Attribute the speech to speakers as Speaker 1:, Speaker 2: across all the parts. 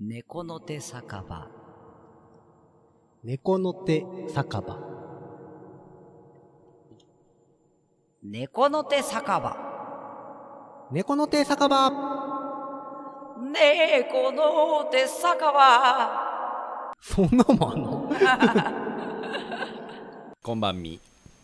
Speaker 1: 猫の手酒場
Speaker 2: 猫の手酒場
Speaker 1: 猫の手酒場
Speaker 2: 猫の手酒場
Speaker 1: 猫の手酒場
Speaker 2: そんなもんあんの
Speaker 3: こんばんみ、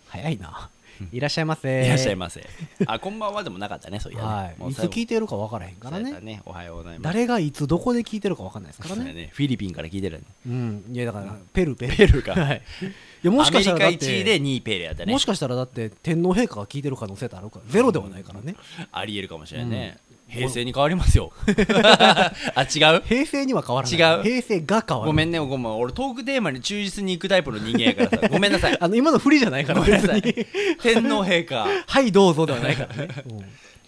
Speaker 2: 早いな。いらっしゃいませ。
Speaker 3: いらっしゃいませあこんばんはでもなかったねそういやね
Speaker 2: はい。
Speaker 3: もう
Speaker 2: いつ
Speaker 3: 最後
Speaker 2: 聞いてるかわからへんから
Speaker 3: そうや
Speaker 2: ね
Speaker 3: った。ねおはようございます
Speaker 2: 誰がいつどこで聞いてるかわかんないですから
Speaker 3: そうや
Speaker 2: ね。
Speaker 3: ねフィリピンから聞いてるよね
Speaker 2: うん。いやだから、ペルペル。
Speaker 3: ペルーか
Speaker 2: はい。いや、もしかしたらだ
Speaker 3: ア
Speaker 2: っ
Speaker 3: メリカ1位
Speaker 2: て、
Speaker 3: で2位ペルーやったね
Speaker 2: もしかしたらだって天皇陛下が聞いてる可能性ってあるから、ゼロではないからね。
Speaker 3: ありえるかもしれないね、平成に変わりま すよあ違う
Speaker 2: 平成には変わらない。
Speaker 3: 違う
Speaker 2: 平成が変わる。
Speaker 3: ごめんねごめん俺トークテーマに忠実に行くタイプの人間や からさごめんなさい
Speaker 2: あの、今の振りじゃないから、
Speaker 3: ごめんなさい
Speaker 2: 別に
Speaker 3: 天皇陛下
Speaker 2: はい、どうぞではないからね。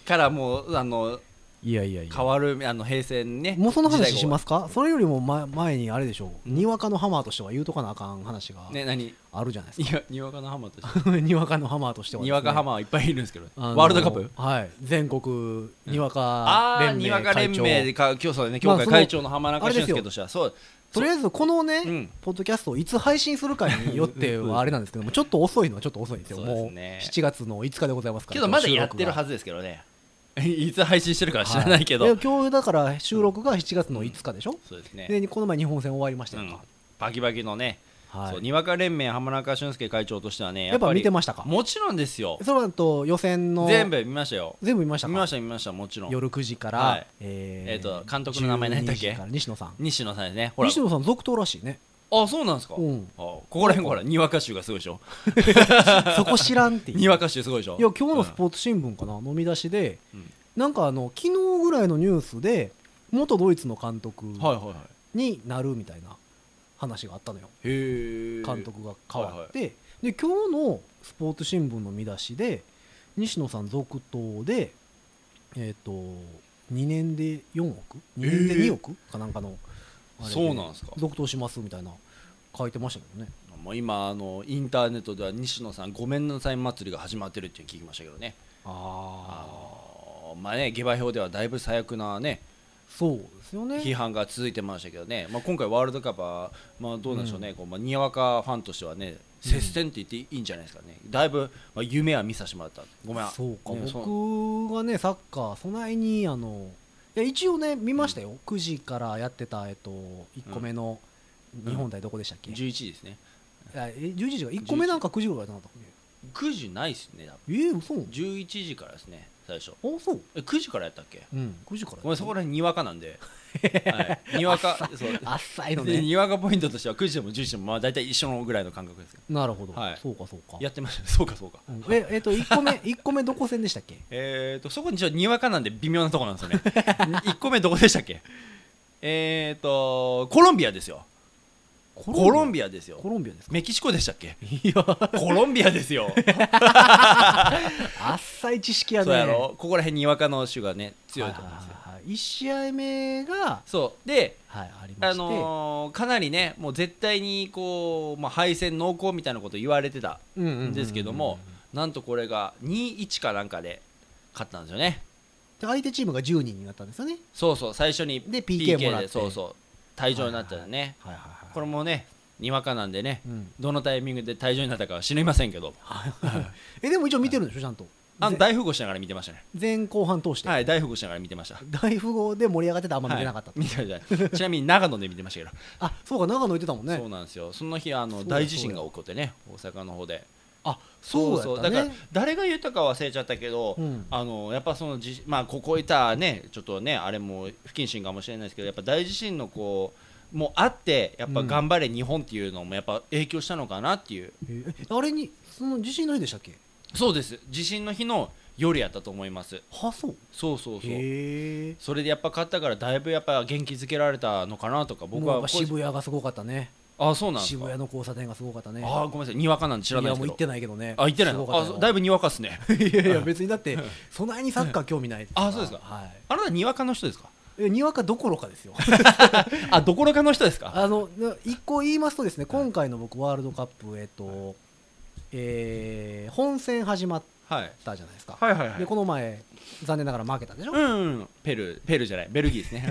Speaker 3: からもうあの
Speaker 2: いやいやい
Speaker 3: 変わるあの平成にね
Speaker 2: もうその話しますすかそれよりも前前にあれでしょう、にわかのハマーとしては言うとかなあかん話が
Speaker 3: ね何
Speaker 2: あるじゃないです
Speaker 3: に
Speaker 2: か、
Speaker 3: わにわかのハマ として
Speaker 2: にわかのハマーとしてはですね、
Speaker 3: にわかハマはいっぱいいるんですけど、
Speaker 2: あの
Speaker 3: ワールドカップ
Speaker 2: はい全国にわか
Speaker 3: ああー
Speaker 2: 連
Speaker 3: に
Speaker 2: 盟
Speaker 3: わか連
Speaker 2: 会長
Speaker 3: 盟でか今日そうだね協
Speaker 2: まあ
Speaker 3: 会
Speaker 2: その
Speaker 3: 会長の浜中俊介としてはそう
Speaker 2: とりあえずこのね、
Speaker 3: うん
Speaker 2: ポッドキャストをいつ配信するかによってはあれなんですけどもちょっと遅いのはちょっと遅いんですよ
Speaker 3: そうですね
Speaker 2: もう7月の5日でございますから
Speaker 3: けどまだやってる
Speaker 2: ず
Speaker 3: はずですけどね いつ配信してるかは知らないけど、
Speaker 2: 今日だから収録が7月の5日でしょ、
Speaker 3: そうですね
Speaker 2: でこの前日本戦終わりました
Speaker 3: う
Speaker 2: よ、
Speaker 3: んバキバキのね、
Speaker 2: はい
Speaker 3: そうにわか連盟浜中俊介会長としてはね
Speaker 2: やっぱ見てましたか
Speaker 3: もちろんですよ
Speaker 2: その後予選の
Speaker 3: 全部見ましたよ
Speaker 2: 全部見ましたか
Speaker 3: 見ました見ましたもちろん
Speaker 2: 夜9時から、
Speaker 3: はい
Speaker 2: え
Speaker 3: えーと監督の名前何だっけ
Speaker 2: 12時から西野さん
Speaker 3: 西野さんですねほら
Speaker 2: 西野さん続投らしいね
Speaker 3: あそうなんですか、
Speaker 2: うん
Speaker 3: あここら辺ほらにわか集がすごいでしょ
Speaker 2: そこ知らんっていう
Speaker 3: にわか集すごいでしょ
Speaker 2: いや今日のスポーツ新聞かな、飲み出しで、
Speaker 3: うん
Speaker 2: なんかあの昨日ぐらいのニュースで元ドイツの監督
Speaker 3: うんはいはいは
Speaker 2: になるみたいな話があったのよ、
Speaker 3: いへえ
Speaker 2: 監督が変わって、で今日のスポーツ新聞の見出しで西野さん続投でえっ、と2年で4億2年で2億かなんかの、あれ
Speaker 3: そうなんですか
Speaker 2: 続投しますみたいな書いてましたけどね
Speaker 3: もう今あのインターネットでは西野さんごめんなさい祭りが始まってるって聞きましたけどねあ
Speaker 2: ああ
Speaker 3: のまあね下馬評ではだいぶ最悪なね
Speaker 2: そうですよね
Speaker 3: 批判が続いてましたけどね、まあ、今回ワールドカップは、まあ、どうなんでしょうね、こうまあ、にわかファンとしてはね接戦って言っていいんじゃないですかね、だいぶ、まあ、夢は見させてもらったごめん
Speaker 2: そうか、
Speaker 3: ねそう
Speaker 2: 僕がねサッカーそないにあのいや一応ね見ましたよ、9時からやってた、えっと、1個目の日本対どこでしたっけ、
Speaker 3: 11時ですね
Speaker 2: あえ11時が1個目なんか9時ぐらいだなと
Speaker 3: 9時ないですね多分
Speaker 2: えー、そう
Speaker 3: 11時からですね最初
Speaker 2: あそう
Speaker 3: え9時からやったっけ
Speaker 2: うん9時から
Speaker 3: ごめんそこら辺にわかなんで、はい、にわかそう
Speaker 2: 浅いの
Speaker 3: で
Speaker 2: ね
Speaker 3: にわかポイントとしては9時でも10時でもまあ大体一緒のぐらいの感覚ですけど
Speaker 2: なるほど、
Speaker 3: はい
Speaker 2: そうかそうか
Speaker 3: やってました そうかそうか
Speaker 2: うんええっと1個目 一個目どこ戦でしたっけ
Speaker 3: えー、とそこにちょっとにわかなんで微妙なとこなん ですよね1個目どこでしたっけえー、とコロンビアですよ
Speaker 2: コ
Speaker 3: コロン
Speaker 2: ビ
Speaker 3: ビアですよ
Speaker 2: コロンビアですか
Speaker 3: メキシコでしたっけ
Speaker 2: いや
Speaker 3: コロンビアですよ
Speaker 2: 浅い知識やね
Speaker 3: そうやろここら辺にわかの種がね強いと思うんですよ
Speaker 2: はいはいはいはい、1試合目が、
Speaker 3: そうで
Speaker 2: はい、ありま
Speaker 3: あ
Speaker 2: して、
Speaker 3: のーかなりねもう絶対にこう、まあ、敗戦濃厚みたいなこと言われてた
Speaker 2: うんうんうんうん
Speaker 3: んですけども、なんとこれが2-1かなんかで勝ったんですよね
Speaker 2: で相手チームが10人になったんですよね
Speaker 3: そうそう最初に
Speaker 2: で PK もらって
Speaker 3: でそうそう退場になったよね、
Speaker 2: はいはいはい
Speaker 3: これもねにわかなんでね、
Speaker 2: うん
Speaker 3: どのタイミングで退場になったかは知りませんけど
Speaker 2: えでも一応見てるんでしょちゃんと
Speaker 3: あの
Speaker 2: ぜ
Speaker 3: 大富豪しながら見てましたね
Speaker 2: 前後半通して、
Speaker 3: はい大富豪しながら見てました
Speaker 2: 大富豪で盛り上がってたあんま見てなかったと、
Speaker 3: はい見てない見てないちなみに長野で見てましたけ
Speaker 2: あそうか長野行ってたもん
Speaker 3: ど、
Speaker 2: ね
Speaker 3: そうなんですよその日あ
Speaker 2: そ
Speaker 3: の
Speaker 2: うだ
Speaker 3: 大地震が起こってね大阪の方で
Speaker 2: あそうやったね
Speaker 3: だから誰が言ったか忘れちゃったけど、
Speaker 2: うん
Speaker 3: あのやっぱその地まあここいたねちょっとねあれも不謹慎かもしれないですけどやっぱ大地震のこうもうあってやっぱ頑張れ日本っていうのもやっぱ影響したのかなっていう、
Speaker 2: ええあれにその地震の日でしたっけ
Speaker 3: そうです地震の日の夜やったと思います
Speaker 2: はそう
Speaker 3: そうそうそう
Speaker 2: へえ
Speaker 3: それでやっぱ勝ったからだいぶやっぱ元気づけられたのかなとか僕
Speaker 2: 僕は
Speaker 3: は
Speaker 2: 渋谷がすごかったね
Speaker 3: あそうなんです
Speaker 2: 渋
Speaker 3: か
Speaker 2: 谷の交差点がすごかったね
Speaker 3: あーごめんなさいにわかなんで知らない
Speaker 2: や
Speaker 3: です
Speaker 2: もう行って
Speaker 3: けど
Speaker 2: ないけどね
Speaker 3: あ行ってないの
Speaker 2: すごか
Speaker 3: あ
Speaker 2: ったよ
Speaker 3: そうだいぶにわかっすね
Speaker 2: いやいや別にだ ってそないにサッカー興味ないですから
Speaker 3: あそうですか
Speaker 2: は
Speaker 3: あなたにわかの人ですか
Speaker 2: いえにわかどころかです よ
Speaker 3: あどころかの人ですか
Speaker 2: あのな一個言いますとですね、今回の僕、ワールドカップ、えっと、えー本戦始まって、
Speaker 3: はい
Speaker 2: たじゃないですか、
Speaker 3: はいはいは
Speaker 2: でこの前残念ながら負けたでしょ、
Speaker 3: うんペルーペルーじゃないベルギーですね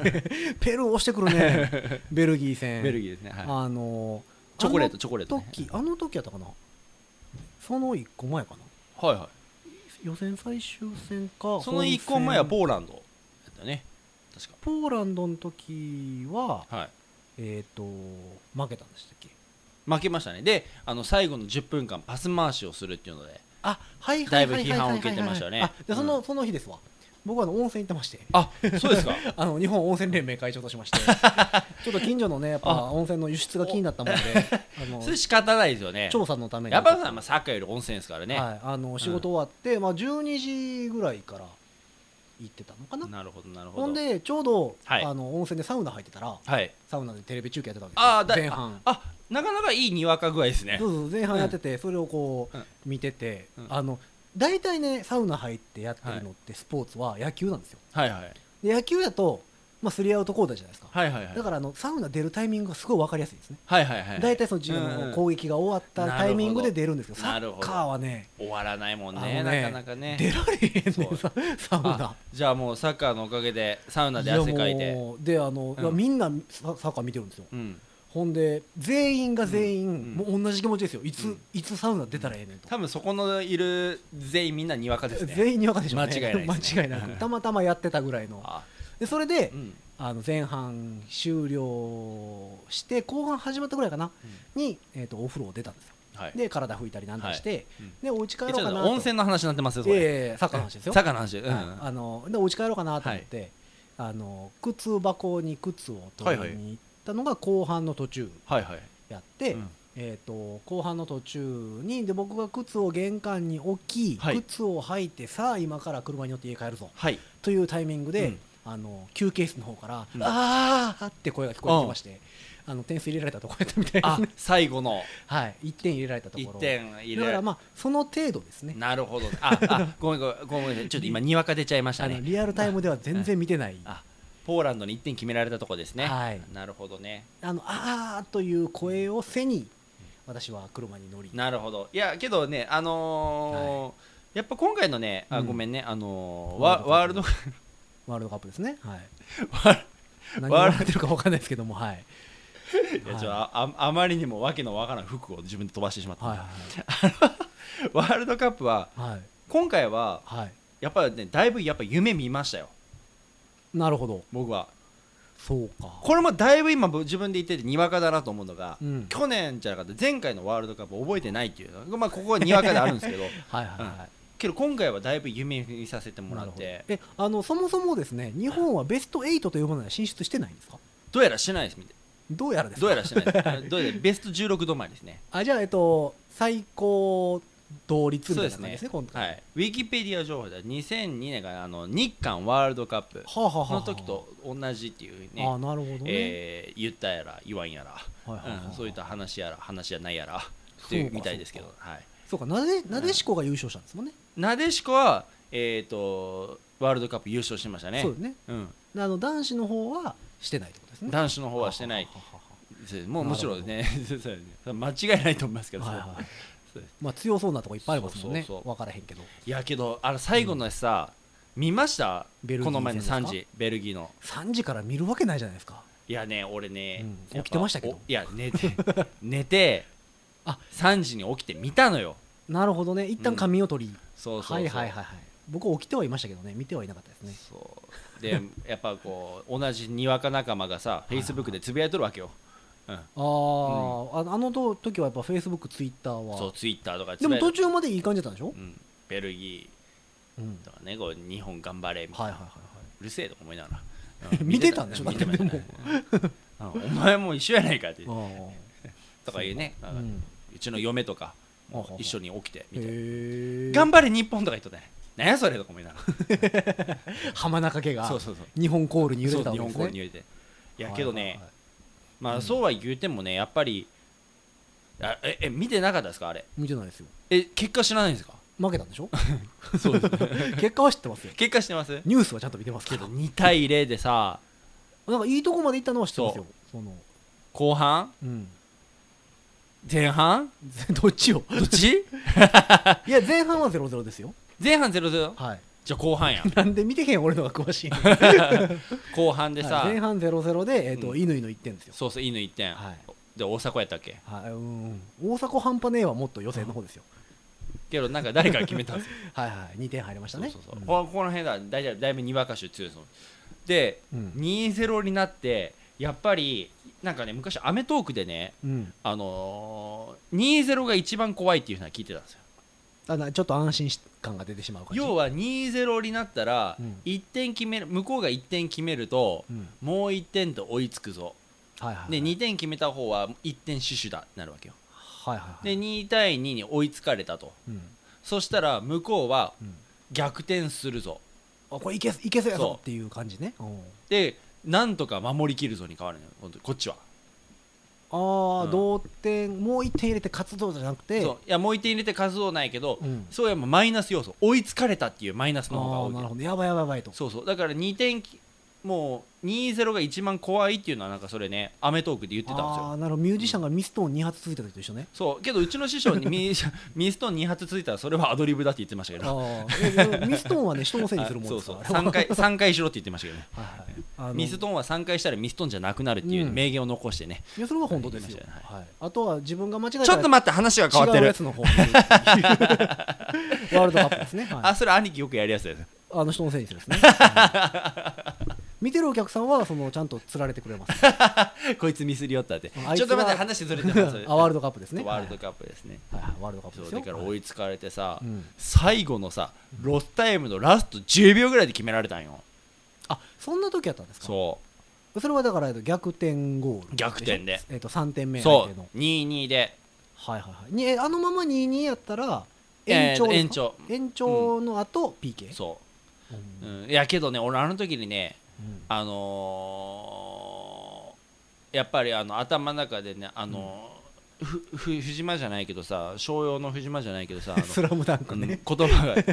Speaker 2: ペルー押してくる ねベルギー戦
Speaker 3: ベルギーですねはい
Speaker 2: あの
Speaker 3: チョコレートチョコレートね
Speaker 2: 時あの時やったかなその1個前かな
Speaker 3: はいは
Speaker 2: 予選最終戦か
Speaker 3: いその一個前は
Speaker 2: ー
Speaker 3: ポーランドだったね確か
Speaker 2: ポーランドの時は
Speaker 3: はい
Speaker 2: えっ、と負けたんでしたっけ
Speaker 3: 負けましたねであの最後の10分間パス回しをするっていうので
Speaker 2: あはい
Speaker 3: はいはいはいはいはいだいぶ批判を受けてましたね
Speaker 2: あでその,、
Speaker 3: う
Speaker 2: その日ですわ僕はあの温泉行って まして
Speaker 3: あそうですか
Speaker 2: あの日本温泉連盟会長としま してちょっと近所のねやっぱ
Speaker 3: あ
Speaker 2: 温泉の輸出が気になったもん であの
Speaker 3: それ仕方ないですよね
Speaker 2: 調査のために
Speaker 3: やっぱさ、まあ、サッカーより温泉ですからね、
Speaker 2: はい、あの仕事終わって、まあ、12時ぐらいから行ってたのかな
Speaker 3: なるほどなるほど
Speaker 2: ほんでちょうど、
Speaker 3: はい
Speaker 2: あの温泉でサウナ入ってたら
Speaker 3: はい
Speaker 2: サウナでテレビ中継やってた
Speaker 3: あ
Speaker 2: わ
Speaker 3: あ
Speaker 2: け
Speaker 3: だ
Speaker 2: ですよ前半
Speaker 3: ああなかなかいいにわか具合ですね
Speaker 2: そうそう前半やってて、それをこう、
Speaker 3: うん
Speaker 2: 見てて、
Speaker 3: うん
Speaker 2: あの大体ねサウナ入ってやってるのってスポーツは野球なんですよ
Speaker 3: はいはい
Speaker 2: で野球だと、まあ、スリーアウト交代じゃないですか、
Speaker 3: はいはいはい
Speaker 2: だからあのサウナ出るタイミングがすごい分かりやすいですね
Speaker 3: はいはいはい
Speaker 2: 大体その自分
Speaker 3: うんう
Speaker 2: の
Speaker 3: ん
Speaker 2: 攻撃が終わったタイミングで出るんですけどサ
Speaker 3: なる
Speaker 2: ッ
Speaker 3: ほど
Speaker 2: カーはね
Speaker 3: 終わらないもん
Speaker 2: あの
Speaker 3: ね
Speaker 2: ね
Speaker 3: なかなかね
Speaker 2: 出られへんねんさサウナ
Speaker 3: あじゃあもうサッカーのおかげでサウナ
Speaker 2: い
Speaker 3: で
Speaker 2: や
Speaker 3: 汗かいて
Speaker 2: もうであの、
Speaker 3: うん
Speaker 2: みんなササッカー見てるんですよ
Speaker 3: うん
Speaker 2: ほんで全員が全員、
Speaker 3: うん
Speaker 2: もう同じ気持ちですよいつ、
Speaker 3: うん
Speaker 2: いつサウナ出たらええねんと、
Speaker 3: 多分そこのいる全員みんなにわかですね
Speaker 2: 全員に分かるでしょうね
Speaker 3: 間違いないですね
Speaker 2: 間違いなくたまたまやってたぐらいの
Speaker 3: あ
Speaker 2: でそれで、
Speaker 3: うん
Speaker 2: あの前半終了して後半始まったぐらいかなに、えー、とお風呂を出たんですよ
Speaker 3: はい
Speaker 2: で体拭いたりなんだりして、
Speaker 3: うん
Speaker 2: でお家帰ろう
Speaker 3: えち
Speaker 2: か
Speaker 3: ょっと
Speaker 2: なと
Speaker 3: 温泉の話になってますよそ
Speaker 2: いやい
Speaker 3: れ
Speaker 2: やいやサッカーの話ですよ、
Speaker 3: サッカーの話うん
Speaker 2: はいあのでお家帰ろうかなと思って、あの靴箱に靴を取りに行ったのが後半の途中
Speaker 3: はいはい
Speaker 2: やって、
Speaker 3: うん
Speaker 2: えー、と後半の途中にで僕が靴を玄関に置き、
Speaker 3: はい
Speaker 2: 靴を履いてさあ今から車に乗って家帰るぞ
Speaker 3: はい
Speaker 2: というタイミングで、
Speaker 3: うん
Speaker 2: あの休憩室の方から「
Speaker 3: うん
Speaker 2: ああ!」って声が聞こえてきまして、あの点数入れられたとこやったみたいで
Speaker 3: あ
Speaker 2: すね、
Speaker 3: 最後の
Speaker 2: はい、1点入れら れたとこ
Speaker 3: 一
Speaker 2: ろ
Speaker 3: 点入
Speaker 2: だか
Speaker 3: れ
Speaker 2: らまあその程度ですね
Speaker 3: なるほどああごめんごめんごめんごめんちょっと今にわか出ちゃいました
Speaker 2: あの
Speaker 3: ね
Speaker 2: リアルタイムでは全然見てない、
Speaker 3: あポーランドに一点決められたとこですね
Speaker 2: はい
Speaker 3: なるほどね
Speaker 2: あのあーという声を背に私は車に乗り
Speaker 3: なるほどいやけどねあのーやっぱ今回のねあ
Speaker 2: うん
Speaker 3: ごめんねあのー
Speaker 2: ワ
Speaker 3: ワ
Speaker 2: ー
Speaker 3: ワ
Speaker 2: ル
Speaker 3: ール
Speaker 2: ド
Speaker 3: ド
Speaker 2: ワールドカップですね、はい、
Speaker 3: ワール
Speaker 2: 何を笑ってるか分かんないですけども、はい、
Speaker 3: いやちょあああまりにもわけのわからない服を自分で飛ばしてしまった、
Speaker 2: はい
Speaker 3: ワールドカップは
Speaker 2: はいはい
Speaker 3: 今回は
Speaker 2: はい
Speaker 3: やっぱりねだいぶやっぱ夢見ましたよ
Speaker 2: なるほど
Speaker 3: 僕は
Speaker 2: そうか
Speaker 3: これもだいぶ今僕自分で言っててにわかだなと思うのが、
Speaker 2: うん
Speaker 3: 去年じゃなかった前回のワールドカップ覚えてないっていうのが、まあ、ここはにわかであるんですけ ど
Speaker 2: はいはいはい、
Speaker 3: けど今回はだいぶ夢見させてもらって
Speaker 2: えあのそもそもですね日本はベスト8というものには進出してないんですか
Speaker 3: どうやらしてないですみたい
Speaker 2: どうやらです
Speaker 3: ど
Speaker 2: か
Speaker 3: うやらして ないですどうやらベスト16止まりですね
Speaker 2: あじゃあえっと最高同率みたいな感じですね今回
Speaker 3: はい、ウィキペディア情報では2002年からあの日韓ワールドカップ
Speaker 2: はあ、はあはあ
Speaker 3: の時と同じっていうね
Speaker 2: ああなるほどね、
Speaker 3: えー言ったやら言わんやら、
Speaker 2: はいはいはい
Speaker 3: うんそういった話やら話じゃないやらって
Speaker 2: そう
Speaker 3: い
Speaker 2: か
Speaker 3: うみたいですけど
Speaker 2: そう
Speaker 3: はい、
Speaker 2: そうかなでなでしこが優勝したんですもんね、
Speaker 3: なでしこは、えー、とワールドカップ優勝しましたね
Speaker 2: そうよね
Speaker 3: うん、
Speaker 2: あの男子の方はしてないってことですね
Speaker 3: 男子の方はしてないですもうもちろんね そうですね間違いないと思いますけど、
Speaker 2: はいはい
Speaker 3: そうです
Speaker 2: まあ強そうなとこいっぱいありますもんね
Speaker 3: そうそうそう
Speaker 2: 分からへんけど
Speaker 3: いやけどあの最後のさ、見ました
Speaker 2: ベルギー
Speaker 3: この前の
Speaker 2: 戦で
Speaker 3: 3
Speaker 2: すか
Speaker 3: 時ベルギーの
Speaker 2: 3時から見るわけないじゃないですか
Speaker 3: いやね俺ね、
Speaker 2: うん
Speaker 3: や
Speaker 2: 起
Speaker 3: っぱ
Speaker 2: きてましたけど
Speaker 3: おいや寝て 寝て
Speaker 2: あ
Speaker 3: 3時に起きて見たのよ
Speaker 2: なるほどね一旦仮眠を取り、
Speaker 3: そうそうそう
Speaker 2: はいはいはいはい僕起きてはいましたけどね見てはいなかったですね
Speaker 3: そうでやっぱこう同じにわか仲間がさフェイスブックでつぶやいとるわけよ、うん、
Speaker 2: あー、あのあのと時はやっぱフェイスブックツイッターは
Speaker 3: そうツイッターとか
Speaker 2: でも途
Speaker 3: 中、
Speaker 2: 中までいい感じだったんでしょ
Speaker 3: う、ん、ベルギ
Speaker 2: うん
Speaker 3: ーとかねこう日本頑張れみたい
Speaker 2: はい
Speaker 3: な、
Speaker 2: はいはいは
Speaker 3: うるせえとか思いながら、
Speaker 2: い 見てたんでしょ
Speaker 3: 見てた
Speaker 2: だって
Speaker 3: 見てたうんお前も一緒やないかって
Speaker 2: でも
Speaker 3: とかいうね
Speaker 2: あ
Speaker 3: な
Speaker 2: ー
Speaker 3: ん
Speaker 2: う
Speaker 3: か
Speaker 2: ん
Speaker 3: うちの嫁とか
Speaker 2: ほうほうほう
Speaker 3: 一緒に起きて見て
Speaker 2: へえ
Speaker 3: 頑張れ日本とか言っとったね何やそれとか思いなが
Speaker 2: 浜中家
Speaker 3: ら
Speaker 2: が
Speaker 3: そうそうそう
Speaker 2: 日本コールに揺れてた
Speaker 3: そう
Speaker 2: わ
Speaker 3: 日
Speaker 2: けです
Speaker 3: 本語
Speaker 2: ね
Speaker 3: に入れていや
Speaker 2: はい
Speaker 3: けどね、
Speaker 2: はいはい
Speaker 3: ま
Speaker 2: う
Speaker 3: あ
Speaker 2: ん
Speaker 3: そうは言うてもねやっぱりあええ見てなかったですかあれ
Speaker 2: 見てないですよ
Speaker 3: え結果知らないんですか
Speaker 2: 負けたんでし ょ
Speaker 3: そうです
Speaker 2: 結果は知ってますよ
Speaker 3: 結果してます
Speaker 2: ニュースはちゃんと見てますけど
Speaker 3: 2対0でさ
Speaker 2: なんかいいとこまで行ったのは知ってますよその
Speaker 3: 後半
Speaker 2: うん
Speaker 3: 前半
Speaker 2: どっちを
Speaker 3: どっち
Speaker 2: いや前半は0-0ですよ
Speaker 3: 前半ゼロゼロ
Speaker 2: はい、
Speaker 3: じゃあ後半や
Speaker 2: なんで見てへん俺のが詳しいの
Speaker 3: 後半でさ、
Speaker 2: はい前半0-0で、えーと
Speaker 3: う
Speaker 2: 乾の1点ですよ、
Speaker 3: そうそう犬1点、
Speaker 2: はい
Speaker 3: で大迫やったっけ
Speaker 2: はい、うん大迫半端ねえはもっと予選の方ですよ
Speaker 3: けどなんか誰かが決めたん ですよ
Speaker 2: はいはい2点入りましたね
Speaker 3: そうそうそう
Speaker 2: うん
Speaker 3: ここの辺だ大体だいぶにわか手強いですもんで、
Speaker 2: うん
Speaker 3: 2-0になってやっぱりなんかね昔『アメトーーク』でね
Speaker 2: うん
Speaker 3: あのー、2-0が一番怖いっていうのは聞いてたんですよ
Speaker 2: あなちょっと安心感が出てしまう感じ
Speaker 3: 要は2-0になったら
Speaker 2: うん
Speaker 3: 1点決める向こうが1点決めると
Speaker 2: うん
Speaker 3: もう1点と追いつくぞ
Speaker 2: はいはいはい
Speaker 3: で2点決めた方は1点死守だってなるわけよ
Speaker 2: はいはいは
Speaker 3: で
Speaker 2: い
Speaker 3: 2対2に追いつかれたと
Speaker 2: うん
Speaker 3: そしたら向こうは
Speaker 2: うん
Speaker 3: 逆転するぞ
Speaker 2: あこれいけいけそうや
Speaker 3: そう
Speaker 2: ぞっていう感じねうん
Speaker 3: でなんとか守りきるぞに変わるのよ本当にこっちは、
Speaker 2: ああ、
Speaker 3: うん
Speaker 2: 同点もう1点入れて勝つぞじゃなくて
Speaker 3: そういやもう1点入れて数はないけど、
Speaker 2: うん
Speaker 3: そういえばマイナス要素追いつかれたっていうマイナスの方が
Speaker 2: あ
Speaker 3: 多
Speaker 2: あ
Speaker 3: い
Speaker 2: なるほどやばいやばいやばいと
Speaker 3: そうそうだから2点きもう2-0が一番怖いっていうのはなんかそれね『アメトーーク』で言ってたんです
Speaker 2: あ
Speaker 3: よ
Speaker 2: あなるほどミュージシャンがミストン2発続いた時と一緒 ね
Speaker 3: そうけどうちの 師匠にミミストン2発ついたらそれはアドリブだって言ってましたけど
Speaker 2: あーミストンはね人のせいにするもん
Speaker 3: そ
Speaker 2: で
Speaker 3: う
Speaker 2: す
Speaker 3: そ
Speaker 2: か
Speaker 3: う
Speaker 2: らあれは
Speaker 3: 3回三回しろって言ってましたけどね
Speaker 2: はいはいあの
Speaker 3: ミストンは3回したらミストンじゃなくなるっていう
Speaker 2: うん
Speaker 3: 名言を残してね、
Speaker 2: いやそれは本当ですよ
Speaker 3: 言いましたよ
Speaker 2: はいあとは自分が間違えたら
Speaker 3: ちょっと待って話が変わって
Speaker 2: 違う
Speaker 3: る
Speaker 2: やつ の方にワールドカップですね、はい
Speaker 3: あそれ兄貴よくやるやつです
Speaker 2: あの人のせいにするですね、はい見てるお客さんはそのちゃんと釣られてくれます
Speaker 3: こいつミスりよったってち
Speaker 2: あいつは
Speaker 3: ょっと待って話ずれてます
Speaker 2: あワールドカップですね
Speaker 3: ワールドカップですね、
Speaker 2: はいはいワールドカップで
Speaker 3: そう
Speaker 2: す
Speaker 3: だ
Speaker 2: よ
Speaker 3: から
Speaker 2: は
Speaker 3: 追
Speaker 2: い
Speaker 3: いつかれてさ、
Speaker 2: うん
Speaker 3: 最後のさロスタイムのラスト10秒ぐらいで決められたんよ
Speaker 2: あそんな時やったんですか
Speaker 3: そ
Speaker 2: それはだからえっと逆転ゴールしょ
Speaker 3: 逆転で
Speaker 2: えっと3点
Speaker 3: う
Speaker 2: 目相
Speaker 3: そ
Speaker 2: 手の
Speaker 3: う2-2で
Speaker 2: はいはいはいにえあのまま2-2やったら
Speaker 3: え
Speaker 2: 延
Speaker 3: ー
Speaker 2: 長ですか
Speaker 3: 延長
Speaker 2: 延長の後 PK
Speaker 3: そ
Speaker 2: うん
Speaker 3: う、うん、いやけどね俺あの時にね
Speaker 2: うん
Speaker 3: あのーやっぱりあの頭の中でねあのーふふ藤間じゃないけどさ商用の藤間じゃないけどさあの
Speaker 2: スラムダンク
Speaker 3: うん
Speaker 2: ね
Speaker 3: 言葉が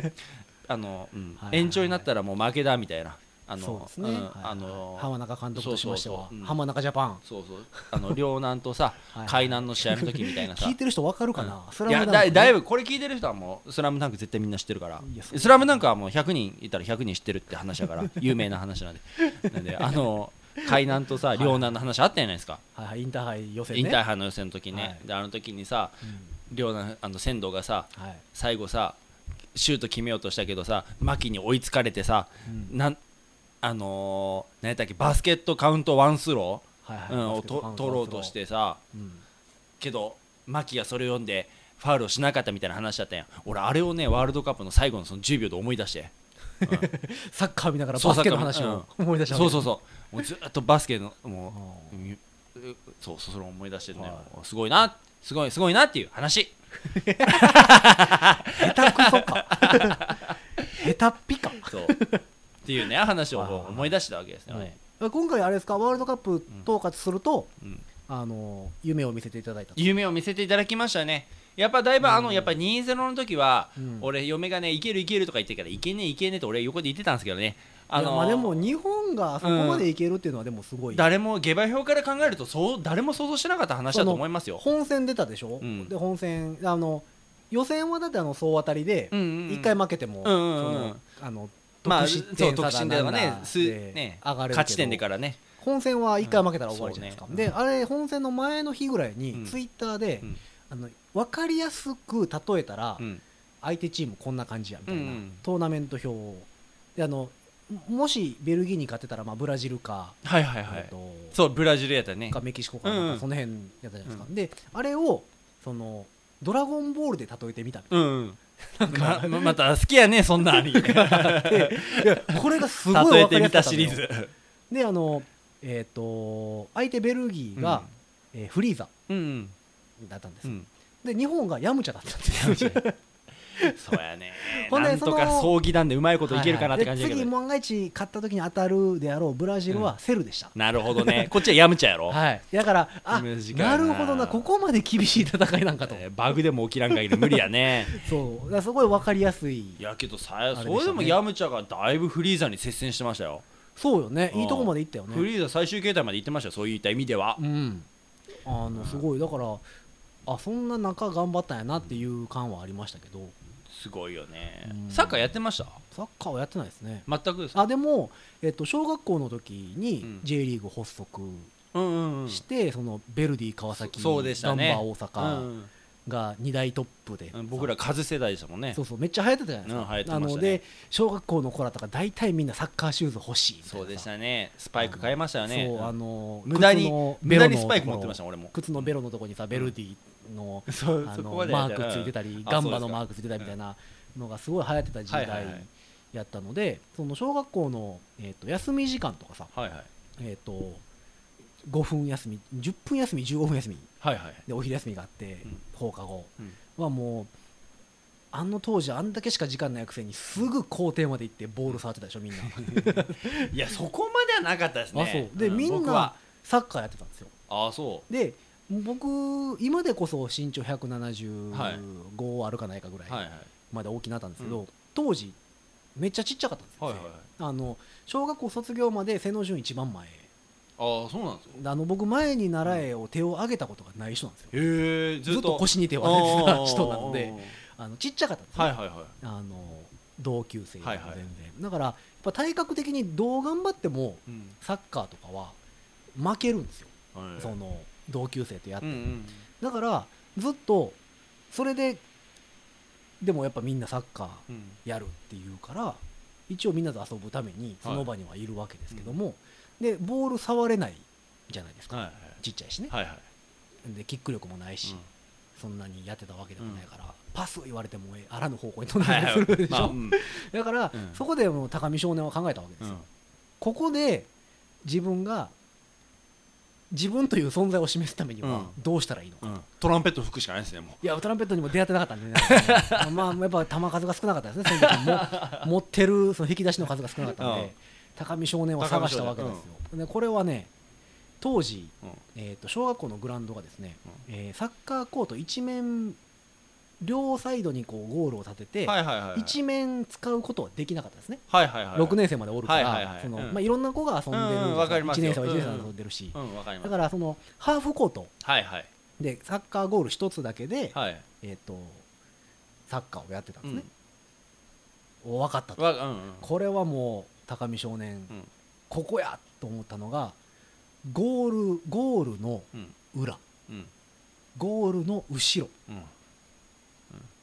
Speaker 3: あの、うん
Speaker 2: はいはいはい
Speaker 3: 延長になったらもう負けだみたいなあの
Speaker 2: そうですね、
Speaker 3: ん
Speaker 2: はいはい
Speaker 3: あのー
Speaker 2: 浜中監督としましては
Speaker 3: そうそうそううん
Speaker 2: 浜中ジャパン、
Speaker 3: そうそうあの両南とさ
Speaker 2: はいはい
Speaker 3: 海南の試合の時みたいなさ
Speaker 2: 聞いてる人わかるかな、
Speaker 3: うん
Speaker 2: スラ
Speaker 3: い
Speaker 2: ムダ
Speaker 3: や
Speaker 2: ンク
Speaker 3: だいだい
Speaker 2: ぶ
Speaker 3: ぶこれ聞いてる人はもう「スラムダンク絶対みんな知ってるから
Speaker 2: いや
Speaker 3: 「
Speaker 2: そう
Speaker 3: スラムダンクはもう100人いたら100人知ってるって話だから 有名な話なんでなんであの海南とさ
Speaker 2: い
Speaker 3: 両南の話あったじゃないですか、
Speaker 2: はいはい、インターハイ予選ね
Speaker 3: インターハイの予選の時ね、
Speaker 2: はい
Speaker 3: であの時にさ両南あの仙道がさ
Speaker 2: うんはい
Speaker 3: 最後さシュート決めようとしたけどさ牧に追いつかれてさ、
Speaker 2: うん
Speaker 3: なんあのー、何やったっけバスケットカウントワンスロ
Speaker 2: はいは
Speaker 3: ー、
Speaker 2: い
Speaker 3: うん、
Speaker 2: バ
Speaker 3: を
Speaker 2: スケット
Speaker 3: と取ろうとし、てさ
Speaker 2: うん
Speaker 3: けど牧がそれを読んでファウルをしなかったみたいな話だったやん俺あれをねワールドカップの最後のその10秒で思い出して
Speaker 2: サッカー見ながら
Speaker 3: そう
Speaker 2: バスケの話
Speaker 3: サッ
Speaker 2: を
Speaker 3: カー
Speaker 2: 思い出した
Speaker 3: そうそう
Speaker 2: う
Speaker 3: そうもうずっとバスケのも う、うんうそうそうそれを思い出してるのよ、すごいなすごいすごいなっていう話
Speaker 2: 下手くそか 下手っぴか
Speaker 3: そうっていうね話をこう思い出したわけですよね、
Speaker 2: 今回あれですかワールドカップ統括すると、
Speaker 3: うん
Speaker 2: あの夢を見せていただいたと
Speaker 3: 夢を見せていただきましたねやっぱだいぶあのやっぱ2-0の時は
Speaker 2: うん
Speaker 3: 俺嫁がねいけるいけるとか言ってるからいけねえいけねえって俺横で言ってたんですけどねあ
Speaker 2: いやまあでも
Speaker 3: の
Speaker 2: 日本があそこまでいけるっていうのはでもすごい、
Speaker 3: 誰も下馬評から考えるとそう誰も想像してなかった話だと思いますよ
Speaker 2: 本戦出たでしょ、
Speaker 3: うん
Speaker 2: で本戦あの予選はだってあの総当たりで
Speaker 3: うんうんうん
Speaker 2: 一回負けても、
Speaker 3: うんうんうん
Speaker 2: そのあの
Speaker 3: まあ
Speaker 2: 得失点差だ
Speaker 3: そう得失
Speaker 2: なん
Speaker 3: 点
Speaker 2: だ
Speaker 3: がねす
Speaker 2: で
Speaker 3: ね
Speaker 2: 上がれるけど
Speaker 3: 勝ち点でからね
Speaker 2: 本戦は一回負けたら終わりじゃないですか、
Speaker 3: うんそうね
Speaker 2: であれ本戦の前の日ぐらいに、
Speaker 3: うん
Speaker 2: ツイッターで、
Speaker 3: うん
Speaker 2: あの分かりやすく例えたら、
Speaker 3: うん
Speaker 2: 相手チームこんな感じやみたいな、
Speaker 3: うんうん
Speaker 2: トーナメント表をであのもしベルギーに勝てたら、まあ、ブラジルか、
Speaker 3: はいはいは
Speaker 2: えっ
Speaker 3: い
Speaker 2: と
Speaker 3: そうブラジルやったね
Speaker 2: かメキシコかなん
Speaker 3: うんう
Speaker 2: か
Speaker 3: ん
Speaker 2: その辺やったじゃないですか、であれをそのドラゴンボールで例えてみたみ
Speaker 3: うんうんまままた好きやねそんな 兄貴
Speaker 2: たいなこれがすごい
Speaker 3: 例え
Speaker 2: 分か
Speaker 3: て
Speaker 2: りや
Speaker 3: み
Speaker 2: すか
Speaker 3: た
Speaker 2: った
Speaker 3: シ
Speaker 2: の
Speaker 3: リ
Speaker 2: よ
Speaker 3: ーズ
Speaker 2: であのえっ、と相手ベルギーが、えーフリーザ
Speaker 3: うんうん
Speaker 2: だったんです
Speaker 3: う
Speaker 2: よ、
Speaker 3: ん
Speaker 2: で日本がヤムチャだった んですよ
Speaker 3: そうやね
Speaker 2: ほんで
Speaker 3: なんと
Speaker 2: そ
Speaker 3: か
Speaker 2: の
Speaker 3: 葬儀団でうまいこといけるかなって感じだ
Speaker 2: はい
Speaker 3: け
Speaker 2: はいで次
Speaker 3: ど
Speaker 2: 万が一勝った時に当たるであろうブラジルはセルでした、
Speaker 3: なるほどね。こっちはやむちゃやろ。
Speaker 2: はい、だからあ
Speaker 3: 難しい
Speaker 2: な
Speaker 3: な
Speaker 2: るほどなここまで厳しい戦いなんかと、
Speaker 3: えーバグでも起きらんかいる無理やね。
Speaker 2: そうだからすごい分かりやすい
Speaker 3: いやけど さ、
Speaker 2: したね
Speaker 3: それでもやむちゃがだいぶフリーザに接戦してましたよ。
Speaker 2: そうよね
Speaker 3: うん
Speaker 2: いいとこまでいったよね
Speaker 3: フリーザ最終形態まで行ってましたよ。そういった意味では
Speaker 2: う。ん、あのすごいだからあそんな中頑張ったんやなっていう感はありましたけど
Speaker 3: すごいよね
Speaker 2: うん
Speaker 3: サッカーやってました
Speaker 2: サッカーはやってないですね
Speaker 3: 全くですか
Speaker 2: あでも、えっと、小学校の時
Speaker 3: う
Speaker 2: に
Speaker 3: ん
Speaker 2: J リーグ発足
Speaker 3: うんうんうん
Speaker 2: して、そのベルディ川崎
Speaker 3: そうでしたね
Speaker 2: ガンバ大
Speaker 3: う
Speaker 2: 阪
Speaker 3: ん
Speaker 2: が2大トップで、
Speaker 3: うん僕らカズ世代でしたもんね
Speaker 2: そうそうめっちゃ流行ってたじゃないですか、
Speaker 3: うん流行ってました
Speaker 2: な
Speaker 3: ね
Speaker 2: ので小学校の子らとか大体みんなサッカーシューズ欲しいみたいなさ
Speaker 3: そうでしたねスパイク買いましたよね
Speaker 2: そうあ
Speaker 3: うん
Speaker 2: の
Speaker 3: 無駄に
Speaker 2: 靴の
Speaker 3: 無駄に
Speaker 2: ベロのところ
Speaker 3: スパイク持ってました俺も
Speaker 2: 靴のベロのとこにさベルディの,、
Speaker 3: そう
Speaker 2: あ
Speaker 3: そ
Speaker 2: の
Speaker 3: こまで
Speaker 2: マークついてた
Speaker 3: う
Speaker 2: り
Speaker 3: んあ
Speaker 2: ガンバの
Speaker 3: そうですか
Speaker 2: マークついてたりみたいなのがすごい流行ってた時
Speaker 3: はい
Speaker 2: 代
Speaker 3: はいはい
Speaker 2: やったので、その小学校の、えー、と休み時間とかさ、
Speaker 3: はいはい
Speaker 2: えー、と5分休み10分休み15分休み
Speaker 3: はいはい
Speaker 2: でお昼休みがあって、
Speaker 3: うん
Speaker 2: 放課後
Speaker 3: うん
Speaker 2: はもうあの当時あんだけしか時間ないくせにすぐ校庭まで行ってボール触ってたでしょみん な
Speaker 3: いやそこまではなかったですね
Speaker 2: あそうで、
Speaker 3: ん
Speaker 2: みん
Speaker 3: 僕は
Speaker 2: なサッカーやってたんですよ
Speaker 3: あそ
Speaker 2: で僕今でこそ身長175あるかないかぐら
Speaker 3: うはい
Speaker 2: い
Speaker 3: はい
Speaker 2: まで大きなったんですけど、
Speaker 3: う
Speaker 2: 当時めっちゃちっちゃかったんですよ、
Speaker 3: はいはいはい
Speaker 2: あの小学校卒業まで背の順一番前
Speaker 3: ああそうなんですよ
Speaker 2: あの僕前に習えを手を上げたことがない人なんですよ、
Speaker 3: へえずっ
Speaker 2: ずっ
Speaker 3: と
Speaker 2: と腰に手を
Speaker 3: あ
Speaker 2: 当てて
Speaker 3: ー
Speaker 2: た人なのであのちっちゃかったんですね、
Speaker 3: はいはいはい
Speaker 2: あの同級生でも全然、
Speaker 3: はいはい
Speaker 2: だからやっぱ体格的にどう頑張っても
Speaker 3: うん
Speaker 2: サッカーとかは負けるんですよ、
Speaker 3: はい
Speaker 2: その同級生とやって
Speaker 3: うんうん
Speaker 2: だからずっとそれででもやっぱみんなサッカー
Speaker 3: うん
Speaker 2: やるっていうから一応みんなと遊ぶためにその場にはいるわけですけども、でボール触れないじゃないですか、
Speaker 3: はいはい
Speaker 2: ちっちゃいしね、
Speaker 3: はいはい
Speaker 2: でキック力もないし、
Speaker 3: うん
Speaker 2: そんなにやってたわけでもないから、パス言われてもあらぬ方向 に飛んだり
Speaker 3: はい
Speaker 2: するでしょ、
Speaker 3: まあうん
Speaker 2: だから、
Speaker 3: うん
Speaker 2: そこでもう高見少年は考えたわけですよ、ここで自分が自分という存在を示すためにはどうしたらいいのか、
Speaker 3: うんうんトランペット吹くしかないですねも
Speaker 2: い
Speaker 3: う
Speaker 2: やトランペットにも出会ってなかったんでね、まあ、やっぱ球数が少なかったですね、その時も 持ってるその引き出しの数が少なかったんで、
Speaker 3: うん
Speaker 2: 高見少年を探したわけですよ。でこれはね、当時、
Speaker 3: うん
Speaker 2: えーと小学校のグラウンドがですね、えーサッカーコート一面、両サイドにこうゴールを立てて、
Speaker 3: はいはいはいはい
Speaker 2: 一面使うことはできなかったですね、
Speaker 3: はいはいはい
Speaker 2: 6年生までおるか
Speaker 3: はいはいは
Speaker 2: ら、
Speaker 3: い
Speaker 2: その
Speaker 3: うん
Speaker 2: まあいろんな子が遊んでる、
Speaker 3: うんうんわかります
Speaker 2: 1
Speaker 3: よ
Speaker 2: 年生は1年生で遊んでるし、
Speaker 3: うんわかりま
Speaker 2: だ
Speaker 3: す
Speaker 2: からそのハーフコート
Speaker 3: はいはい
Speaker 2: で、サッカーゴール1つだけで、
Speaker 3: はい
Speaker 2: えー、とサッカーをやってたん
Speaker 3: う
Speaker 2: ですね
Speaker 3: ん、
Speaker 2: お分かったと
Speaker 3: わうんうん
Speaker 2: これはもう高見少年、
Speaker 3: うん
Speaker 2: ここやと思ったのがゴールゴールの
Speaker 3: うん
Speaker 2: 裏
Speaker 3: うん
Speaker 2: ゴールの後ろ
Speaker 3: うん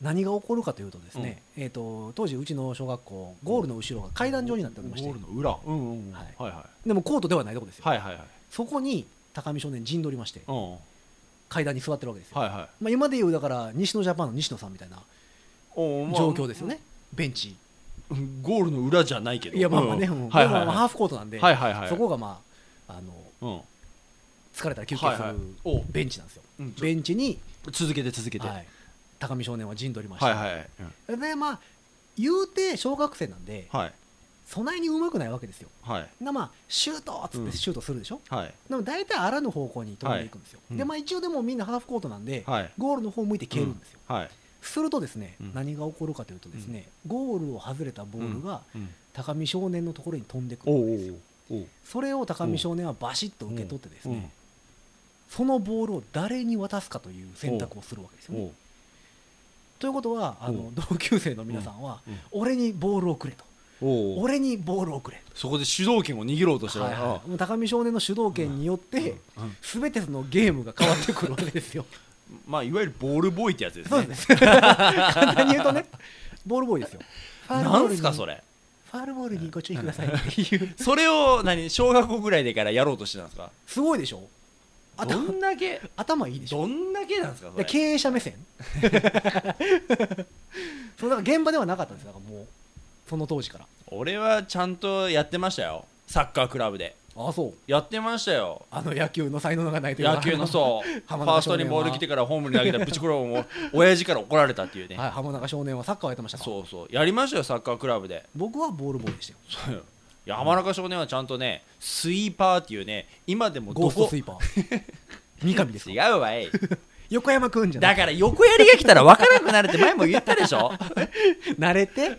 Speaker 2: 何が起こるかというとですね、えー、と当時うちの小学校ゴールの後ろが階段状になっておりまして、
Speaker 3: ゴールの裏うんうんうん
Speaker 2: は
Speaker 3: はいいはいは
Speaker 2: でもコートではないとこですよ、
Speaker 3: いはいはい
Speaker 2: そこに高見少年陣取りまして
Speaker 3: うんは
Speaker 2: 階段に座ってるわけですよ、
Speaker 3: いはい
Speaker 2: まあ、今でいうだから西野ジャパンの西野さんみたいな
Speaker 3: おーまあ
Speaker 2: 状況ですよね、ベンチ
Speaker 3: うんゴールの裏じゃないけど
Speaker 2: いやまあまあね、
Speaker 3: う
Speaker 2: うんん
Speaker 3: はいはい
Speaker 2: でもまあ
Speaker 3: は
Speaker 2: ハーフコートなんで、
Speaker 3: いはいはいはい
Speaker 2: そこがまああの
Speaker 3: うん
Speaker 2: 疲れたら休憩
Speaker 3: はい
Speaker 2: す
Speaker 3: は
Speaker 2: る
Speaker 3: いお
Speaker 2: ベンチなんですよ、
Speaker 3: うんちょ
Speaker 2: ベンチに、
Speaker 3: 続けて続けて
Speaker 2: はい、高見少年は陣取りました、
Speaker 3: はいはいうん
Speaker 2: でまあ言うて小学生なんで
Speaker 3: はい
Speaker 2: そないにうまくないわけですよ
Speaker 3: はい
Speaker 2: なまあシュートっつっ
Speaker 3: うん
Speaker 2: てシュートするでしょ、
Speaker 3: はい
Speaker 2: でも大体あらぬ方向に飛んでいくんですよ、
Speaker 3: いうん
Speaker 2: でまあ一応でもみんなハーフコートなんで、
Speaker 3: はい
Speaker 2: ゴールの方向いて蹴るんですよ、
Speaker 3: はい
Speaker 2: するとですね、
Speaker 3: うん
Speaker 2: 何が起こるかというとですね、ゴールを外れたボールが
Speaker 3: うん
Speaker 2: 高見少年のところに飛んでく
Speaker 3: お
Speaker 2: る
Speaker 3: お
Speaker 2: わけですよ
Speaker 3: おう
Speaker 2: それを高見少年はバシッと受け取ってです
Speaker 3: おう
Speaker 2: ね、そのボールを誰に渡すかという選択をするわけですよ
Speaker 3: お
Speaker 2: ね。
Speaker 3: う
Speaker 2: ということはあ
Speaker 3: お
Speaker 2: の同級生の皆さんは
Speaker 3: うんうん
Speaker 2: 俺にボールをくれと
Speaker 3: おう
Speaker 2: 俺にボールをくれ
Speaker 3: そこで主導権を握ろうとして
Speaker 2: と、
Speaker 3: る
Speaker 2: はいはい、もう高見少年の主導権によって
Speaker 3: うんうん
Speaker 2: 全てそのゲームが変わってくるわけですよ。
Speaker 3: まあいわゆるボールボーイってやつです
Speaker 2: そう
Speaker 3: ね
Speaker 2: ですね 簡単に言うとねボールボーイですよ。ファウルボ
Speaker 3: な
Speaker 2: ール
Speaker 3: ん
Speaker 2: に
Speaker 3: すかそれ
Speaker 2: ファウルボールにご注意くださいっていう
Speaker 3: それを何小学校ぐらいでからやろうとしてたんですか
Speaker 2: すごいでしょ
Speaker 3: ど
Speaker 2: 頭
Speaker 3: んだけ
Speaker 2: 頭いいでしょ
Speaker 3: どんだけなんですかそ
Speaker 2: で
Speaker 3: れ
Speaker 2: 経営者目線 そうだから現場ではなかったんですよだからもうその当時から
Speaker 3: 俺はちゃんとやってましたよサッカークラブで
Speaker 2: あそう
Speaker 3: やってましたよ
Speaker 2: あの野球の才能がないという
Speaker 3: 野球のそうフ ァ
Speaker 2: 浜
Speaker 3: ー
Speaker 2: 中
Speaker 3: ス
Speaker 2: 少
Speaker 3: ト
Speaker 2: 年は
Speaker 3: にボール来てからホームに投げたらぶちころも親父から怒られたっていうね、
Speaker 2: はい、浜中少年はサッカーをやってましたから
Speaker 3: そうそうやりましたよサッカークラブで
Speaker 2: 僕はボールボーイでしたよ
Speaker 3: そうよ山中少年はちゃんとねスイーパーっていうね今でも
Speaker 2: ゴ
Speaker 3: ど
Speaker 2: ースト
Speaker 3: こ
Speaker 2: スイーパー三上です
Speaker 3: 違
Speaker 2: よ
Speaker 3: うわい
Speaker 2: 横山くんじゃな
Speaker 3: だ
Speaker 2: い
Speaker 3: から横やりが来たら分からなくなるって前も言ったでし ょ
Speaker 2: 慣れて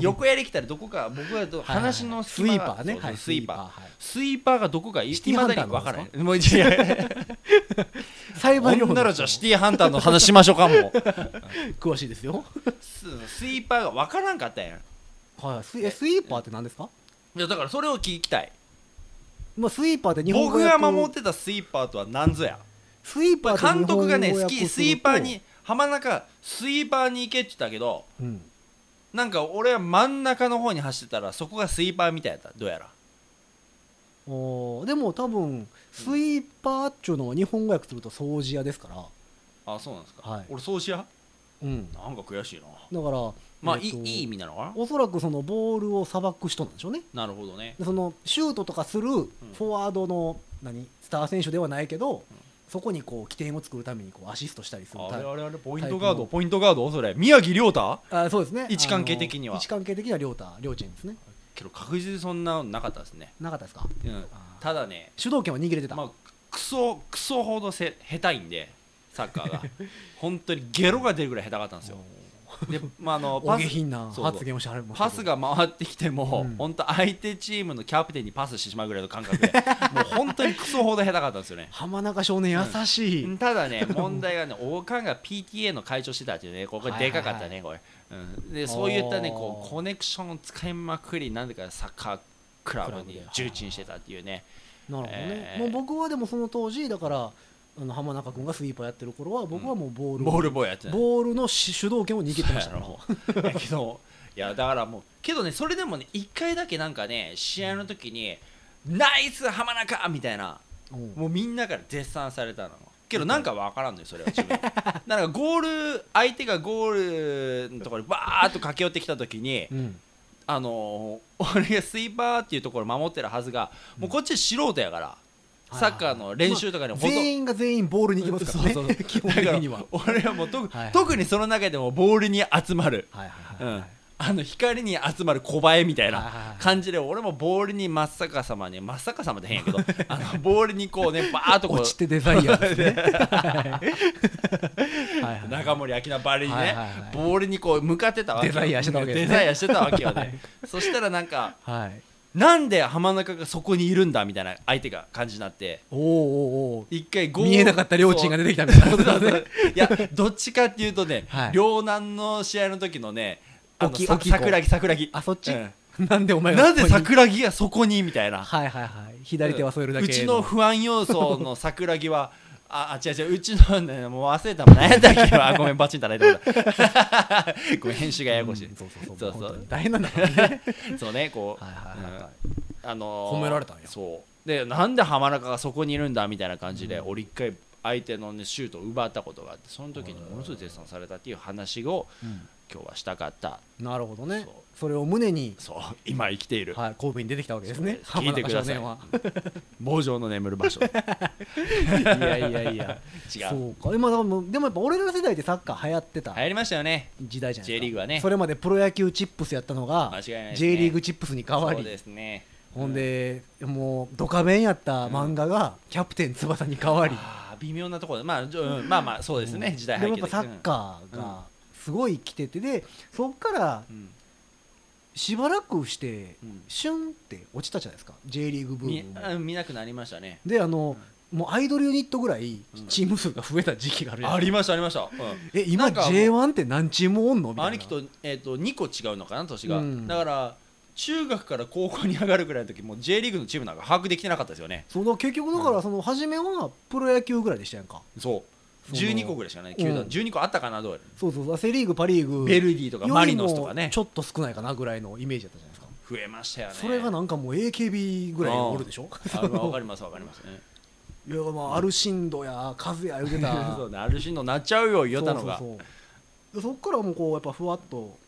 Speaker 3: 横やり来たらどこか僕はど話の
Speaker 2: スイ
Speaker 3: 隙
Speaker 2: ー
Speaker 3: 間が
Speaker 2: パーね
Speaker 3: そうそう
Speaker 2: はい
Speaker 3: スイーパー
Speaker 2: はい
Speaker 3: スイーパーがどこかい
Speaker 2: シティ
Speaker 3: ま
Speaker 2: ハンタ
Speaker 3: だ
Speaker 2: ー
Speaker 3: に分
Speaker 2: の
Speaker 3: からないもういやいや
Speaker 2: 裁判
Speaker 3: ほ
Speaker 2: 所
Speaker 3: んならじゃあシティハンターの話しましょうかもう
Speaker 2: 詳しいですよ
Speaker 3: ススイーパーが分からんかったやん
Speaker 2: はいスイえスイーパーって何ですか
Speaker 3: いやだからそれを聞きたい
Speaker 2: まあスイーパーって日本
Speaker 3: 僕
Speaker 2: 語訳
Speaker 3: が
Speaker 2: を
Speaker 3: 守ってたスイーパーとは何ぞや
Speaker 2: スイーパーって
Speaker 3: 監督がね
Speaker 2: 日本語
Speaker 3: 好
Speaker 2: 訳を
Speaker 3: き
Speaker 2: す
Speaker 3: ス
Speaker 2: ると
Speaker 3: イーパーに浜中スイーパーに行けって言ったけど
Speaker 2: うん
Speaker 3: なんか俺は真ん中の方に走ってたらそこがスイーパーみたいやったどうやら
Speaker 2: おーでも多分スイーパーっちゅうのは日本語訳すると掃除屋ですから
Speaker 3: あそうなんですか、
Speaker 2: はい
Speaker 3: 俺そうしや
Speaker 2: うんだか
Speaker 3: なんか悔しいな
Speaker 2: ら
Speaker 3: まあ、
Speaker 2: えーと
Speaker 3: いいいい意味なのか
Speaker 2: おそらくそのボールをさばく人なんでしょうね
Speaker 3: ななるほどね
Speaker 2: でそのシュートとかするフォワードの何スター選手ではないけど、そこにこう起点を作るためにこうアシストしたりする
Speaker 3: あ
Speaker 2: タイ
Speaker 3: れ
Speaker 2: プ
Speaker 3: あれあれポイ
Speaker 2: イ
Speaker 3: ン
Speaker 2: ン
Speaker 3: ト
Speaker 2: ト
Speaker 3: ガ
Speaker 2: ガ
Speaker 3: ー
Speaker 2: ー
Speaker 3: ド
Speaker 2: ド
Speaker 3: ポイントガードそれ宮城亮太
Speaker 2: あそうですね
Speaker 3: 位置関係的には
Speaker 2: あの位置関係的には両太両チームですね
Speaker 3: けど確実にそんなのなかったですね、
Speaker 2: なかったですか
Speaker 3: うん
Speaker 2: あ、ー
Speaker 3: ただね
Speaker 2: 主導権は握れてた、
Speaker 3: まあクソクソほどせ下手いんでサッカ ーが本当にゲロが出るぐらい下手かったんですよで、まあ、あの
Speaker 2: お
Speaker 3: パ
Speaker 2: 下
Speaker 3: ス
Speaker 2: 品な
Speaker 3: そうそう
Speaker 2: 発言をしてはる
Speaker 3: パスが回ってきても、
Speaker 2: うん
Speaker 3: 本当相手チームのキャプテンにパスしてしまうぐらいの感覚でもう本当にクソほど下手かったんですよね
Speaker 2: 浜中少年優しい、
Speaker 3: た だね問題がね王冠が PTA の会長してたっていうねここでかかったね、これ、うん、でそういったね
Speaker 2: おー
Speaker 3: こうコネクションを使いまくりなんでかサッカークラブ
Speaker 2: クラブ
Speaker 3: に
Speaker 2: で
Speaker 3: 重鎮してたっていうね
Speaker 2: なるほどね
Speaker 3: え、ー
Speaker 2: もう僕はでもその当時だからあの浜中君がスイーパーやってる頃は僕はもうボール、
Speaker 3: ボールボーイやってた
Speaker 2: ボールのし主導権を握ってま したから
Speaker 3: そうやろいやけどいやだからもうけどねそれでもね1回だけなんかね試合の時に「ナイス浜中!」みたいな
Speaker 2: うん
Speaker 3: もうみんなから絶賛されたのけどなんかわからんのよそれ は自分なんかゴール相手がゴールのところにバーっと駆け寄ってきた時に
Speaker 2: うん
Speaker 3: あのー 俺がスイーパーっていうところを守ってるはずが、もうこっち素人やから、サッカーの練習とかにほとんど、
Speaker 2: 全員が全員ボールに行きますからね
Speaker 3: そうそうそう
Speaker 2: 基本的には
Speaker 3: だから俺はもうと、
Speaker 2: はいはい
Speaker 3: 特にその中でもボールに集まる、
Speaker 2: はいはい
Speaker 3: うん
Speaker 2: はい、
Speaker 3: あの光に集まる小映えみた
Speaker 2: は
Speaker 3: い
Speaker 2: いはいは
Speaker 3: ない感じで俺もボールに真っ逆さまに真っ逆さまで変や けどあのボールにこうねバーっとこ
Speaker 2: 落ち
Speaker 3: う
Speaker 2: てデザイアです ねはいはいはい
Speaker 3: 中森明菜ばりにね、
Speaker 2: はいはいはい
Speaker 3: ボールにこう向かってたわけよ
Speaker 2: デザイアしてたわけですね
Speaker 3: デザイアしてたわけよね、そしたらなんか
Speaker 2: はい
Speaker 3: なんで浜中がそこにいるんだみたいな相手が感じになって
Speaker 2: おーおーお
Speaker 3: 一回ゴ
Speaker 2: ー
Speaker 3: ー
Speaker 2: 見えなかった両親が
Speaker 3: ね
Speaker 2: 出てきたみたいなことだ
Speaker 3: そうそう
Speaker 2: ね
Speaker 3: いやどっちかっていうとね、
Speaker 2: はい
Speaker 3: 両南の試合の時のねあの
Speaker 2: 大きい
Speaker 3: さ
Speaker 2: 大きい子
Speaker 3: 桜木桜木
Speaker 2: あそっち、
Speaker 3: うん
Speaker 2: なんでお前が
Speaker 3: な
Speaker 2: ここ
Speaker 3: ぜ
Speaker 2: に
Speaker 3: 桜木がそこにみたいな
Speaker 2: はいはいはい左手は添えるだけ
Speaker 3: うちの不安要素の桜木はああ違う違ううちの、ね、もう忘れたもん何やったっけ あごめんバチン叩いてもらった ごめん編集がややこしい、
Speaker 2: うんそうそう
Speaker 3: そ
Speaker 2: そうう
Speaker 3: そう
Speaker 2: 本当に大変なんだからね
Speaker 3: そうねこう、
Speaker 2: はいはいはいはい
Speaker 3: うんあのー
Speaker 2: 褒められたんや
Speaker 3: そうでなんで浜中がそこにいるんだみたいな感じで、俺一回相手の、ね、シュートを奪ったことがあってその時にものすごい絶賛されたっていう話を今日はしたかった
Speaker 2: なるほどね
Speaker 3: そう
Speaker 2: それを胸に、
Speaker 3: そう今生きている
Speaker 2: はい、神戸に出てきたわけですね
Speaker 3: そう聞いてください
Speaker 2: 浜
Speaker 3: 猛情の眠る場所
Speaker 2: 中少年はいやいや いや
Speaker 3: 違
Speaker 2: そううかでもでもでもやっぱ俺ら世代でサッカー流行ってた
Speaker 3: 流行りましたよね
Speaker 2: 時代じゃないですか
Speaker 3: J リーグはね
Speaker 2: それまでプロ野球チップスやったのが
Speaker 3: 間違いないですね
Speaker 2: J リーグチップスに変わ
Speaker 3: そう
Speaker 2: り
Speaker 3: ですね
Speaker 2: ほんでもうドカベンやった漫画が「キャプテン翼」に変わり
Speaker 3: あー微妙なところで、まあ、じょうんまあまあそうですね、時代背
Speaker 2: でも
Speaker 3: 景
Speaker 2: やっぱサッカーがすごい来ててでそっから
Speaker 3: ー、うん
Speaker 2: しばらくして
Speaker 3: うん
Speaker 2: シュンって落ちたじゃないですか J リーグブ
Speaker 3: み
Speaker 2: ーム
Speaker 3: あ見なくなりましたね
Speaker 2: であのもうアイドルユニットぐらいチーム数が増えた時期があるじゃな
Speaker 3: あ
Speaker 2: いで
Speaker 3: りましたありました、うん
Speaker 2: すかえ今
Speaker 3: なんかもう
Speaker 2: J1 って何チームおんのみたいな
Speaker 3: 兄貴と,、えー、と2個違うのかな年が、
Speaker 2: うん
Speaker 3: だから中学から高校に上がるぐらいの時もう J リーグのチームなんか把握できてなかったですよね
Speaker 2: そうだから結局だからその初めはプロ野球ぐらいでしたやんか
Speaker 3: そう
Speaker 2: そう
Speaker 3: 12個ぐらいしかない球団、
Speaker 2: うん
Speaker 3: 12個あったかなどうやら
Speaker 2: そうそうそうセ・リーグパ・リーグ
Speaker 3: ベルディとかマリノスと
Speaker 2: よ
Speaker 3: か
Speaker 2: り
Speaker 3: ね
Speaker 2: もちょっと少ないかなぐらいのイメージだったじゃないですか、
Speaker 3: 増えましたよね
Speaker 2: それがなんかもう AKB ぐらいおるでしょ
Speaker 3: あまあわかりますわかります、ね、
Speaker 2: いやまあアルシンドやカズヤ言うてた
Speaker 3: そうねある種のなっちゃうよ言ったのが
Speaker 2: そうそうそうでそっからもうこうやっぱふわっと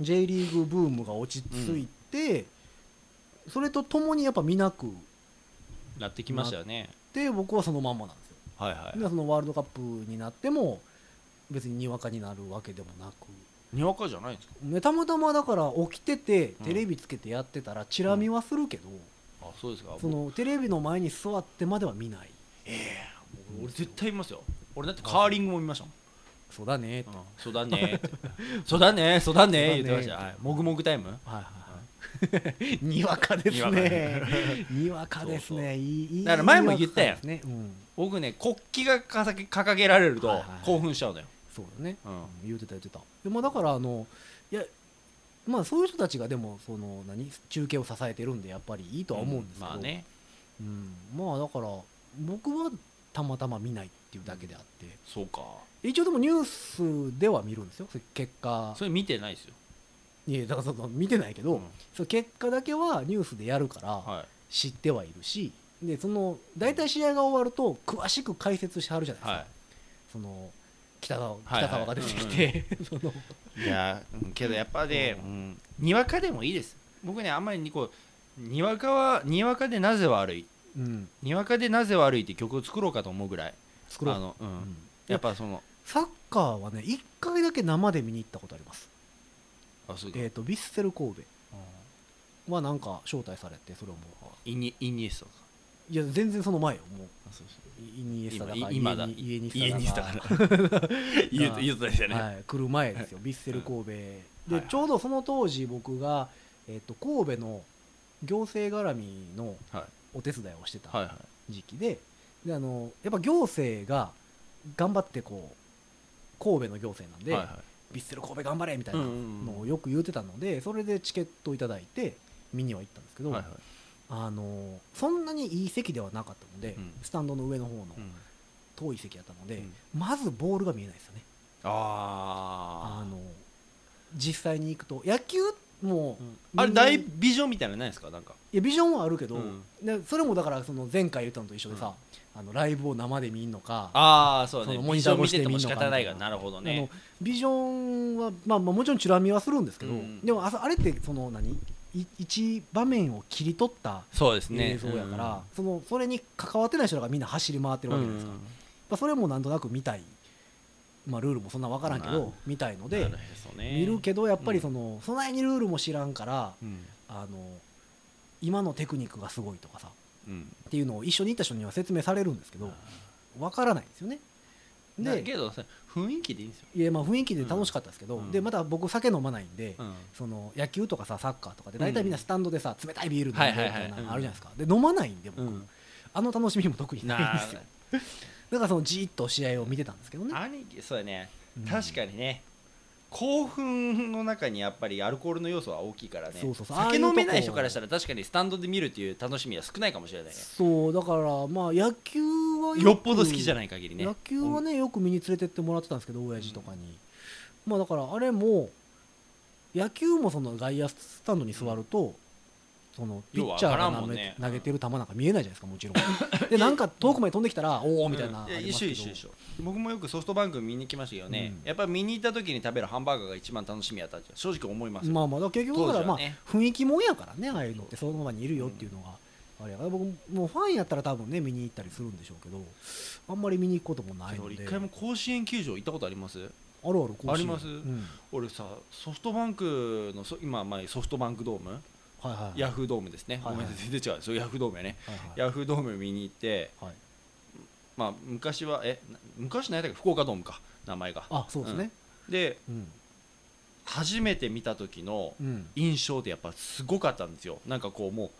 Speaker 2: J リーグブームが落ち着いて、それとともにやっぱ見なく
Speaker 3: なってきましたよね
Speaker 2: て僕はそのまんまなんですよ
Speaker 3: はいはい
Speaker 2: でそのワールドカップになっても別ににわかになるわけでもなく
Speaker 3: にわかじゃないんですか
Speaker 2: ねたまたまだから起きてて
Speaker 3: うん
Speaker 2: テレビつけてやってたらチラ見はするけど、
Speaker 3: あそうですか
Speaker 2: そのテレビの前に座ってまでは見ない
Speaker 3: 俺絶対いますよ俺だってカーリングも見ましたもん
Speaker 2: そうだねって、
Speaker 3: うんそうだね ってそうだねそうだね言ってまし
Speaker 2: そうだ
Speaker 3: た
Speaker 2: ね
Speaker 3: はいもぐもぐタイム
Speaker 2: はいはい はいにわかですねにわかです
Speaker 3: そうそう
Speaker 2: ねいいいい
Speaker 3: だから前も言ったやん
Speaker 2: にわかですね、うん、
Speaker 3: 僕ね国旗が掲げ掲げられる
Speaker 2: はい
Speaker 3: と
Speaker 2: はいはい
Speaker 3: 興奮しちゃうのよ
Speaker 2: そうだね、
Speaker 3: うん
Speaker 2: うん言うてた言うてたでまあだからあのいやまあそういう人たちがでもその何中継を支えてるんでやっぱりいいとは思うんですけど、
Speaker 3: まあね
Speaker 2: うん、まあだから僕はたまたま見ないっていうだけであって、
Speaker 3: そうか
Speaker 2: 一応でもニュースでは見るんですよそれ結果
Speaker 3: それ見てないですよ
Speaker 2: いやだからその見てないけど、
Speaker 3: うん
Speaker 2: その結果だけはニュースでやるから
Speaker 3: は
Speaker 2: 知ってはいるし、でその大体試合が終わると詳しく解説してはるじゃない
Speaker 3: い
Speaker 2: ですか、
Speaker 3: は
Speaker 2: その北川
Speaker 3: はい
Speaker 2: 北川が出てきて、 その
Speaker 3: いいやうんけどやっぱね
Speaker 2: う
Speaker 3: うんにわかでもいいです僕ねあんまりにこうにわかはにわかでなぜ悪い
Speaker 2: うん、
Speaker 3: にわかでなぜ悪いって曲を作ろうかと思うぐらい
Speaker 2: 作ろう
Speaker 3: あの、うん
Speaker 2: うん
Speaker 3: やっぱその
Speaker 2: サッカーはね1回だけ生で見に行ったことあります、
Speaker 3: あそうか
Speaker 2: えっとヴィッセル神
Speaker 3: うん
Speaker 2: 戸はなんか招待されてそれをもう
Speaker 3: イニイニエスタとか
Speaker 2: いや全然その前よもう
Speaker 3: あそうそう
Speaker 2: イイニエスタだか
Speaker 3: 今今だ
Speaker 2: イエニ
Speaker 3: 家に
Speaker 2: ス
Speaker 3: し
Speaker 2: タ
Speaker 3: た
Speaker 2: だ
Speaker 3: か
Speaker 2: から
Speaker 3: 言うと言うとですよね、
Speaker 2: はい、来る前ですよ、ヴィッセル神戸、
Speaker 3: は
Speaker 2: で
Speaker 3: いはい
Speaker 2: ちょうどその当時、僕が、えっと神戸の行政絡みの
Speaker 3: はい
Speaker 2: お手伝いをして
Speaker 3: はい
Speaker 2: た
Speaker 3: はい
Speaker 2: 時期で、であのやっぱ行政が頑張ってこう、神戸の行政なんで、
Speaker 3: はいは
Speaker 2: ヴィッセル神戸頑張れみたい
Speaker 3: い、う
Speaker 2: なん
Speaker 3: うん
Speaker 2: のをよく言うてたので、それでチケットをいただいて、見には行ったんですけ
Speaker 3: う
Speaker 2: ど、
Speaker 3: ん、はいはい
Speaker 2: あのそんなにいい席ではなかったので、
Speaker 3: うん
Speaker 2: スタンドの上の方の
Speaker 3: うん
Speaker 2: 遠い席だったので、
Speaker 3: うん
Speaker 2: まずボールが見えないですよね。あ
Speaker 3: あ
Speaker 2: の実際に行くと野球も
Speaker 3: ー、
Speaker 2: ん
Speaker 3: あれ大ビジョンみたいなのないですかなんか
Speaker 2: いやビジョンはあるけど、
Speaker 3: うん
Speaker 2: でそれもだからその前回言ったのと一緒でさ、あのライブを生で見んのか
Speaker 3: ああそうだ
Speaker 2: そ
Speaker 3: ね
Speaker 2: のモニ
Speaker 3: ビジ
Speaker 2: ター
Speaker 3: ョ
Speaker 2: 越
Speaker 3: ン見
Speaker 2: して
Speaker 3: てて
Speaker 2: 見ん
Speaker 3: も
Speaker 2: の
Speaker 3: 仕
Speaker 2: か
Speaker 3: 方ないか
Speaker 2: み
Speaker 3: ら
Speaker 2: たい
Speaker 3: なるほど
Speaker 2: あの
Speaker 3: ね
Speaker 2: ビジョンは、まあ、まあもちろんチラ見はするんですけど、
Speaker 3: うん
Speaker 2: でもあそあれってその何い一場面を切り取った
Speaker 3: そうですね
Speaker 2: 映像やから、そのそれに関わってない人らがみんな走り回って
Speaker 3: う
Speaker 2: る
Speaker 3: ん
Speaker 2: わけじゃないですか、まあ、それもなんとなく見たい、まあ、ルールもそんな分からんけど、
Speaker 3: まあ
Speaker 2: 見たいの
Speaker 3: うんな
Speaker 2: で
Speaker 3: るへそね
Speaker 2: 見るけどやっぱりその、そないにルールも知らんから
Speaker 3: うん
Speaker 2: あの今のテクニックがすごいとかさ
Speaker 3: うん
Speaker 2: っていうのを一緒に行った人には説明されるんですけどわからないんですよね
Speaker 3: だ
Speaker 2: で
Speaker 3: けどさ雰囲気でいいんですよ、
Speaker 2: いやまあ雰囲気で楽しかったですけど、
Speaker 3: うん
Speaker 2: でまた僕酒飲まないんで、
Speaker 3: うん
Speaker 2: その野球とかさサッカーとかで大体みんなスタンドでさ冷たいビール飲んで
Speaker 3: は
Speaker 2: み
Speaker 3: いはい
Speaker 2: た
Speaker 3: はい
Speaker 2: いな
Speaker 3: うん
Speaker 2: のあるじゃないですかで飲まないんで僕、
Speaker 3: うん
Speaker 2: あの楽しみも特にないん
Speaker 3: な
Speaker 2: ですよだからそのじーっと試合を見てたんですけどね
Speaker 3: 兄貴そうやね
Speaker 2: うん
Speaker 3: 確かにね、興奮の中にやっぱりアルコールの要素は大きいからね
Speaker 2: そうそうそう
Speaker 3: 酒
Speaker 2: ああいうとこ
Speaker 3: 飲めない人からしたら確かにスタンドで見るっていう楽しみは少ないかもしれないね
Speaker 2: そうだからまあ野球は
Speaker 3: よっぽど好きじゃ
Speaker 2: い
Speaker 3: ない限りね
Speaker 2: 野球はねよく見に連れてってもらってたんですけど親父とかに、まあだからあれも野球もその外野スタンドに座ると、そのピ
Speaker 3: よう
Speaker 2: ッ
Speaker 3: わ
Speaker 2: チャー
Speaker 3: から
Speaker 2: が
Speaker 3: んも
Speaker 2: 投
Speaker 3: ん
Speaker 2: げ,、
Speaker 3: ね
Speaker 2: 投げてる球なんか見えないじゃないですかもちろん でなんか遠くまで飛んできたらおおみたいな、
Speaker 3: うん
Speaker 2: あ
Speaker 3: や
Speaker 2: りますけ
Speaker 3: 一緒
Speaker 2: ど
Speaker 3: 一緒一緒僕もよくソフトバンク見に来ましたけどね、
Speaker 2: うん
Speaker 3: やっぱり見に行った時に食べるハンバーガーが一番楽しみやったって正直思いますよ、
Speaker 2: まあまあだから結局だからま
Speaker 3: 当
Speaker 2: あ、
Speaker 3: 時はね
Speaker 2: 雰囲気もんやからねああいうのってそのままにいるよっていうのが、あれやから僕もうファンやったら多分ね見に行ったりするんでしょうけどあんまり見に行くこともない
Speaker 3: けど
Speaker 2: の
Speaker 3: 俺
Speaker 2: で
Speaker 3: 一回も甲子園球場行ったことあります
Speaker 2: あるある甲子園
Speaker 3: あります
Speaker 2: うん
Speaker 3: 俺さソフトバンクのそ今まあソフトバンクドーム
Speaker 2: はいはい
Speaker 3: ヤフードームですね、
Speaker 2: はいはい
Speaker 3: ごめんなさい全然違うそうヤフードームやね、
Speaker 2: はいはい
Speaker 3: ヤフードーム見に行って
Speaker 2: はい
Speaker 3: まあ昔はえな昔何やったっけ福岡ドームか名前が
Speaker 2: あそうですね、
Speaker 3: で
Speaker 2: うん
Speaker 3: 初めて見た時の
Speaker 2: うん
Speaker 3: 印象ってやっぱすごかったんですよなんかこうも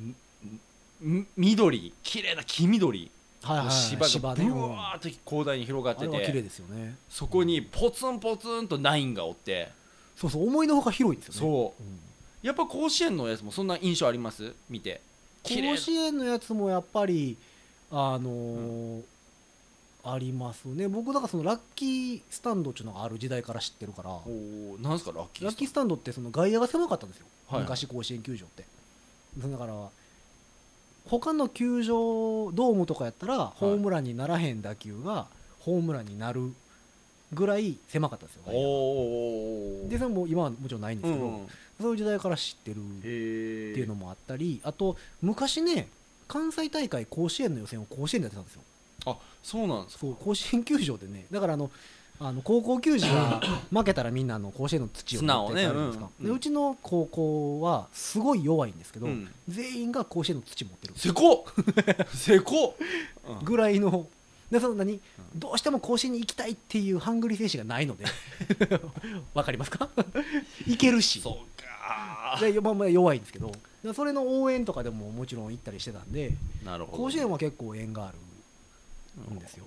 Speaker 3: うんん緑綺麗な黄緑
Speaker 2: はいはい
Speaker 3: の
Speaker 2: はい
Speaker 3: 芝が
Speaker 2: ね
Speaker 3: ブワーって広大に広がっ
Speaker 2: うんあ
Speaker 3: て
Speaker 2: れは綺麗
Speaker 3: て
Speaker 2: ですよね
Speaker 3: そこにポツンポツンとナインがおって
Speaker 2: そうそう思いのほか広いんですよね
Speaker 3: そ
Speaker 2: うん
Speaker 3: やっぱ甲子園のやつもそんな印象あります見て綺麗
Speaker 2: 甲子園のやつもやっぱりあのーありますね僕だからそのラッキースタンドっていうのがある時代から知ってるから
Speaker 3: おーなんすかラッキー
Speaker 2: ラッキー
Speaker 3: ス
Speaker 2: スタンドってその外野が狭かったんですよ、
Speaker 3: はい
Speaker 2: 昔甲子園球場ってだから他の球場ドームとかやったらホームランにならへん打球がホームランになるぐらい狭かったんですよ
Speaker 3: タ
Speaker 2: 外
Speaker 3: おー
Speaker 2: 野
Speaker 3: おーおー
Speaker 2: でそれも今はもちろんないんで
Speaker 3: う
Speaker 2: す
Speaker 3: ん
Speaker 2: けど、
Speaker 3: うんへ
Speaker 2: そういう時代から知ってるって
Speaker 3: え
Speaker 2: いうのもあったりあと昔ね関西大会甲子園の予選を甲子園でやってたんですよ
Speaker 3: あそうなんですか
Speaker 2: そう甲子園球場でねだからあのあの高校球児 が負けたらみんなあの甲子園の土を
Speaker 3: 砂
Speaker 2: 持っ
Speaker 3: を
Speaker 2: て
Speaker 3: ね
Speaker 2: 帰るじゃないですか、
Speaker 3: うん
Speaker 2: でうちの高校はすごい弱いんですけど、
Speaker 3: うん
Speaker 2: 全員が甲子園の土持ってる
Speaker 3: せこっせこっうん
Speaker 2: ぐらいのでその何どうしても甲子園に行きたいっていうハングリー精神がない のでわかりますか 行けるし
Speaker 3: そうか
Speaker 2: でまあまあ弱いんですけどでそれの応援とかでももちろん行ったりしてたんで
Speaker 3: なるほど
Speaker 2: 甲子園
Speaker 3: は
Speaker 2: は結構縁があるんですよ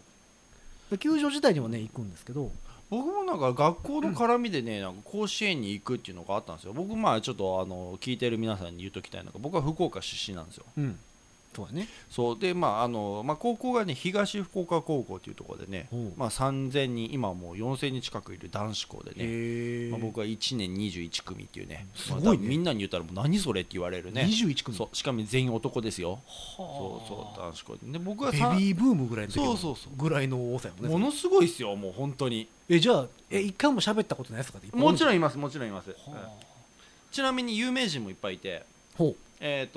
Speaker 2: で球場自体にもね行くんですけど
Speaker 3: 僕もなんか学校の絡みでね、なんか甲子園に行くっていうのがあったんですよ僕まあちょっとあの聞いてる皆さんに言うときたいのが僕は福岡出身なんですよ
Speaker 2: うんそうだね
Speaker 3: そうでまああの、まあ、高校がね東福岡高校というところでね
Speaker 2: ほう、
Speaker 3: まあ、3000人今はもう4000人近くいる男子校でね、
Speaker 2: へ
Speaker 3: まあ、僕は1年21組っていうね、
Speaker 2: すごいね
Speaker 3: まあ多分みんなに言ったらもう何それって言われるね
Speaker 2: 21組
Speaker 3: そうしかも全員男ですよ
Speaker 2: は
Speaker 3: そ
Speaker 2: あ
Speaker 3: うそう男子校でで僕は
Speaker 2: ベ
Speaker 3: さ
Speaker 2: ビーブームぐらいの時の
Speaker 3: そうそうそう
Speaker 2: ぐらいの多さやもんね
Speaker 3: ものすごいですよもう本当に
Speaker 2: えじゃあえ一回も喋ったことないやつとかっていっぱいお
Speaker 3: もちろ
Speaker 2: ん
Speaker 3: んいますもちろんいます、
Speaker 2: の
Speaker 3: うん
Speaker 2: はあ
Speaker 3: ちなみに有名人もいっぱいいて
Speaker 2: ほ
Speaker 3: えっ、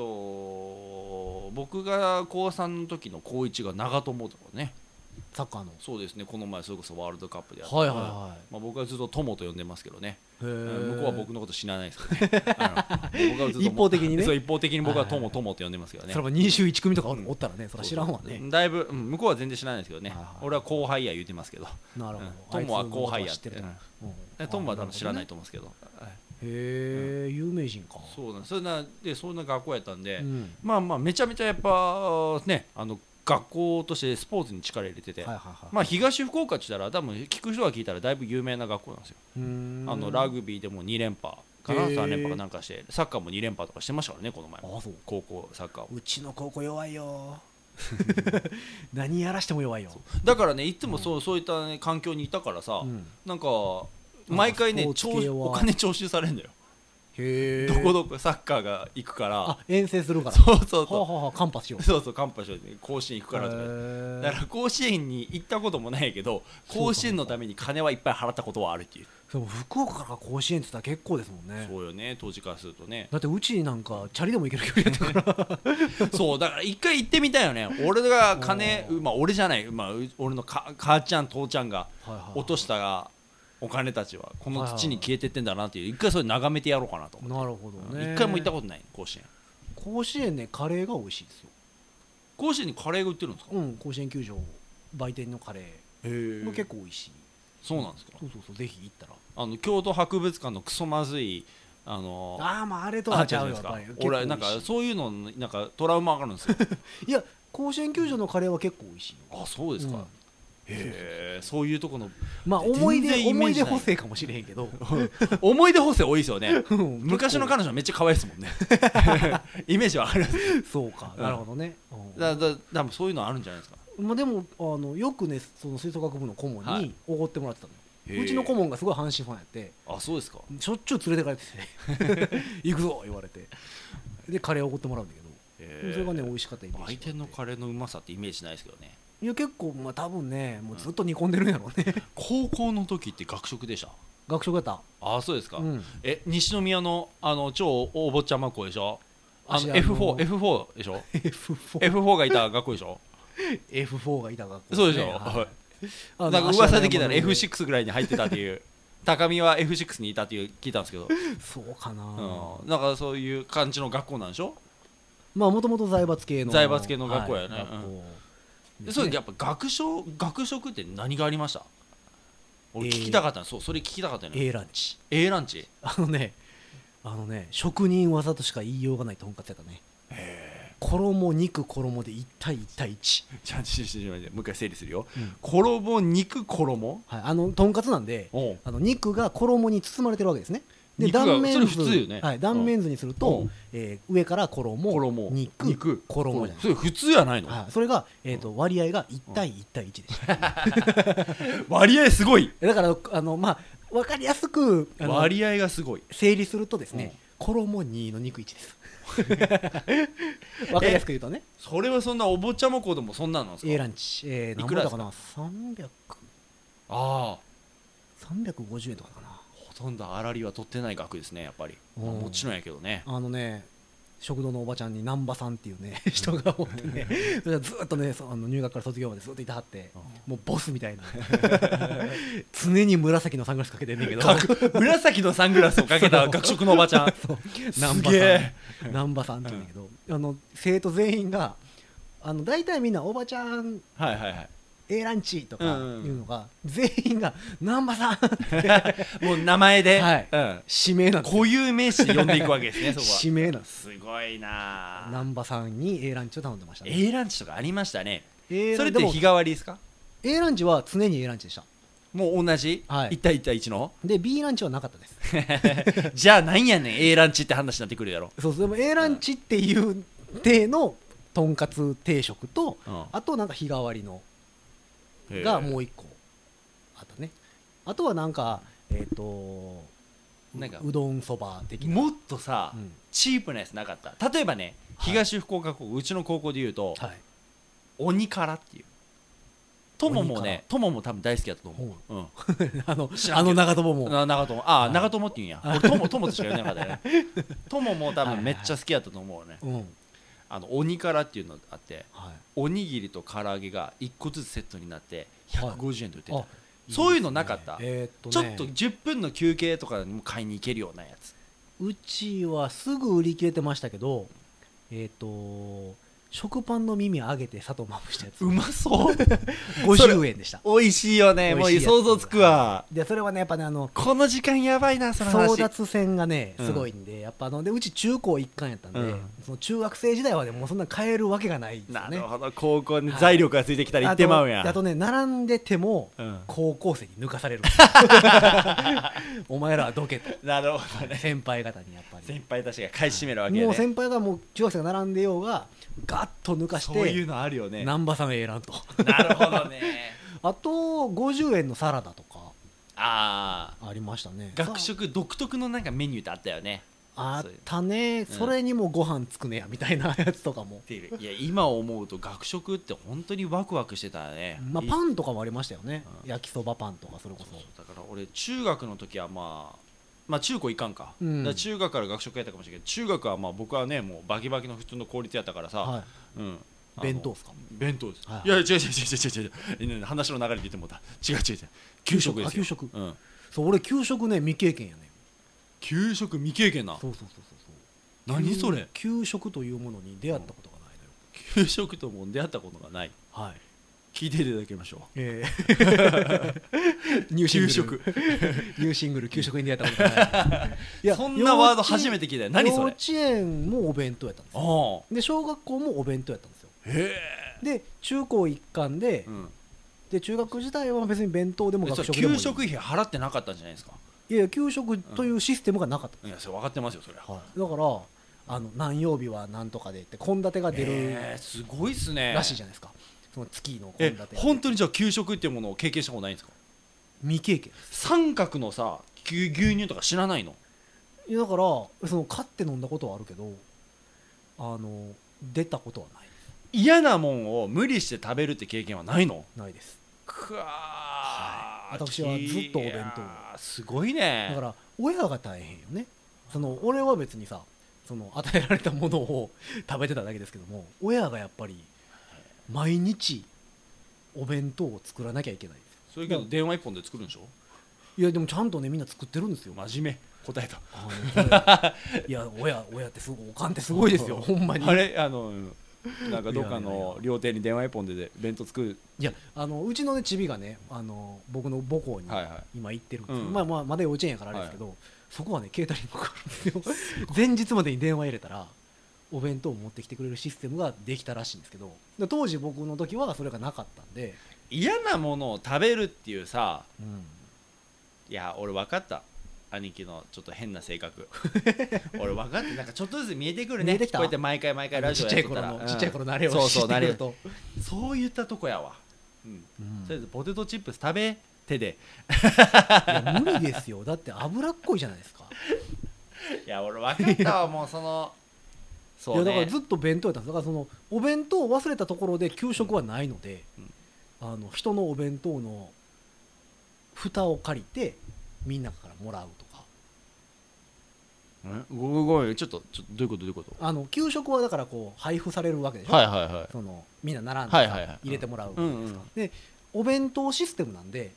Speaker 3: と僕が高3の時の高1が長友とかね
Speaker 2: うサッカーの
Speaker 3: そうですねこの前それこそワールドカップでやった
Speaker 2: はいはいは
Speaker 3: まあ、僕はずっと友と呼んでますけどね、
Speaker 2: いへー
Speaker 3: 向こうは僕のこと知らないです けどねあの僕はずっと
Speaker 2: 一方的にね
Speaker 3: そう一方的に僕
Speaker 2: は
Speaker 3: は
Speaker 2: いはいは
Speaker 3: 友
Speaker 2: い
Speaker 3: 友って呼んでますけどね
Speaker 2: それも21組とかおおったらねそれは知らんわ
Speaker 3: そうそ
Speaker 2: ね
Speaker 3: うだいぶ、うん向こうは全然知らないですけどね、
Speaker 2: はいはい
Speaker 3: 俺は後輩や言うてますけど、
Speaker 2: なる
Speaker 3: うん
Speaker 2: ほど
Speaker 3: 友は
Speaker 2: あいつのこと
Speaker 3: 後輩や
Speaker 2: 知ってる
Speaker 3: って
Speaker 2: とう
Speaker 3: え
Speaker 2: ん
Speaker 3: 友は多分知らない
Speaker 2: あ
Speaker 3: と思うんですけど、はい
Speaker 2: なるほどねへえ有名人か
Speaker 3: そうなんですそんなでそんな学校やったんで、
Speaker 2: うん
Speaker 3: まあまあめちゃめちゃやっぱねあの学校としてスポーツに力入れてて、
Speaker 2: はいはいはい
Speaker 3: まあ、東福岡って言ったら多分聞く人が聞いたらだいぶ有名な学校なんですよ、
Speaker 2: うーん
Speaker 3: あのラグビーでも2連覇かな
Speaker 2: へー
Speaker 3: 3連覇かなんかしてサッカーも2連覇とかしてましたからねこの前
Speaker 2: あそう
Speaker 3: 高校サッカーを
Speaker 2: うちの高校弱いよ 何やらしても弱いよ
Speaker 3: だからねいつもそう,、そういった、ね、環境にいたからさ、
Speaker 2: うん
Speaker 3: なんか毎回ね
Speaker 2: あスポーツ系
Speaker 3: 徴
Speaker 2: は
Speaker 3: お金徴収されるんだよ、
Speaker 2: へえ
Speaker 3: どこどこサッカーが行くから
Speaker 2: あ遠征するから
Speaker 3: そうそう
Speaker 2: はあ
Speaker 3: そ
Speaker 2: はあはあカンパしよ
Speaker 3: うそうそうカンパしようって甲子園行くからとか言って
Speaker 2: う
Speaker 3: だから甲子園に行ったこともないけど
Speaker 2: うか
Speaker 3: 甲子園のために金はいっぱい払ったことはあるっていう
Speaker 2: でも福岡から甲子園って言ったら結構ですもんね
Speaker 3: そうよね当時からするとね
Speaker 2: だってうちなんかチャリでも行ける距離や ったから
Speaker 3: そうだから一回行ってみたいよね俺が金
Speaker 2: おー
Speaker 3: まあ俺じゃない、まあ、う俺のか母ちゃん父ちゃんが
Speaker 2: はいはい
Speaker 3: 落としたお金たちはこの土に消えてってんだなっていう一回それ眺めてやろうかなと思
Speaker 2: なるほ
Speaker 3: う
Speaker 2: どね
Speaker 3: 一回も行った
Speaker 2: こ
Speaker 3: ことない甲子園
Speaker 2: と甲子園ねカレーが美味しいですよ
Speaker 3: 甲子園にカレーが売ってるんですか
Speaker 2: うん甲子園球場売店のカレ
Speaker 3: へ
Speaker 2: ーも結構美味しい
Speaker 3: そうなんですか
Speaker 2: そうそうそうぜひ行ったら
Speaker 3: あの京都博物館のクソまずいあの
Speaker 2: ああまああれと
Speaker 3: あ
Speaker 2: は
Speaker 3: じ
Speaker 2: ち
Speaker 3: ゃ
Speaker 2: ゃ
Speaker 3: な
Speaker 2: う
Speaker 3: い
Speaker 2: よ
Speaker 3: です
Speaker 2: やっぱ
Speaker 3: か
Speaker 2: り結構美味
Speaker 3: 俺なんか
Speaker 2: し
Speaker 3: そういうのなんかトラウマがあるんですよ
Speaker 2: いいや甲子園球場のカレーは結構美味しいよ
Speaker 3: あそうですか、
Speaker 2: うん
Speaker 3: へえそういうとこの
Speaker 2: まあ
Speaker 3: 全然
Speaker 2: 思い
Speaker 3: イメージ
Speaker 2: 出
Speaker 3: ない
Speaker 2: 思い出補正かもしれへんけど
Speaker 3: 思い出補正多いですよね
Speaker 2: うん
Speaker 3: 昔の彼女めっちゃ可愛いですもん ねイメージはある
Speaker 2: そうかなるほどねうん
Speaker 3: だだ多分そういうのあるんじゃないですか
Speaker 2: まあでもあのよくねその吹奏楽部の顧問
Speaker 3: は
Speaker 2: に
Speaker 3: い
Speaker 2: おごってもらってたのよ
Speaker 3: へえ
Speaker 2: うちの顧問がすごい阪神ファンやって
Speaker 3: あそうですか
Speaker 2: しょっちゅう連れてかれて て「行くぞ!」言われてでカレーおごってもらうんだけど、
Speaker 3: へえ
Speaker 2: それがね美味しかったイメージ
Speaker 3: 売店のカレーのうまさってイメージないですけどね
Speaker 2: いや結構まあ多分ねもうずっと煮込んでるんやろうね
Speaker 3: 高校の時って学食でした
Speaker 2: 学食やった
Speaker 3: あそうですか、
Speaker 2: うん
Speaker 3: え西宮のあの超大坊ちゃま校でしょあ
Speaker 2: 私
Speaker 3: の
Speaker 2: あの
Speaker 3: F4F4 でしょ
Speaker 2: F4,
Speaker 3: F4 がいた学校でしょ
Speaker 2: F4 がいた学校
Speaker 3: そうでしょ、
Speaker 2: ねはい
Speaker 3: はい
Speaker 2: あの
Speaker 3: なんか噂で聞いたら
Speaker 2: 芦屋の山の上
Speaker 3: F6 ぐらいに入ってたって いう高見は F6 にいたっていう聞いたんですけど、
Speaker 2: そうかな、
Speaker 3: うん、なんかそういう感じの学校なんでしょ
Speaker 2: まあもともと財閥系の
Speaker 3: 財閥系の学校やね
Speaker 2: はい学校
Speaker 3: で
Speaker 2: です
Speaker 3: そ
Speaker 2: ね
Speaker 3: れでやっぱ学食学食って何がありました俺聞きたかったの、そうそれ聞きたかったのよ
Speaker 2: A ランチ
Speaker 3: A ランチ
Speaker 2: あのねあのね職人技としか言いようがないとんかつやったね衣肉衣で1対1対1
Speaker 3: ちゃんとしてしまってもう一回整理するよ、
Speaker 2: うん
Speaker 3: 衣肉衣
Speaker 2: はい、あのとんかつなんで
Speaker 3: おう
Speaker 2: あの肉が衣に包まれてるわけですねで
Speaker 3: 肉が
Speaker 2: 断面図
Speaker 3: それ普通よね
Speaker 2: はい、断面図にする
Speaker 3: う
Speaker 2: と
Speaker 3: ん、
Speaker 2: えー上から衣
Speaker 3: 衣
Speaker 2: 肉
Speaker 3: 肉
Speaker 2: 衣じゃない
Speaker 3: それ普通やないの、
Speaker 2: はい、それが、えー、と割合が1対1対1でした、
Speaker 3: 割合すごい
Speaker 2: だからあの、まあ、分かりやすくあの
Speaker 3: 割合がすごい
Speaker 2: 整理するとですね、衣2の肉1です 分かりやすく言うとね
Speaker 3: それはそんなお坊ちゃま子でもそんなんなんです
Speaker 2: A
Speaker 3: か
Speaker 2: ランチ、えー、
Speaker 3: い
Speaker 2: 何
Speaker 3: く
Speaker 2: ぼ
Speaker 3: ら
Speaker 2: だ
Speaker 3: で
Speaker 2: っ
Speaker 3: す
Speaker 2: た
Speaker 3: か
Speaker 2: かな300
Speaker 3: ああ
Speaker 2: 350円とかかな
Speaker 3: ほとんど粗利は取ってない額ですねやっぱり、まあ
Speaker 2: うん
Speaker 3: もちろんやけどね
Speaker 2: あのね食堂のおばちゃんに難波さんっていうね人がおってねそれがずっとねそあの入学から卒業までずっといたはってもうボスみたいな 常に紫のサングラスかけてんねんけど
Speaker 3: 学紫のサングラスをかけた学食のおばち ゃん
Speaker 2: 難
Speaker 3: すげ
Speaker 2: 波
Speaker 3: え
Speaker 2: さん難波さんって言うんだけど、あの生徒全員があの大体みんなおばちゃん
Speaker 3: はいはいはい
Speaker 2: A ランチとか
Speaker 3: うんうん
Speaker 2: いうのが、全員が「難波さん!」
Speaker 3: もう名前で、
Speaker 2: はい
Speaker 3: うん、
Speaker 2: 指名なんですよ
Speaker 3: 固有名詞で呼んでいくわけですねそこは
Speaker 2: 指名なんです
Speaker 3: すごいなあ
Speaker 2: 難波さんに A ランチを頼んでましたね
Speaker 3: A ランチとかありましたね
Speaker 2: A
Speaker 3: それっ
Speaker 2: で
Speaker 3: て
Speaker 2: も
Speaker 3: 日替わりですか
Speaker 2: A ランチは常に A ランチでした
Speaker 3: もう同じ、
Speaker 2: はい
Speaker 3: 1対1対1の
Speaker 2: で B ランチはなかった です
Speaker 3: じゃあなんやねん A ランチって話になってくるやろ、
Speaker 2: そうそうでも A ランチっていう体のとんかつ定食とあとなんか日替わりのがもう一個あったねあとはなんかえっ、と
Speaker 3: なんか
Speaker 2: うどんそば的な
Speaker 3: もっとさ、
Speaker 2: うん
Speaker 3: チープなやつなかった例えばね
Speaker 2: はい
Speaker 3: 東福岡高校、うちの高校でいうと、
Speaker 2: はい
Speaker 3: 鬼からっていう友も
Speaker 2: 鬼
Speaker 3: ね友も多分大好きだったと思う、うん、
Speaker 2: あの
Speaker 3: 知ら
Speaker 2: あ
Speaker 3: ん
Speaker 2: の
Speaker 3: けど
Speaker 2: 長友も
Speaker 3: な長友あ、
Speaker 2: はい
Speaker 3: 長友って言うんや俺友友としか言わなかった よね友も多分めっちゃ好きだったと思うね、
Speaker 2: うん
Speaker 3: あの鬼からっていうのがあって
Speaker 2: はい
Speaker 3: おにぎりと唐揚げが1個ずつセットになって150円で売ってた、
Speaker 2: あ
Speaker 3: そういうのなかった
Speaker 2: えーっ
Speaker 3: ち
Speaker 2: と
Speaker 3: ょ
Speaker 2: ね
Speaker 3: っと10分の休憩とかにも買いに行けるようなやつ
Speaker 2: うちはすぐ売り切れてましたけどえーっと食パンの耳上げて砂糖まぶしたやつ
Speaker 3: うまそ うそれ
Speaker 2: 50円でした
Speaker 3: 美味しいよねもう
Speaker 2: 美味しいやつ
Speaker 3: 想像つくわ
Speaker 2: でそれはねやっぱねあの
Speaker 3: この時間やばいなその
Speaker 2: 争
Speaker 3: 話
Speaker 2: 奪戦がね
Speaker 3: うん
Speaker 2: すごいんで、やっぱあのでうち中高一貫やったんで、
Speaker 3: うん
Speaker 2: その中学生時代はねもうそんな買えるわけがないんですよ
Speaker 3: な
Speaker 2: ね
Speaker 3: るほど高校に財力がついてきたら行ってまうんや
Speaker 2: あとあとね並んでても、
Speaker 3: うん
Speaker 2: 高校生に抜か されるお前らはどけと
Speaker 3: なるほどね
Speaker 2: 先輩方にやっぱり
Speaker 3: 先輩たちが買い占めるわけや
Speaker 2: もう
Speaker 3: ね
Speaker 2: 先輩がもう中学生が並んでようがガッと抜かし
Speaker 3: そ
Speaker 2: て
Speaker 3: ういうのあるよねな
Speaker 2: 難波さん選 んと
Speaker 3: るほど ね
Speaker 2: あと50円のサラダとか
Speaker 3: ああ
Speaker 2: ありましたね
Speaker 3: 学食独特のなんかメニューってあったよね
Speaker 2: あったね、
Speaker 3: ん
Speaker 2: それにもご飯つくねやみたいなやつとかも
Speaker 3: っていういや今思うと学食って本当にワクワクしてたね、
Speaker 2: まあ、
Speaker 3: い
Speaker 2: パンとかもありましたよね
Speaker 3: うん
Speaker 2: 焼きそばパンとかそれこそ
Speaker 3: だから俺中学の時はまあまあ中高いかんか,、
Speaker 2: うん
Speaker 3: だから中学から学食やったかもしれないけど中学はまあ僕はねもうバキバキの普通の公立やったからさ、
Speaker 2: は
Speaker 3: うん
Speaker 2: い弁当っすか
Speaker 3: 弁当です、
Speaker 2: はい
Speaker 3: い、や違う違う違う違う違う違う話の流れで言ってもうた違う違う違う給食ですよ
Speaker 2: あ給食
Speaker 3: うん、
Speaker 2: そう俺給食ね未経験やね
Speaker 3: 給食未経験な
Speaker 2: そうそうそうそうそう
Speaker 3: 何それ
Speaker 2: 給給食というものに出会ったことがないのよ、
Speaker 3: 給食とも出会ったことがない
Speaker 2: はい
Speaker 3: 聞いていただきましょ
Speaker 2: ええ ニューシングル
Speaker 3: 給食
Speaker 2: ニューシングル給食に出会ったことがない いう
Speaker 3: そんなワード初め
Speaker 2: て
Speaker 3: て聞いたよ何そ
Speaker 2: 幼
Speaker 3: れ
Speaker 2: 稚園もお弁当やったんです
Speaker 3: あ
Speaker 2: よ
Speaker 3: あ
Speaker 2: で小学校もお弁当やったんですよ
Speaker 3: へ
Speaker 2: で中高一貫で,、
Speaker 3: え、うん、
Speaker 2: で中学時代は別に弁当でも
Speaker 3: えそ
Speaker 2: 学
Speaker 3: れ
Speaker 2: 食でもいい
Speaker 3: 給食費払ってなかったんじゃないですか
Speaker 2: いやいや給食というシステムがなかった、
Speaker 3: いやそれ分かってますよそれは
Speaker 2: だからあの何曜日は何とかでって献立が出
Speaker 3: え
Speaker 2: る
Speaker 3: ー、すごいっすね
Speaker 2: らしいじゃないですか、その月の献
Speaker 3: え
Speaker 2: 立
Speaker 3: 本当にじゃあ給食っていうものを経験したことないんですか
Speaker 2: 未経験です
Speaker 3: 三角のさ牛牛乳とか知らないの
Speaker 2: いやだからその買って飲んだことはあるけどあの出たことはない
Speaker 3: 嫌なもんを無理して食べるって経験はないの
Speaker 2: ないです
Speaker 3: くわー、
Speaker 2: い私はずっとお弁当
Speaker 3: いやーすごいね
Speaker 2: だから親が大変よねその俺は別にさその与えられたものを 食べてただけですけども親がやっぱり毎日お弁当を作らなきゃいけないんですよ
Speaker 3: それけど電話一本で作るんでしょ
Speaker 2: いやでもちゃんとねみんな作ってるんですよ
Speaker 3: 真面目答えた
Speaker 2: あのこれい や親親ってすごいおかんってすごいですよほんまに
Speaker 3: あれあのうんなんかどっ
Speaker 2: いや
Speaker 3: か
Speaker 2: いやい
Speaker 3: の
Speaker 2: や
Speaker 3: 料亭に電話一本でで弁当作る
Speaker 2: いやあのうちのねちびがねあの僕の母校に
Speaker 3: はいはい
Speaker 2: 今行ってるんですよ
Speaker 3: うん
Speaker 2: まあまあまだ幼稚園やからあれですけど、そこはねケータリングがあるんです よ前日までに電話入れたらお弁当を持ってきてくれるシステムができたらしいんですけどで当時僕の時はそれがなかったんで、
Speaker 3: 嫌なものを食べるっていうさ
Speaker 2: うん、
Speaker 3: いや俺分かった兄貴のちょっと変な性格俺分かってなんかちょっとずつ見えてくるね
Speaker 2: 見えてきた
Speaker 3: こうやって毎回毎回ラジ
Speaker 2: ち
Speaker 3: オ
Speaker 2: っ
Speaker 3: や
Speaker 2: ちゃい
Speaker 3: てた
Speaker 2: 頃
Speaker 3: ら
Speaker 2: の、
Speaker 3: うん
Speaker 2: ちっちゃい頃のあれを
Speaker 3: そう
Speaker 2: 知
Speaker 3: そ
Speaker 2: って
Speaker 3: う
Speaker 2: く
Speaker 3: な
Speaker 2: れ
Speaker 3: れ
Speaker 2: る
Speaker 3: と
Speaker 2: と、
Speaker 3: そういったとこやわ、うん
Speaker 2: うん
Speaker 3: とりあえずポテトチップス食べ手で
Speaker 2: いや無理ですよだって脂っこいじゃないですか
Speaker 3: いや俺分かったわもうそのそう、ね、
Speaker 2: いやだからずっと弁当やったんですだからそのお弁当を忘れたところで給食はないので、
Speaker 3: うん
Speaker 2: あの人のお弁当の蓋を借りてみんなからもらうとか
Speaker 3: んごめんごめんちょっとちょっとどういうことどういうこと
Speaker 2: あの給食はだからこう配布されるわけでしょ、
Speaker 3: はいはいはい
Speaker 2: そのみんな並んで
Speaker 3: はいはいはい
Speaker 2: 入れてもらう、
Speaker 3: うんうん
Speaker 2: お弁当システムなんで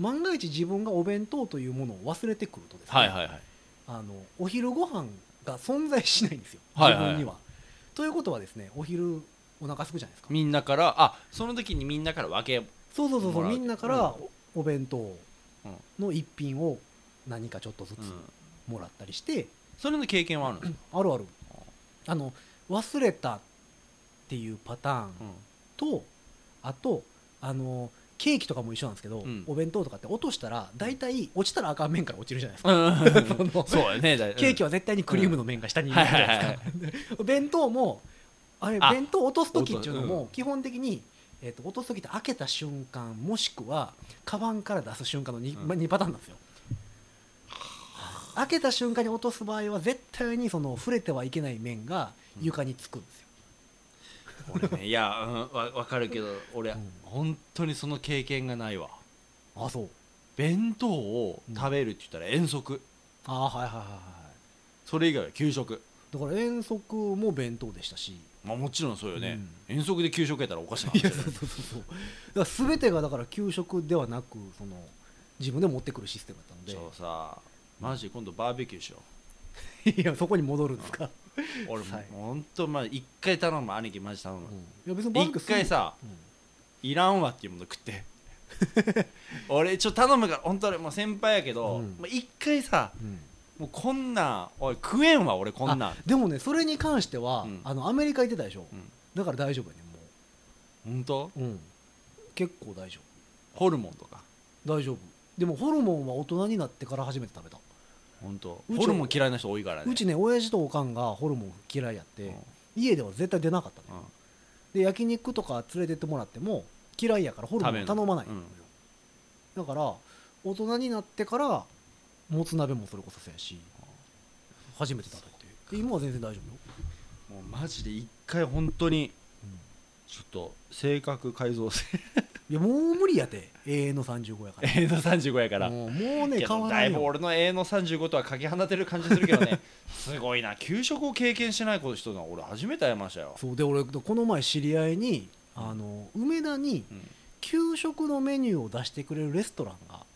Speaker 2: 万が一自分がお弁当というものを忘れてくるとですね、
Speaker 3: はいはいはい
Speaker 2: あのお昼ご飯が存在しないんですよ
Speaker 3: はい
Speaker 2: 自
Speaker 3: はい
Speaker 2: 分には。ということはですねお昼お腹空くじゃないですか
Speaker 3: みんなからあその時にみんなから分け
Speaker 2: そうそうそうそ
Speaker 3: も
Speaker 2: う
Speaker 3: らう
Speaker 2: みんなからお弁当
Speaker 3: うん
Speaker 2: の一品を何かちょっとずつ
Speaker 3: うん
Speaker 2: もらったりして、
Speaker 3: それの経験はあるんですか、
Speaker 2: あるあるあの忘れたっていうパターンとあとあのケーキとかも一緒なんですけど、
Speaker 3: うん
Speaker 2: お弁当とかって落としたら大体落ちたら赤面から落ちるじゃないですか、
Speaker 3: う ん
Speaker 2: その
Speaker 3: そうやねだい
Speaker 2: ケーキ
Speaker 3: は
Speaker 2: は絶対にクリームの面が下にいるじゃないですか弁当もあれ
Speaker 3: あ
Speaker 2: 弁当落とす時っていうの
Speaker 3: うん
Speaker 2: も基本的に、えっと落とす時って開けた瞬間もしくはカバンから出す瞬間の 2,、
Speaker 3: うん
Speaker 2: ま二パターンなんですよ開けた瞬間に落とす場合は絶対にその触れてはいけない面が床につくんですよ、
Speaker 3: 俺ねいや、うん、わ分かるけど俺、
Speaker 2: うん
Speaker 3: 本当にその経験がないわ
Speaker 2: あそう
Speaker 3: 弁当を食べるって言ったら遠足
Speaker 2: あはいはいはいはい
Speaker 3: それ以外は給食
Speaker 2: だから遠足も弁当でしたし
Speaker 3: まあもちろんそうよね、遠足で給食やったらおかしな話
Speaker 2: い
Speaker 3: だ
Speaker 2: や
Speaker 3: よ
Speaker 2: そうそうそうそうだから全てがだから給食ではなくその自分で持ってくるシステムだった
Speaker 3: じゃ
Speaker 2: の
Speaker 3: あさマジ今度バーベキューしよ
Speaker 2: でいやそこに戻るんですか、
Speaker 3: う俺も
Speaker 2: はいう
Speaker 3: ほんとまあ一回頼む兄貴マジ頼む
Speaker 2: うんいや別にバーベキュー
Speaker 3: 一
Speaker 2: する
Speaker 3: 回、さ
Speaker 2: うん
Speaker 3: いらんわっていうもの食って 俺ちょっと頼むから本当俺もう先輩やけど
Speaker 2: うん
Speaker 3: もう一、回さ
Speaker 2: うん
Speaker 3: もうこんなんおい食えんわ俺こんなん
Speaker 2: あでもねそれに関しては、
Speaker 3: うん
Speaker 2: あのアメリカ行ってたでしょ、
Speaker 3: うん
Speaker 2: だから大丈夫やね
Speaker 3: 本当
Speaker 2: もう、うん、結構大丈
Speaker 3: ホルモンとか
Speaker 2: 夫大丈夫でもホルモンは大人になってから初めて食べた、
Speaker 3: 本当
Speaker 2: うち
Speaker 3: ホルモン嫌いな人多いからね
Speaker 2: うちね親父とおかんがホルモン嫌いやって、
Speaker 3: うん
Speaker 2: 家では絶対出なかったね
Speaker 3: うん
Speaker 2: で焼肉とか連れてってもらっても嫌いやからホルモン頼まない、
Speaker 3: 食べんの
Speaker 2: だから大人になってからもつ鍋もそれこそそうやし初めて食べてで今は全然大丈夫よ、
Speaker 3: もうマジで一回本当にちょっと性格改造せ
Speaker 2: いやもう無理やて永遠の35やから
Speaker 3: えの35やから
Speaker 2: もうもうね変
Speaker 3: けど
Speaker 2: わ
Speaker 3: だ
Speaker 2: ら
Speaker 3: い
Speaker 2: ん
Speaker 3: ぶ
Speaker 2: よ
Speaker 3: 俺の永遠の35とはかけ離れてる感じするけど ねすごいな給食を経験してない子の人な俺初めて会いましたよ、
Speaker 2: そうで俺この前知り合いにあの梅田に
Speaker 3: うん
Speaker 2: 給食のメニューを出してくれるレストランが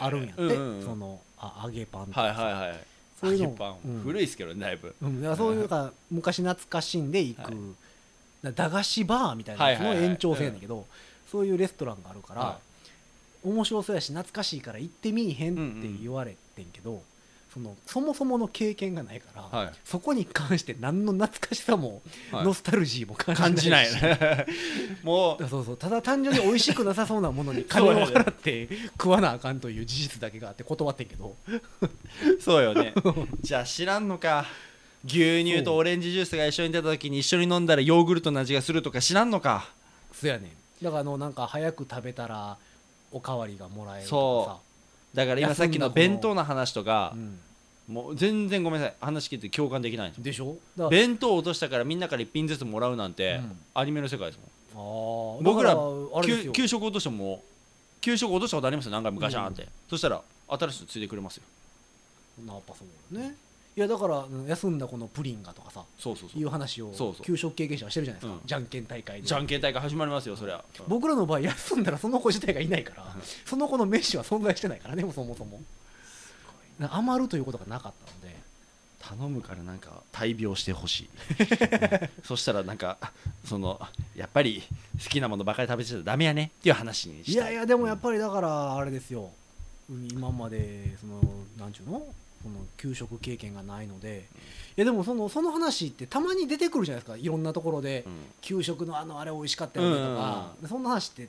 Speaker 2: あるんやって、
Speaker 3: うんうんうん
Speaker 2: そのあ揚げパンとか
Speaker 3: はいはいはい
Speaker 2: そういうの
Speaker 3: 揚げパン、
Speaker 2: うん
Speaker 3: 古いですけどねだいぶ
Speaker 2: うん、だからそういうのが昔懐かしんで行く、
Speaker 3: はい
Speaker 2: だから駄菓子バーみたいなやつの
Speaker 3: はいはいはい
Speaker 2: 延長線だけど、そういうレストランがあるから、
Speaker 3: は
Speaker 2: 面白そうやし懐かしいから行ってみいへんって言われてんけど、そのそもそもの経験がないから、
Speaker 3: はい
Speaker 2: そこに関して何の懐かしさも、
Speaker 3: はい
Speaker 2: ノスタルジーも感じない
Speaker 3: 感じない もう
Speaker 2: だ そうそうただ単純に美味しくなさそうなものに金を払って食わなあかんという事実だけがあって断ってんけど
Speaker 3: そう よねじゃあ知らんのか牛乳とオレンジジュースが一緒に出た時に一緒に飲んだらヨーグルトの味がするとか知らんのか
Speaker 2: そやねんだからあのなんか早く食べたらおかわりがもらえるとかさ
Speaker 3: そだから今さっきの弁当の話とか
Speaker 2: う、ん
Speaker 3: もう全然ごめんなさい話聞いて共感できないんです
Speaker 2: でしょだから
Speaker 3: 弁当を落としたからみんなから一品ずつもらうなんて、
Speaker 2: うん
Speaker 3: アニメの世界ですも
Speaker 2: あ
Speaker 3: ん
Speaker 2: ー
Speaker 3: 僕ら
Speaker 2: だからあれです
Speaker 3: 給
Speaker 2: よ
Speaker 3: 給食落としても給食落としたことありますよ何回もガシャーンって、そしたら新しいのついてくれますよ
Speaker 2: やっぱそうだよねいやだからうん休んだこのプリンがとかさ
Speaker 3: そうそうそ
Speaker 2: いうう話を
Speaker 3: そうそう
Speaker 2: 給食経験者はしてるじゃないですか
Speaker 3: うん
Speaker 2: じゃんけん大会で
Speaker 3: じゃんけん大会始まりますよそりゃ、うん
Speaker 2: 僕らの場合休んだらその子自体がいないから
Speaker 3: うん
Speaker 2: その子の飯は存在してないからねもうそもそもな余るということがなかったので
Speaker 3: 頼むからなんか大病してほしい、うんそしたらなんかそのやっぱり好きなものばかり食べてちゃダメやねっていう話にしたい
Speaker 2: いやいやでもやっぱりだからあれですよ今までそのなんちゅうのその給食経験がないのでいやでもそのその話ってたまに出てくるじゃないですかいろんなところで
Speaker 3: うん
Speaker 2: 給食のあのあれ美味しかったよねとか、そんな話って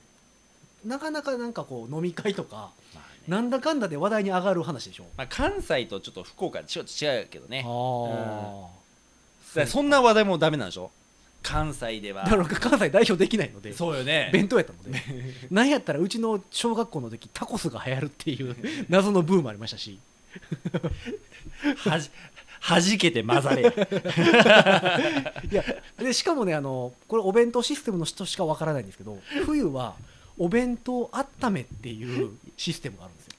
Speaker 2: なかなかなんかこう飲み会とか
Speaker 3: まあね
Speaker 2: なんだかんだで話題に上がる話でしょ
Speaker 3: まあ、関西とちょっと福岡ちょっと違うけどね
Speaker 2: あ
Speaker 3: だからそんな話題もダメなんでしょ関西では
Speaker 2: あだから関西代表できないので
Speaker 3: そうよね
Speaker 2: 弁当やったので なんやったらうちの小学校の時タコスが流行るって いう謎のブームありましたし
Speaker 3: はじはじけて混ざれや
Speaker 2: いやでしかもねあのこれお弁当システムの人しかわからないんですけど冬はお弁当温めっていうシステムがあるんですよ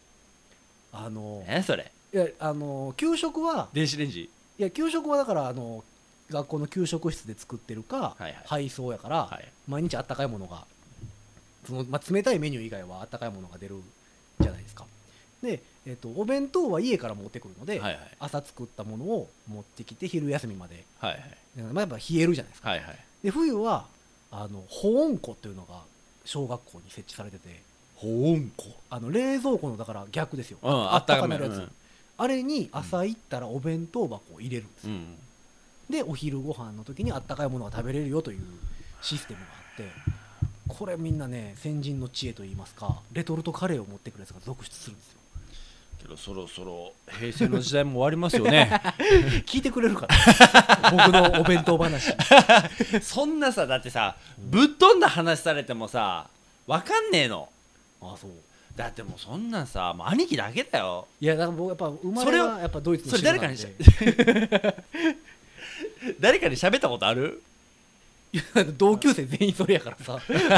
Speaker 2: あの
Speaker 3: えそれ
Speaker 2: いやあの給食は
Speaker 3: 電子レンジ
Speaker 2: いや給食はだからあの学校の給食室で作ってるか、
Speaker 3: はいはい
Speaker 2: 配送やから、
Speaker 3: はい
Speaker 2: 毎日あったかいものがその、まあ、冷たいメニュー以外はあったかいものが出るじゃないですかで、えっとお弁当は家から持ってくるので、
Speaker 3: はいはい
Speaker 2: 朝作ったものを持ってきて昼休みまで、
Speaker 3: はいはい
Speaker 2: まあ、やっぱ冷えるじゃないですか
Speaker 3: はいはい
Speaker 2: で冬はあの保温庫というのが小学校に設置されてて
Speaker 3: 保温庫
Speaker 2: あの冷蔵庫のだから逆ですよ、
Speaker 3: うんあったかめ
Speaker 2: るやつ、
Speaker 3: うん
Speaker 2: あれに朝行ったらお弁当箱を入れるんです
Speaker 3: う
Speaker 2: よ、
Speaker 3: ん
Speaker 2: でお昼ご飯の時にあったかいものが食べれるよというシステムがあってこれみんなね先人の知恵といいますかレトルトカレーを持ってくるやつが続出するん ですよ
Speaker 3: けどそろそろ平成の時代も終わりますよ ね
Speaker 2: 聞いてくれるから僕のお弁当 話
Speaker 3: そんなさだってさぶっ飛んだ話されてもさわかんねえの
Speaker 2: あそう
Speaker 3: だってもうそんなんさもう兄貴だけだよ
Speaker 2: いやだから僕やっぱ生ま
Speaker 3: そ
Speaker 2: れ
Speaker 3: れを
Speaker 2: はやっぱドイツの
Speaker 3: それ誰かに
Speaker 2: シ
Speaker 3: し
Speaker 2: ェフなんで
Speaker 3: 誰かに喋ったことある
Speaker 2: 同級生全員それやから さ別に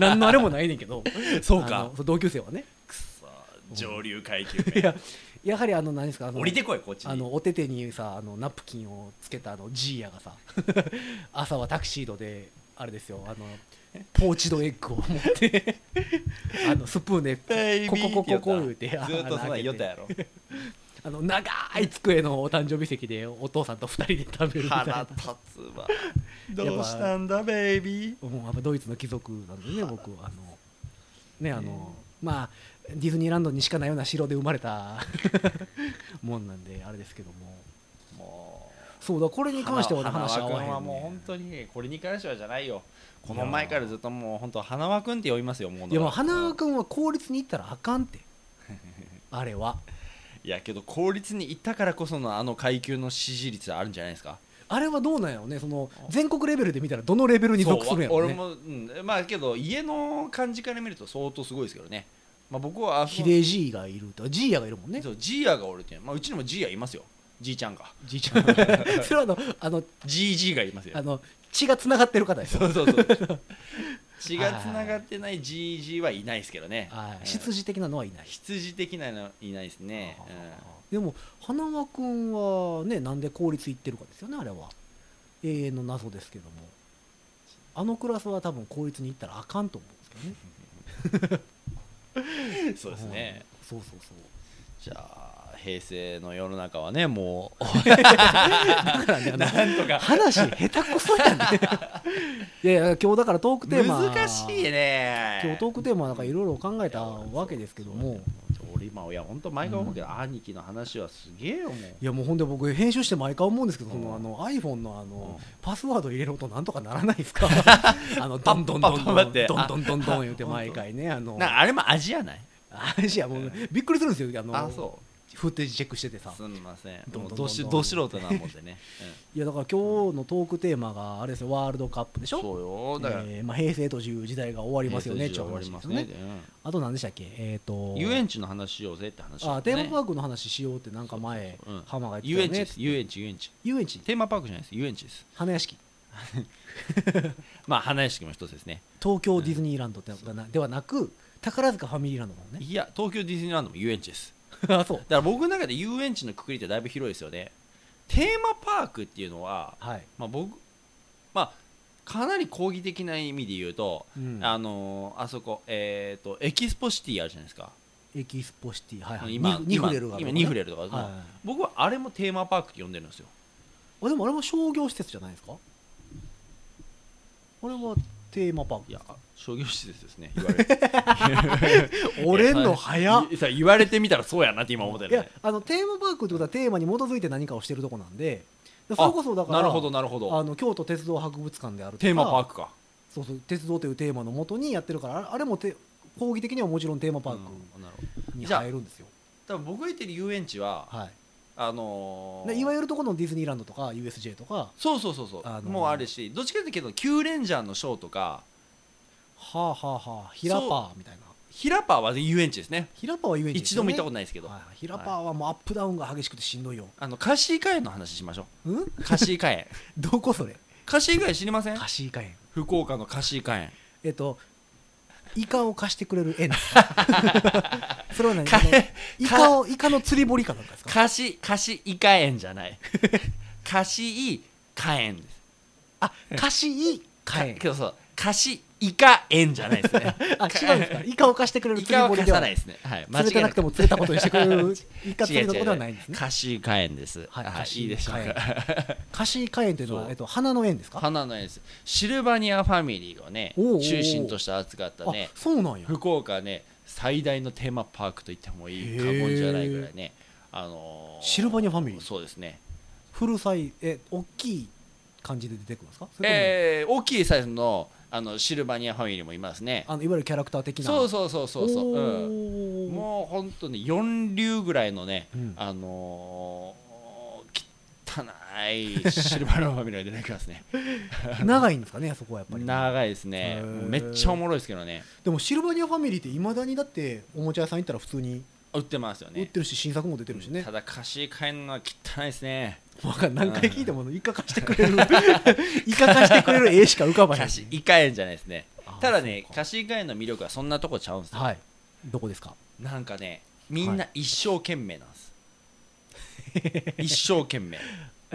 Speaker 2: 何のあれもないねんけど
Speaker 3: そうか
Speaker 2: あの同級生 はね
Speaker 3: くそ上流階級
Speaker 2: いややはりあの何ですかあの
Speaker 3: 降りてこいこっちに
Speaker 2: あのおててにさあのナプキンをつけたあのジーヤがさ 朝はタクシードであれですよあのポーチドエッグを持って あのスプーンでココココココ言うて
Speaker 3: ずーっとそんなん言っ たやろ
Speaker 2: あの長い机のお誕生日席でお父さんと二人で食べるみたい
Speaker 3: 腹
Speaker 2: な
Speaker 3: 立つわどうしたんだベイビー
Speaker 2: もうやっぱドイツの貴族なんでね僕はあのねあのまあディズニーランドにしかないような城で生まれた もんなんであれですけども
Speaker 3: も
Speaker 2: そうだこれ
Speaker 3: う
Speaker 2: に関してはね
Speaker 3: 花
Speaker 2: 話
Speaker 3: 輪
Speaker 2: 合わへ
Speaker 3: 君
Speaker 2: ん、ね、
Speaker 3: はもう本当にこれに関してはじゃないよこの前からずっともう本当花輪君って呼びますよもう
Speaker 2: いやもう花輪君は公立に行ったらあかんってあれはい
Speaker 3: やけど公立に行ったからこそのあの階級の支持率あるんじゃないですか
Speaker 2: あれはどうなんやろうねその全国レベルで見たらどのレベルに属するんや
Speaker 3: そう
Speaker 2: ろうね
Speaker 3: 俺も、うん、まあけど家の感じから見ると相当すごいですけどね、まあ、僕はあそ
Speaker 2: ヒデジーがいるとジーヤがいるもんね
Speaker 3: そうジーヤがおるっていう、まあ、うちにもジーヤいますよじいちゃんが
Speaker 2: じいちゃんそ れはあのあの
Speaker 3: ジージーがいますよ
Speaker 2: あの血がつながってる方ですよ
Speaker 3: そうそう そう血がつながってないジージーはいないですけどね
Speaker 2: は
Speaker 3: うん
Speaker 2: い執事的なのはいない
Speaker 3: 羊的なのいないですね、うん
Speaker 2: でも花輪君はねなんで公立行ってるかですよねあれは永遠の謎ですけどもあのクラスは多分公立に行ったらあかんと思うんですけどね
Speaker 3: そうですね、
Speaker 2: うんそうそうそう
Speaker 3: じゃあ平成の世の中はねも う
Speaker 2: だからねあの
Speaker 3: なん とか
Speaker 2: 話下手くそやね いやいや今日だからトークテーマ
Speaker 3: 難しいね
Speaker 2: 今日トークテーマなんかいろいろ考えたわけですけども
Speaker 3: 俺今いや本当毎回思うけど、兄貴の話はすげえよもう
Speaker 2: いやもうほんで僕編集して毎回思うんですけどその
Speaker 3: うん
Speaker 2: あの iPhone のあ
Speaker 3: うん
Speaker 2: のパスワード入れる音なんとかならないですかあのどんどんどんどんど
Speaker 3: パッパッパッ
Speaker 2: ん
Speaker 3: て
Speaker 2: どんどんどんどん言って毎回ねあの
Speaker 3: なんかあれも味やない
Speaker 2: 話やもうびっくりするんですよあの
Speaker 3: あそう
Speaker 2: フッテージチェックしててさ
Speaker 3: すみません
Speaker 2: どん
Speaker 3: も
Speaker 2: どんどんどん
Speaker 3: うどしど素人なもんでね、
Speaker 2: いやだから今日のトークテーマがあれですよワールドカップでし
Speaker 3: うん、
Speaker 2: ょ
Speaker 3: そうよだから、
Speaker 2: えーまあ平成という時代が終わりますよねっていう
Speaker 3: 終わり
Speaker 2: 話で
Speaker 3: ますす
Speaker 2: よ
Speaker 3: ね
Speaker 2: ねあと何でしたっけえっと
Speaker 3: 遊園地の話しようぜって話、ね、
Speaker 2: あテーマパークの話しようってなんか前
Speaker 3: そうそううん
Speaker 2: 浜が言
Speaker 3: 遊
Speaker 2: って
Speaker 3: 園
Speaker 2: た
Speaker 3: 地
Speaker 2: よ
Speaker 3: で
Speaker 2: ね
Speaker 3: す遊園地遊園地
Speaker 2: 遊園地
Speaker 3: テーマパークじゃないです遊園地です
Speaker 2: 花屋敷
Speaker 3: まあ花屋敷も一つですね
Speaker 2: 東京ディズニーランドってなではなく宝塚ファミリーランドの方ね
Speaker 3: いや東京ディズニーランドも遊園地です
Speaker 2: あそう
Speaker 3: だから僕の中で遊園地のくくりってだいぶ広いですよねテーマパークっていうのは、
Speaker 2: はい、
Speaker 3: まあ、僕まあかなり抗議的な意味で言うと、
Speaker 2: うん
Speaker 3: あのーあそこえっ、とエキスポシティあるじゃないですか
Speaker 2: エキスポシティはいはい
Speaker 3: 今
Speaker 2: ニフニフレルがある
Speaker 3: 今
Speaker 2: の
Speaker 3: ニフ
Speaker 2: ね
Speaker 3: レルとかあるの、
Speaker 2: はいはいはい
Speaker 3: 僕はあれもテーマパークって呼んでるんですよ
Speaker 2: あでもあれも商業施設じゃないですかあれはテーマパーク
Speaker 3: いや商業施設ですね言わ れて
Speaker 2: 折れんの早っ
Speaker 3: いやさ言われてみたらそうやなって今思って
Speaker 2: い
Speaker 3: る、
Speaker 2: や
Speaker 3: ね、
Speaker 2: あのテーマパークってことはテーマに基づいて何かをしてるとこなんでそれこそだから
Speaker 3: なるほどなるほど
Speaker 2: あの京都鉄道博物館であるとか
Speaker 3: テーマパークか
Speaker 2: そうそう鉄道というテーマのもとにやってるからあれあれもて講義的にはもちろんテーマパー
Speaker 3: うんなるほ
Speaker 2: クに
Speaker 3: じゃあ
Speaker 2: 入るんですよ、
Speaker 3: ど多分僕が言ってる遊園地は、
Speaker 2: はい、
Speaker 3: あのー
Speaker 2: でいわゆるとこのディズニーランドとか USJ とか
Speaker 3: そうそうそうそう、
Speaker 2: あのー
Speaker 3: もうあるしどっちかというとキューレンジャーのショーとか
Speaker 2: はあはあはあヒラパーみたいな
Speaker 3: ヒラパーは遊園地ですね
Speaker 2: ヒラパーは遊園地です
Speaker 3: 一
Speaker 2: よ
Speaker 3: 度も
Speaker 2: ね、
Speaker 3: 行ったことないですけど、
Speaker 2: はい、ヒラパーはもうアップダウンが激しくてしんどいよ、
Speaker 3: あのカシイカ園の話しましょ
Speaker 2: うん
Speaker 3: うカシイカ園
Speaker 2: どこそれ
Speaker 3: カシイカ園知りません
Speaker 2: 貸しイカ園
Speaker 3: 福岡のカシイカ園
Speaker 2: えっとイカを貸してくれる園 それは何
Speaker 3: か
Speaker 2: あのイカをイカの釣り堀かなんかですか
Speaker 3: カシカシイカ園じゃ ないカシイカ園です
Speaker 2: あ貸しイカ園
Speaker 3: けどそうカシイカ円じゃないです ね
Speaker 2: あ違うんですかイカを貸してくれる
Speaker 3: イ
Speaker 2: 釣り
Speaker 3: カを
Speaker 2: 堀
Speaker 3: 貸
Speaker 2: では
Speaker 3: さないですねはい
Speaker 2: 釣れてなくても釣れたことにしてくれるイカ釣りのことではないんですね
Speaker 3: 貸しイカ円です
Speaker 2: はい
Speaker 3: はい
Speaker 2: 貸し
Speaker 3: いいでしょう
Speaker 2: イ
Speaker 3: か
Speaker 2: カ 貸し火炎というの
Speaker 3: そ
Speaker 2: は、
Speaker 3: う
Speaker 2: えっと、花の縁ですか
Speaker 3: 花の絵ですシルバニアファミリーをね
Speaker 2: おうおうおう
Speaker 3: 中心として扱ったね
Speaker 2: あそうなんや
Speaker 3: 福岡ね最大のテーマパークと言ってもいい過言じゃないぐらいねあのー
Speaker 2: シルバニアファミリー
Speaker 3: そうですね
Speaker 2: フルサイえ大きい感じで出てくるんですかそれとも
Speaker 3: えー大きいサイズのあのシルバニアファミリーもいますね
Speaker 2: あのいわゆるキャラクター的な
Speaker 3: そうそうそうそうそう、うん
Speaker 2: おー
Speaker 3: もう本当に4流ぐらいのね、
Speaker 2: うん
Speaker 3: あのー汚いシルバニアファミリーが出てき ますね
Speaker 2: 長いんですかねそこはやっぱり
Speaker 3: 長いですね
Speaker 2: へー
Speaker 3: もうめっちゃおもろいですけどね
Speaker 2: でもシルバニアファミリーっていまだにだっておもちゃ屋さん行ったら普通に
Speaker 3: 売ってますよ
Speaker 2: 売っ
Speaker 3: ね
Speaker 2: てるし新作も出てるしね
Speaker 3: ただ貸し替えるのは汚いですね
Speaker 2: わかんない何回聞いてもイカ貸してくれる イカ貸してくれる絵しか浮かばへん
Speaker 3: 貸し替えんじゃないですね
Speaker 2: あー
Speaker 3: ただね
Speaker 2: そうか
Speaker 3: 貸し替えの魅力はそんなとこちゃうんですよ、
Speaker 2: はいどこです か
Speaker 3: なんかねみんな一生懸命なん です、一生懸命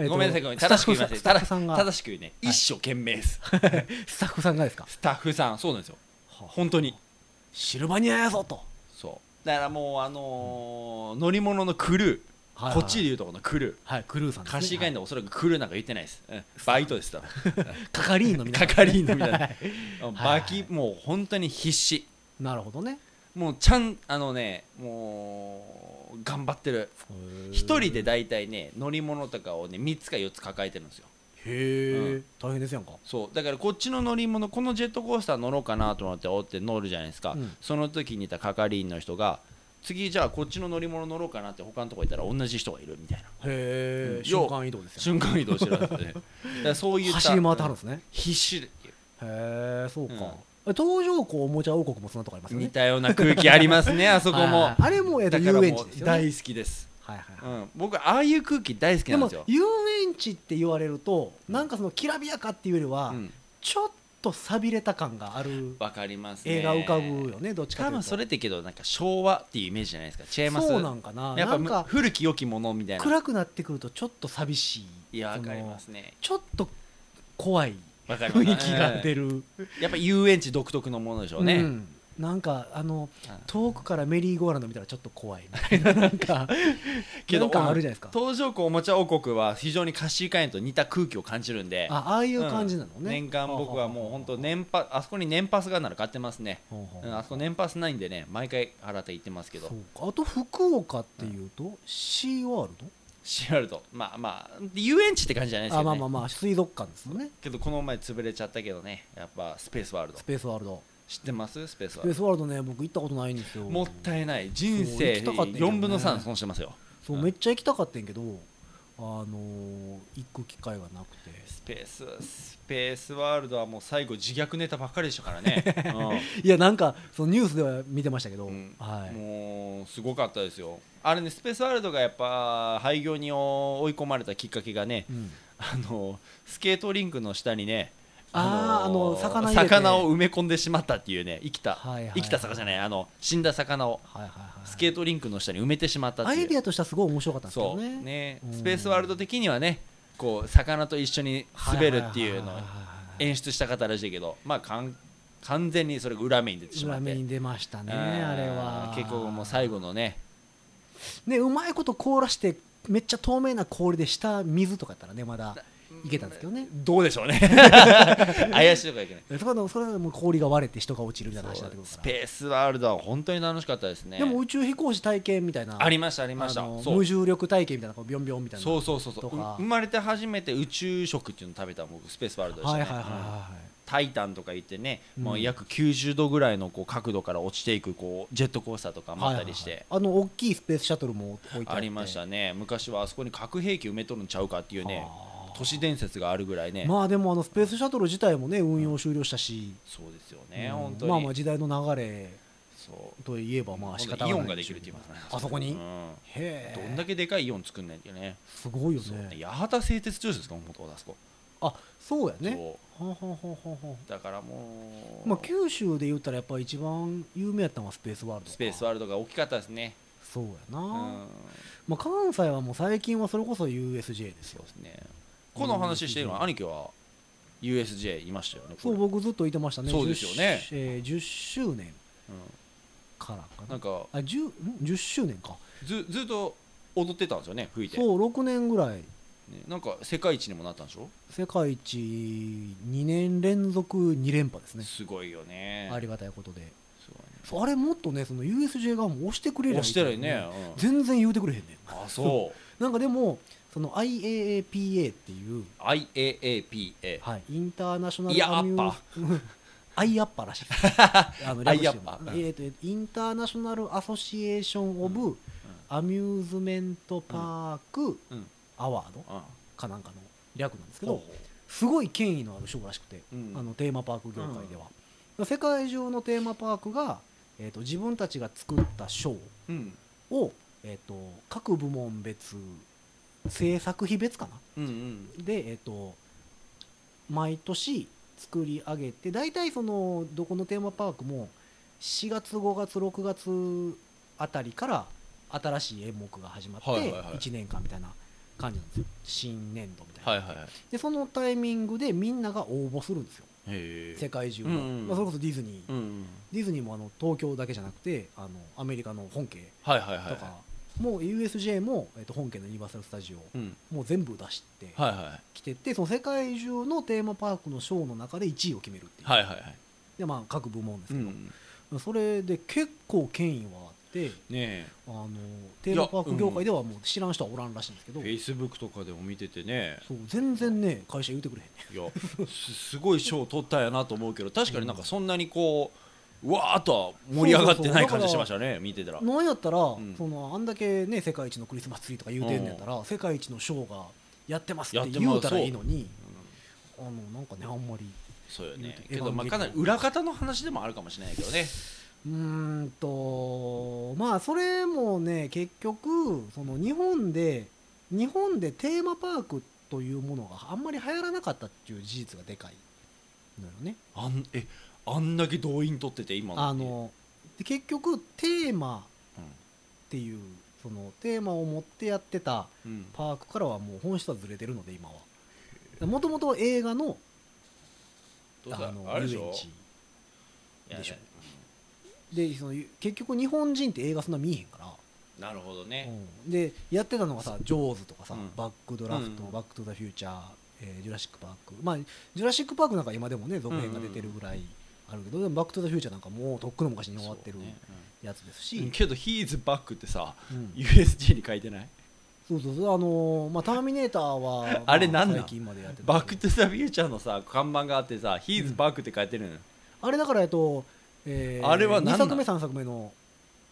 Speaker 3: ごめんなさいごめんなさい正しく言いますね
Speaker 2: スタッフさん
Speaker 3: 正
Speaker 2: が
Speaker 3: しく言うね、
Speaker 2: はい
Speaker 3: 一生懸命です
Speaker 2: スタッフさんがですか
Speaker 3: スタッフさんそうなんですよ本当に
Speaker 2: シルバニアやぞと
Speaker 3: そうだからもうあのー乗り物のクルー、
Speaker 2: はい
Speaker 3: こっちでいうとこのクルー
Speaker 2: はいクルーさんですね
Speaker 3: 貸し替え
Speaker 2: は
Speaker 3: でおそらくクルーなんか言ってないです、うんバイ トです多分
Speaker 2: い係員の皆さん
Speaker 3: 係員のみたいな
Speaker 2: はい
Speaker 3: バキもう本当に必死
Speaker 2: なるほどね
Speaker 3: もうちゃんあのねもう頑張ってる一人で大体ね乗り物とかをね3つか4つ抱えてるんですよ
Speaker 2: へえ、
Speaker 3: うん
Speaker 2: 大変ですやんか
Speaker 3: そうだからこっちの乗り物このジェットコースター乗ろうかなと思っておって乗るじゃないですか、
Speaker 2: うん
Speaker 3: その時にいた係員の人が次じゃあこっちの乗り物乗ろうかなって他のとこ行ったら同じ人がいる みたいな
Speaker 2: へ
Speaker 3: うん
Speaker 2: え瞬間移動ですよ
Speaker 3: 瞬間移動してるんですよねだからそういった
Speaker 2: 走り回ってはるんですね、
Speaker 3: 必死で
Speaker 2: へえそうか、え東条湖おもちゃ王国もそんなとこありますよね
Speaker 3: 似たような空気ありま すねあそこ
Speaker 2: はいはい
Speaker 3: も
Speaker 2: はいあれも、えっと
Speaker 3: だ
Speaker 2: 遊
Speaker 3: から
Speaker 2: 園地
Speaker 3: もう
Speaker 2: ですよね
Speaker 3: 大好きです、
Speaker 2: はいはいは
Speaker 3: う
Speaker 2: い
Speaker 3: ん、僕ああいう空気大好き
Speaker 2: で
Speaker 3: なんで
Speaker 2: も
Speaker 3: すよ、
Speaker 2: 遊園地って言われるとなんかそのきらびやかっていうよりは、
Speaker 3: うん、
Speaker 2: ちょっとさびれた感がある
Speaker 3: わかりますね
Speaker 2: 映画浮かぶよねどっちか
Speaker 3: 多
Speaker 2: というと
Speaker 3: 分それってけどなんか昭和っていうイメージじゃないですか違います
Speaker 2: そうなんかな
Speaker 3: やっぱ
Speaker 2: なんか
Speaker 3: 古き良きものみたいな
Speaker 2: 暗くなってくるとちょっと寂しい
Speaker 3: いやわ
Speaker 2: その
Speaker 3: かりますね
Speaker 2: ちょっと怖い
Speaker 3: わかります
Speaker 2: 雰囲気が出る
Speaker 3: やっぱ遊園地独特のものでしょうね、
Speaker 2: うんなんかあの
Speaker 3: うん
Speaker 2: 遠くからメリーゴーランド見たらちょっと怖いみたいななんか
Speaker 3: けど
Speaker 2: なんかあるじゃないですか
Speaker 3: 東条湖おもちゃ王国は非常に貸し会員と似た空気を感じるんで
Speaker 2: あああいう感じなの
Speaker 3: うん
Speaker 2: ね
Speaker 3: 年間僕はもう本当年パあそこに年パスがあるなら買ってますね、
Speaker 2: ほうほう
Speaker 3: うんあそこ年パスないんでね毎回払って行ってますけ
Speaker 2: そ
Speaker 3: ど
Speaker 2: うかあと福岡っていうとシーワール
Speaker 3: シーワールドまあまあ遊園地って感じじゃないで
Speaker 2: ド
Speaker 3: す
Speaker 2: あ
Speaker 3: けど、
Speaker 2: まあ
Speaker 3: ね
Speaker 2: まあまあ水族館ですよね
Speaker 3: けどこの前潰れちゃったけどねやっぱスペースワールド
Speaker 2: スペースワールド
Speaker 3: 知ってますスペース
Speaker 2: ス
Speaker 3: ワー
Speaker 2: ペー
Speaker 3: ル
Speaker 2: スワールドね僕行ったことないんですよ
Speaker 3: ドもったいない人生
Speaker 2: そう行きたかったんだよね
Speaker 3: 4分の3損してますよ
Speaker 2: そう
Speaker 3: うん
Speaker 2: めっちゃ行きたかったんやけどあのー行く機会がなくて
Speaker 3: スペーススペースワールドはもう最後自虐ネタばっかりでしたから ね、
Speaker 2: いやなんかそのニュースでは見てましたけど、
Speaker 3: うん
Speaker 2: はい
Speaker 3: もうすごかったですよあれねスペースワールドがやっぱ廃業に追い込まれたきっかけがね
Speaker 2: うん
Speaker 3: あのスケートリンクの下にね
Speaker 2: あーあの魚入れて
Speaker 3: 魚を埋め込んでしまったっていうね生きた、
Speaker 2: はいはいはい
Speaker 3: 生きた魚じゃないあの死んだ魚を
Speaker 2: はいはいはい
Speaker 3: スケートリンクの下に埋めてしまったって
Speaker 2: ア
Speaker 3: いう
Speaker 2: イディアとしてはすごい面白かったんですけ
Speaker 3: そ
Speaker 2: ど
Speaker 3: う
Speaker 2: ね
Speaker 3: ね
Speaker 2: うん
Speaker 3: スペースワールド的にはねこう魚と一緒に滑るっていう
Speaker 2: はいはいは
Speaker 3: のを
Speaker 2: いはい
Speaker 3: 演出した方らしいけど、まあ、かん完全にそれが裏目に出てしま
Speaker 2: 裏
Speaker 3: っ
Speaker 2: 目
Speaker 3: て
Speaker 2: に出ましたね
Speaker 3: うん
Speaker 2: あれは
Speaker 3: 結構もう最後のね
Speaker 2: ねうまいこと凍らしてめっちゃ透明な氷で下水とかやったらねまだいけたんですけどね
Speaker 3: どうでしょうね 怪しいとかいけない
Speaker 2: そこでもそれでもう氷が割れて人が落ちるみたいな話になってくる
Speaker 3: ス
Speaker 2: から
Speaker 3: ペースワールドは本当に楽しかったですね
Speaker 2: でも宇宙飛行士体験みたいな
Speaker 3: ありましたありました
Speaker 2: あの
Speaker 3: そう
Speaker 2: 無重力体験みたいなこうビョンビョンみたいな
Speaker 3: そうそうそうそう
Speaker 2: と
Speaker 3: う
Speaker 2: か
Speaker 3: 生まれて初めて宇宙食っていうの食べた僕スペースワールドでした
Speaker 2: はい
Speaker 3: ね、
Speaker 2: はいはいはい
Speaker 3: うん
Speaker 2: は
Speaker 3: タイタンとか行ってね、
Speaker 2: うん
Speaker 3: もう約90度ぐらいのこう角度から落ちていくこうジェットコースターとか
Speaker 2: い
Speaker 3: もあったりして、
Speaker 2: はいはいはいあの大きいスペースシャトルも置いてって
Speaker 3: ありましたね昔はあそこに核兵器埋めとるんちゃうかっていうね
Speaker 2: あー
Speaker 3: 都市伝説があるぐらいね、
Speaker 2: まあでもあのスペースシャトル自体もね運用終了したし、
Speaker 3: そうですよね、
Speaker 2: うん
Speaker 3: 本当に、
Speaker 2: まあまあ時代の流れ
Speaker 3: そう
Speaker 2: といえばまあ仕方がない
Speaker 3: イオンができるって言いますね
Speaker 2: あそこに、
Speaker 3: うん
Speaker 2: へえ
Speaker 3: どんだけでかいイオン作んないとね
Speaker 2: すごいよ
Speaker 3: そうね
Speaker 2: ね
Speaker 3: 八幡製鉄所ですか元々あそこ
Speaker 2: あそうやね
Speaker 3: そ
Speaker 2: ほんほんほんほんほん
Speaker 3: うだからもう、
Speaker 2: まあ九州で言ったらやっぱ一番有名やったのはスペースワールドか
Speaker 3: スペースワールドが大きかったですね、
Speaker 2: そうやな、
Speaker 3: うん、
Speaker 2: まあ関西はもう最近はそれこそ USJ です
Speaker 3: そ
Speaker 2: よ
Speaker 3: うですねこの話してるのは兄貴は USJ いましたよね
Speaker 2: そう
Speaker 3: こ
Speaker 2: 僕ずっといてましたね
Speaker 3: そうですよね
Speaker 2: 10えー10周年
Speaker 3: れ
Speaker 2: から
Speaker 3: うん
Speaker 2: か
Speaker 3: な
Speaker 2: な
Speaker 3: んか
Speaker 2: あ 10, ん10周年か
Speaker 3: ずずっと踊ってたんですよね吹いて、ね、
Speaker 2: そう6年ぐらい
Speaker 3: なんか世界一にもなったんでしょ、
Speaker 2: 世界一2年連続2連覇ですね
Speaker 3: すごいよね
Speaker 2: ありがたいことで
Speaker 3: す
Speaker 2: そうあれもっとねその USJ 側も押してく
Speaker 3: ご
Speaker 2: れ
Speaker 3: い
Speaker 2: りゃ
Speaker 3: 押して
Speaker 2: の
Speaker 3: る
Speaker 2: に
Speaker 3: ね、うん
Speaker 2: 全然言うてくれへんね
Speaker 3: あそう
Speaker 2: なんかでもその IAAPA っていう、
Speaker 3: う IAAPA
Speaker 2: はい、インターナショナ
Speaker 3: いや
Speaker 2: ルアミュー アイアッパ らしいあの略しても
Speaker 3: アイアッパうん
Speaker 2: えーとインターナショナルアソシエーション・オ
Speaker 3: うん
Speaker 2: ブ・アミューズメント・パーク
Speaker 3: うんうん・
Speaker 2: アワード
Speaker 3: あ
Speaker 2: かなんかの略なんですけ
Speaker 3: ほう
Speaker 2: ど
Speaker 3: ほ
Speaker 2: すごい権威のある賞らしくて
Speaker 3: ううん
Speaker 2: あのテーマパーク業界では、世界中のテーマパークが、えー、と自分たちが作った賞
Speaker 3: うん
Speaker 2: を、えー、と各部門別制作費別かな
Speaker 3: うんうん
Speaker 2: で、えー、と毎年作り上げて大体そのどこのテーマパークも4月5月6月あたりから新しい演目が始まって
Speaker 3: はいはいはい
Speaker 2: 1年間みたいな感じなんですよ新年度みたいな、
Speaker 3: はいはいはい
Speaker 2: でそのタイミングでみんなが応募するんですよ
Speaker 3: へ
Speaker 2: 世
Speaker 3: え
Speaker 2: 界中の、
Speaker 3: うんうん
Speaker 2: まあ、それこそディズニー、
Speaker 3: うんうん
Speaker 2: ディズニーもあの東京だけじゃなくてあのアメリカの本家
Speaker 3: はいはいは
Speaker 2: と
Speaker 3: い
Speaker 2: か、もう USJ も、えっと本家のユニバーサル・スタジオ
Speaker 3: うん
Speaker 2: もう全部出して
Speaker 3: はいはい
Speaker 2: きてて、その世界中のテーマパークのショーの中で1位を決めるっていう、
Speaker 3: はいはいはい
Speaker 2: でまあ、各部門です
Speaker 3: う
Speaker 2: け
Speaker 3: ん
Speaker 2: ど、
Speaker 3: ね
Speaker 2: それで結構権威はあって
Speaker 3: え
Speaker 2: あのテーマパーク業界ではもう知らん人はおらんらしいんですけど、
Speaker 3: フェイスブックとかでも見ててね
Speaker 2: そう全然ね会社言うてくれへんね
Speaker 3: いやす すごい賞を取ったんやなと思うけど確かになんかそんなにこううわーっとは盛り上がってない感じしましたね見てたら
Speaker 2: なんやったら、
Speaker 3: ん
Speaker 2: そのあんだけね世界一のクリスマスツリーとか言うてんねやったら、世界一のショーがやってますって言うたらいいのに、あのなんかねあんまり
Speaker 3: そうよね
Speaker 2: 言う
Speaker 3: け
Speaker 2: て
Speaker 3: どまあ
Speaker 2: エヴァンゲリオン
Speaker 3: かなり裏方の話でもあるかもしれないけどね
Speaker 2: うーんとまあそれもね結局その日本で日本でテーマパークというものがあんまり流行らなかったっていう事実がでかいのよね。
Speaker 3: あんえあんだけ動員取ってて今
Speaker 2: あので結局テーマっていうそのテーマを持ってやってた
Speaker 3: うんうん
Speaker 2: パークからはもう本質はずれてるので今はもともと映画の
Speaker 3: どう
Speaker 2: あ
Speaker 3: せ
Speaker 2: の
Speaker 3: あれでし
Speaker 2: 遊
Speaker 3: ょ
Speaker 2: 園地
Speaker 3: いや
Speaker 2: でしょ
Speaker 3: い
Speaker 2: でその結局日本人って映画そんな見えへんから、
Speaker 3: やなるほどね
Speaker 2: うんでやってたのがさ「ジョーズ」とかさ、
Speaker 3: うん
Speaker 2: バックドラフト」
Speaker 3: うん
Speaker 2: バック・トゥ・ザ・フューチャー」えージュラシック・パーク」まあジュラシック・パークなんか今でもね続編が出てるぐらいあるけど、でもバック・トゥ・ザ・フューチャー」なんかもうとっくの昔に終わってる
Speaker 3: そうね
Speaker 2: やつです
Speaker 3: う
Speaker 2: し
Speaker 3: んけど「He's Back」ってさ
Speaker 2: そう,、ん、
Speaker 3: USJ に書いてない
Speaker 2: そうそうそうあのーまあ「ターミネーターは」ま
Speaker 3: あれなんなん
Speaker 2: 最近までやってたけど
Speaker 3: バック・トゥ・ザ・フューチャーのさ看板があってさ「He's Back」って書いてるのよ
Speaker 2: あれだからえっと、えー、
Speaker 3: あれは何な
Speaker 2: 2
Speaker 3: ん
Speaker 2: 作目3作目の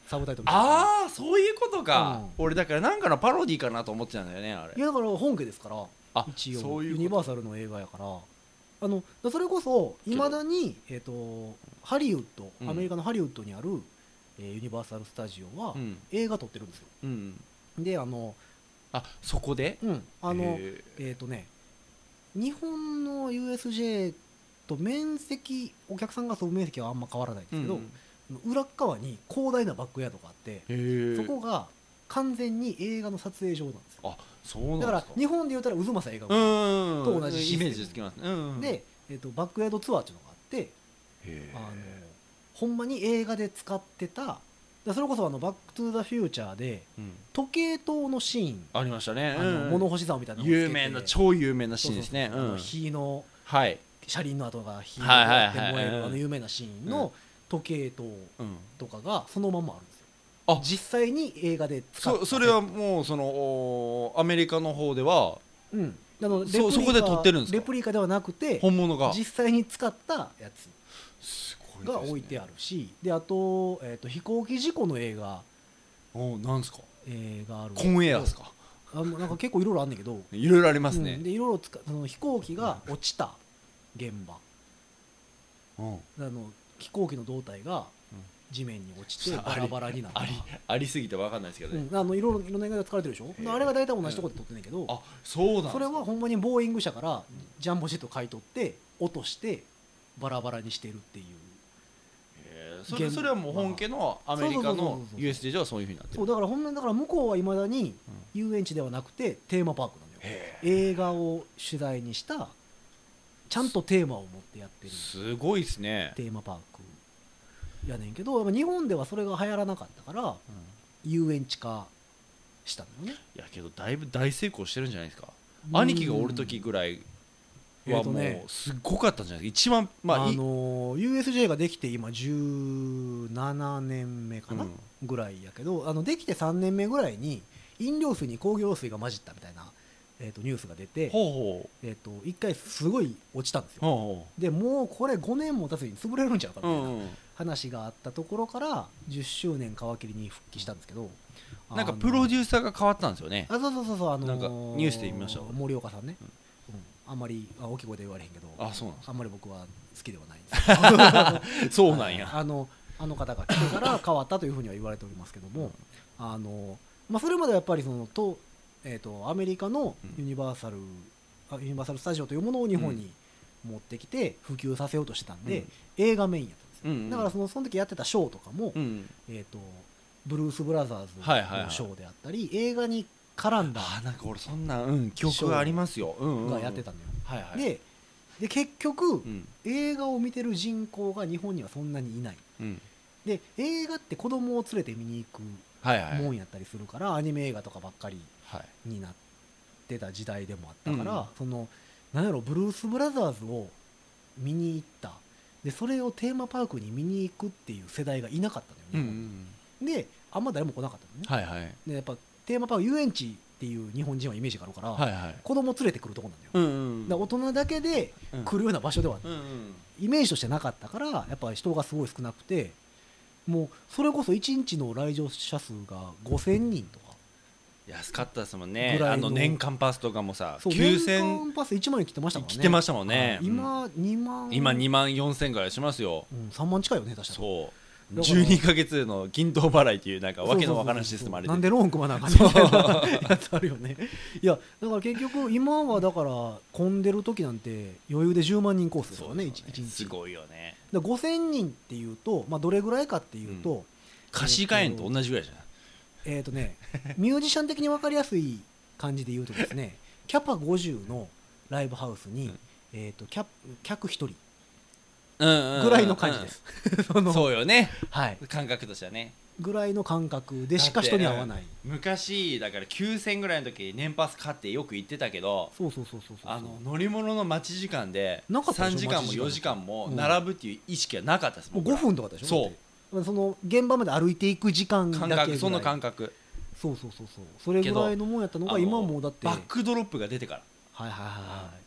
Speaker 2: サブタイトルみたいな
Speaker 3: ああそういうことか、
Speaker 2: うん
Speaker 3: 俺だからなんかのパロディかなと思ってたんだよねあれ
Speaker 2: いやだから本家ですから
Speaker 3: あ
Speaker 2: 一応
Speaker 3: そういう
Speaker 2: ユ
Speaker 3: こと
Speaker 2: ニバーサルの映画やからあのだそれこそいまだに、えっとハリウッド
Speaker 3: うん
Speaker 2: アメリカのハリウッドにある、えーユニバーサル・スタジオは、
Speaker 3: うん
Speaker 2: 映画撮ってるんですよ
Speaker 3: うん
Speaker 2: であの
Speaker 3: あそこで
Speaker 2: うんあの
Speaker 3: へー
Speaker 2: えっ、とね日本の USJ と面積お客さんがそう面積はあんま変わらないんで
Speaker 3: うん
Speaker 2: すけど、裏っ側に広大なバックヤードがあって
Speaker 3: へー
Speaker 2: そこが完全に映画の撮影場なんですよ
Speaker 3: あそう
Speaker 2: だか
Speaker 3: なんで
Speaker 2: ら
Speaker 3: すか
Speaker 2: 日本で言ったら渦政映画
Speaker 3: う
Speaker 2: 館
Speaker 3: ん
Speaker 2: と同じシ
Speaker 3: イ
Speaker 2: ステ
Speaker 3: メ
Speaker 2: ム
Speaker 3: ージつきますね、うん、
Speaker 2: で、えっとバックヤードツアーっていうのがあって
Speaker 3: へー
Speaker 2: あのほんまに映画で使ってただからそれこそあの「バック・トゥ・ザ・フューチャー」で
Speaker 3: うん
Speaker 2: 時計塔のシーン
Speaker 3: ありましたね、
Speaker 2: あの
Speaker 3: うん
Speaker 2: 物干し竿みたいなのをつけて
Speaker 3: 有名な超有名なシーンですね
Speaker 2: そうそうそうあの
Speaker 3: うん
Speaker 2: 火の
Speaker 3: はい、
Speaker 2: 車輪の跡が火で
Speaker 3: はいはいはい
Speaker 2: 燃え
Speaker 3: うん
Speaker 2: るあの有名なシーンの時計塔
Speaker 3: うん、
Speaker 2: とかがそのまんまあるんですよ
Speaker 3: あ
Speaker 2: 実際に映画で使って
Speaker 3: そそれはもうそのおーアメリカの方では
Speaker 2: うんあの
Speaker 3: そ
Speaker 2: レプリカ
Speaker 3: そこで撮ってるんですか
Speaker 2: レプリカではなくて
Speaker 3: 本物が
Speaker 2: 実際に使ったやつ
Speaker 3: すごいですね
Speaker 2: が置いてあるしで,、あと,、えー、と飛行機事故の映画、
Speaker 3: おーなんですか
Speaker 2: えーがあるんだ
Speaker 3: コ
Speaker 2: けど
Speaker 3: ンエアですか
Speaker 2: あもうなんか結構いろいろあんねんけど、
Speaker 3: いろいろありま
Speaker 2: う
Speaker 3: すね
Speaker 2: ん、、でいろいろ使その飛行機が落ちた現場
Speaker 3: うん
Speaker 2: あの飛行機の胴体が
Speaker 3: うん
Speaker 2: 地面に落ちて
Speaker 3: さあ
Speaker 2: バラバラになった
Speaker 3: ありありすぎて分かんないですけど
Speaker 2: う
Speaker 3: ね、
Speaker 2: ん、あのいろいろいろんな映画で使われてるでしょ
Speaker 3: へえ
Speaker 2: であれが大体同じとこで撮ってんねんけど、
Speaker 3: あそうなん
Speaker 2: それはほんまにボーイング社からジャンボジェット買い取って落としてバラバラにしてるっていう
Speaker 3: へーそれそれはもう本家のアメリ
Speaker 2: そ
Speaker 3: カ
Speaker 2: うそうそう
Speaker 3: の
Speaker 2: そうそう
Speaker 3: USJ ではそういうふうになって
Speaker 2: そう
Speaker 3: る
Speaker 2: だからほんまにだから向こうはいまだに遊園地ではなくてテーマパークなんだよ
Speaker 3: へ
Speaker 2: 映画を主題にしたちゃんとテーマを持ってやってる
Speaker 3: すごいですね
Speaker 2: テーマパークやねんけどやっぱ日本ではそれが流行らなかったから遊園地化したのよね
Speaker 3: いやけどだいぶ大成功してるんじゃないですか兄貴がおる時ぐらい
Speaker 2: え
Speaker 3: は
Speaker 2: ーと
Speaker 3: も
Speaker 2: ね
Speaker 3: うすっごかったんじゃないですか一番まあ
Speaker 2: あ
Speaker 3: い
Speaker 2: のー USJ ができて今17年目かな、
Speaker 3: うん
Speaker 2: ぐらいやけどあのできて3年目ぐらいに飲料水に工業水が混じったみたいな、えー、とニュースが出て、
Speaker 3: ほうほ
Speaker 2: えー、と1回すごい落ちたんです
Speaker 3: う
Speaker 2: よ
Speaker 3: ほ
Speaker 2: でもうこれ5年も経つに潰れるんちゃうか
Speaker 3: う
Speaker 2: み
Speaker 3: ほう
Speaker 2: たいな、
Speaker 3: うんうん
Speaker 2: 話があったところから10周年皮切りに復帰したんですけど
Speaker 3: なんかプロデ
Speaker 2: ュー
Speaker 3: ューサーが変わったんですよね
Speaker 2: あそうそうそうそうあのー
Speaker 3: なんかニュースで見ました
Speaker 2: 森岡さんね、うんあんまりあ大きい声で言われへんけど
Speaker 3: あそうなんです
Speaker 2: あんまり僕は好きではないんですけど
Speaker 3: か そうなんや
Speaker 2: あのあの方が来てから変わったというふうには言われておりますけども、あのまあ、それまではやっぱりそのと、えー、とアメリカのユニバーサル、あユニバーサル・スタジオというものを日本に持ってきて普及させようとしてたんで、映画メインやったんですよ、
Speaker 3: うんうん
Speaker 2: だからそのその時やってたショーとかも、
Speaker 3: うん
Speaker 2: えー、とブルース・ブラザー
Speaker 3: はいはい
Speaker 2: ズ
Speaker 3: は
Speaker 2: の
Speaker 3: い
Speaker 2: ショーであったり、映画に絡んだ
Speaker 3: あなんか俺そんなうん記憶がありますようんうん
Speaker 2: がやってたのよ、
Speaker 3: はいはい
Speaker 2: でで結局、
Speaker 3: うん
Speaker 2: 映画を見てる人口が日本にはそんなにいない
Speaker 3: うん
Speaker 2: で映画って子供を連れて見に行く
Speaker 3: はいはい
Speaker 2: もんやったりするから、アニメ映画とかばっかり
Speaker 3: はい
Speaker 2: になってた時代でもあったから、
Speaker 3: うん
Speaker 2: そのなんやろブルース・ブラザーズを見に行ったでそれをテーマパークに見に行くっていう世代がいなかった
Speaker 3: う
Speaker 2: の
Speaker 3: ん
Speaker 2: よ
Speaker 3: う
Speaker 2: ね、
Speaker 3: ん
Speaker 2: であんま誰も来なかったのね、
Speaker 3: はいはい
Speaker 2: でやっぱテーマパーク遊園地っていう日本人はイメージがあるから、
Speaker 3: はいはい
Speaker 2: 子供連れてくるとこなんだよ、
Speaker 3: うんうん
Speaker 2: だから大人だけで来るような場所ではない、
Speaker 3: うんうん
Speaker 2: イメージとしてなかったからやっぱ人がすごい少なくてもうそれこそ1日の来場者数が5000人とか、
Speaker 3: 安かったですもんね
Speaker 2: ぐら
Speaker 3: あ
Speaker 2: いの
Speaker 3: の年間パスとかもさ
Speaker 2: そう年
Speaker 3: 9000
Speaker 2: 間パス1万円切ってましたからね
Speaker 3: 切ってましたもんね
Speaker 2: はい今2万
Speaker 3: 今2万4000ぐらいしますよ
Speaker 2: うん、3万近いよね確かに
Speaker 3: そう
Speaker 2: だから
Speaker 3: 12か月の均等払いっていうなんかわけのわからんシステムあれ
Speaker 2: でなん
Speaker 3: で
Speaker 2: でローン組まなあかんねんみたいな やつあるよねいやだから結局今はだから混んでる時なんて余裕で10万人コースですからね一
Speaker 3: そう
Speaker 2: 一日
Speaker 3: すごいよね
Speaker 2: だから5000人っていうと、まあ、どれぐらいかっていうと、
Speaker 3: 貸し替えんと同じぐらいじゃない
Speaker 2: えっ、とねミュージシャン的に分かりやすい感じで言うとですねキャパ50のライブハウスに、
Speaker 3: うん
Speaker 2: えー、とキャ客1人
Speaker 3: ぐ
Speaker 2: ぐらいの感じです、 その
Speaker 3: そうよね
Speaker 2: はい、
Speaker 3: 感覚としてはね
Speaker 2: ぐらいの感覚でしか人に会わない、
Speaker 3: 昔だから9000ぐらいの時に年パス買ってよく行ってたけど
Speaker 2: そうそうそうそうそう
Speaker 3: あの乗り物の待ち時間で
Speaker 2: なかったでしょ
Speaker 3: 3時間も
Speaker 2: 待ち時間
Speaker 3: 4時間も並ぶっていう意識はなかったです
Speaker 2: もう
Speaker 3: 僕
Speaker 2: 5
Speaker 3: ら
Speaker 2: 分とかでしょ
Speaker 3: そう
Speaker 2: だってまあその現場まで歩いていく時間だけ
Speaker 3: 感
Speaker 2: ぐらい
Speaker 3: 覚その感覚
Speaker 2: そうそうそうそうそれぐらいのもんやったの
Speaker 3: あ
Speaker 2: が
Speaker 3: の
Speaker 2: 今はもうだっては
Speaker 3: バ
Speaker 2: い
Speaker 3: ックドロップが出てから
Speaker 2: はいはいはい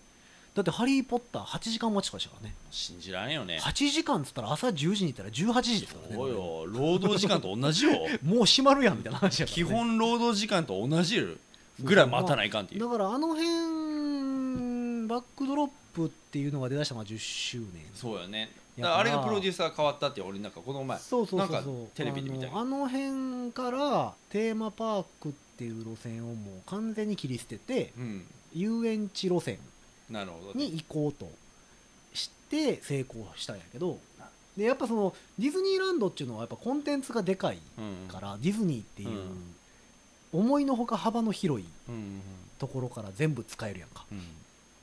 Speaker 2: だって「ハリー・ポッター」8時間待ちとかしたからね
Speaker 3: 信じられんよね
Speaker 2: 8時間っつったら朝10時に行ったら18時ですからね
Speaker 3: そうよ労働時間と 同じよ
Speaker 2: もう閉まるやんみたいな話やから、ね、
Speaker 3: 基本労働時間と同じぐらい待たないかんっていう
Speaker 2: だからあの辺バックドロップっていうのが出だしたのが10周年
Speaker 3: そうよね
Speaker 2: い
Speaker 3: だか
Speaker 2: や
Speaker 3: らあれがプロデューサーが変わったって俺なんかこの前
Speaker 2: そうそうそうそう
Speaker 3: なんかテレビで見たけど
Speaker 2: あのあの辺からテーマパークっていう路線をもう完全に切り捨てて
Speaker 3: うん
Speaker 2: 遊園地路線
Speaker 3: なるほどね
Speaker 2: に行こうとして成功したんやけどでやっぱそのディズニーランドっていうのはやっぱコンテンツがでかい
Speaker 3: うん
Speaker 2: からディズニーっていう
Speaker 3: うん
Speaker 2: 思いのほか幅の広い
Speaker 3: うんうん
Speaker 2: ところから全部使えるやんか
Speaker 3: うんうん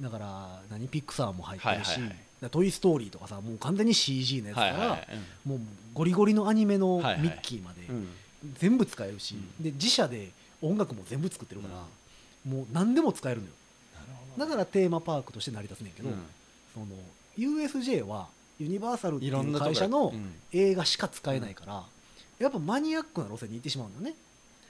Speaker 2: だから何ピクサーも入ってるし「
Speaker 3: はいはいはい
Speaker 2: だからトイ・ストーリー」とかさもう完全に CG のやつか
Speaker 3: はい
Speaker 2: ら、
Speaker 3: はいはい
Speaker 2: もうゴリゴリのアニメのミ
Speaker 3: はいはい
Speaker 2: ッキーまで
Speaker 3: うんうん
Speaker 2: 全部使えるし、
Speaker 3: う
Speaker 2: で自社で音楽も全部作ってるから、もう何でも使えるのよだからテーマパークとして成り立つねんけど、
Speaker 3: うん
Speaker 2: その USJ はユニバーサルってい
Speaker 3: いろん
Speaker 2: う
Speaker 3: なとこ
Speaker 2: 会社の
Speaker 3: うん
Speaker 2: 映画しか使えないから、やっぱマニアックな路線に行ってしまうんだよね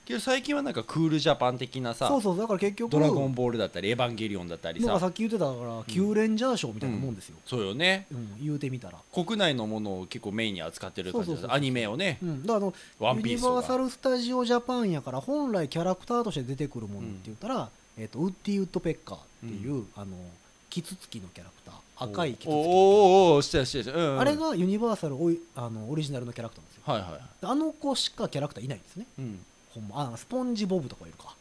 Speaker 3: けど最近はなんかクールジャパン的なさ
Speaker 2: そうそうだから結局
Speaker 3: ドラゴンボールだったりエヴァンゲリオンだったり
Speaker 2: なんかさ
Speaker 3: さ
Speaker 2: っき言ってたから「キューレンジャーショー」みたいなもんですよ、
Speaker 3: そうよね
Speaker 2: うん言うてみたら、
Speaker 3: 国内のものを結構メインに扱ってる感じ
Speaker 2: そう
Speaker 3: で
Speaker 2: そうそうそ
Speaker 3: す
Speaker 2: う
Speaker 3: アニメをね
Speaker 2: うん、だからあの
Speaker 3: ワン
Speaker 2: ユ
Speaker 3: ピ
Speaker 2: ニ
Speaker 3: ースと
Speaker 2: バーサ
Speaker 3: か
Speaker 2: ル・スタジオ・ジャパンやから本来キャラクターとして出てくるものって言ったら、えっとウッディ・ウッドペッカーっていう、あのキツツキのキャラクター赤いキツツ
Speaker 3: おー
Speaker 2: キ
Speaker 3: おーおーしてるしてるうんうん
Speaker 2: あれがユニバーサルオイあのオリジナルのキャラクターなんですよ
Speaker 3: はいはい
Speaker 2: あの子しかキャラクターいないんですね
Speaker 3: うん
Speaker 2: ほんまあスポンジボブとかいる か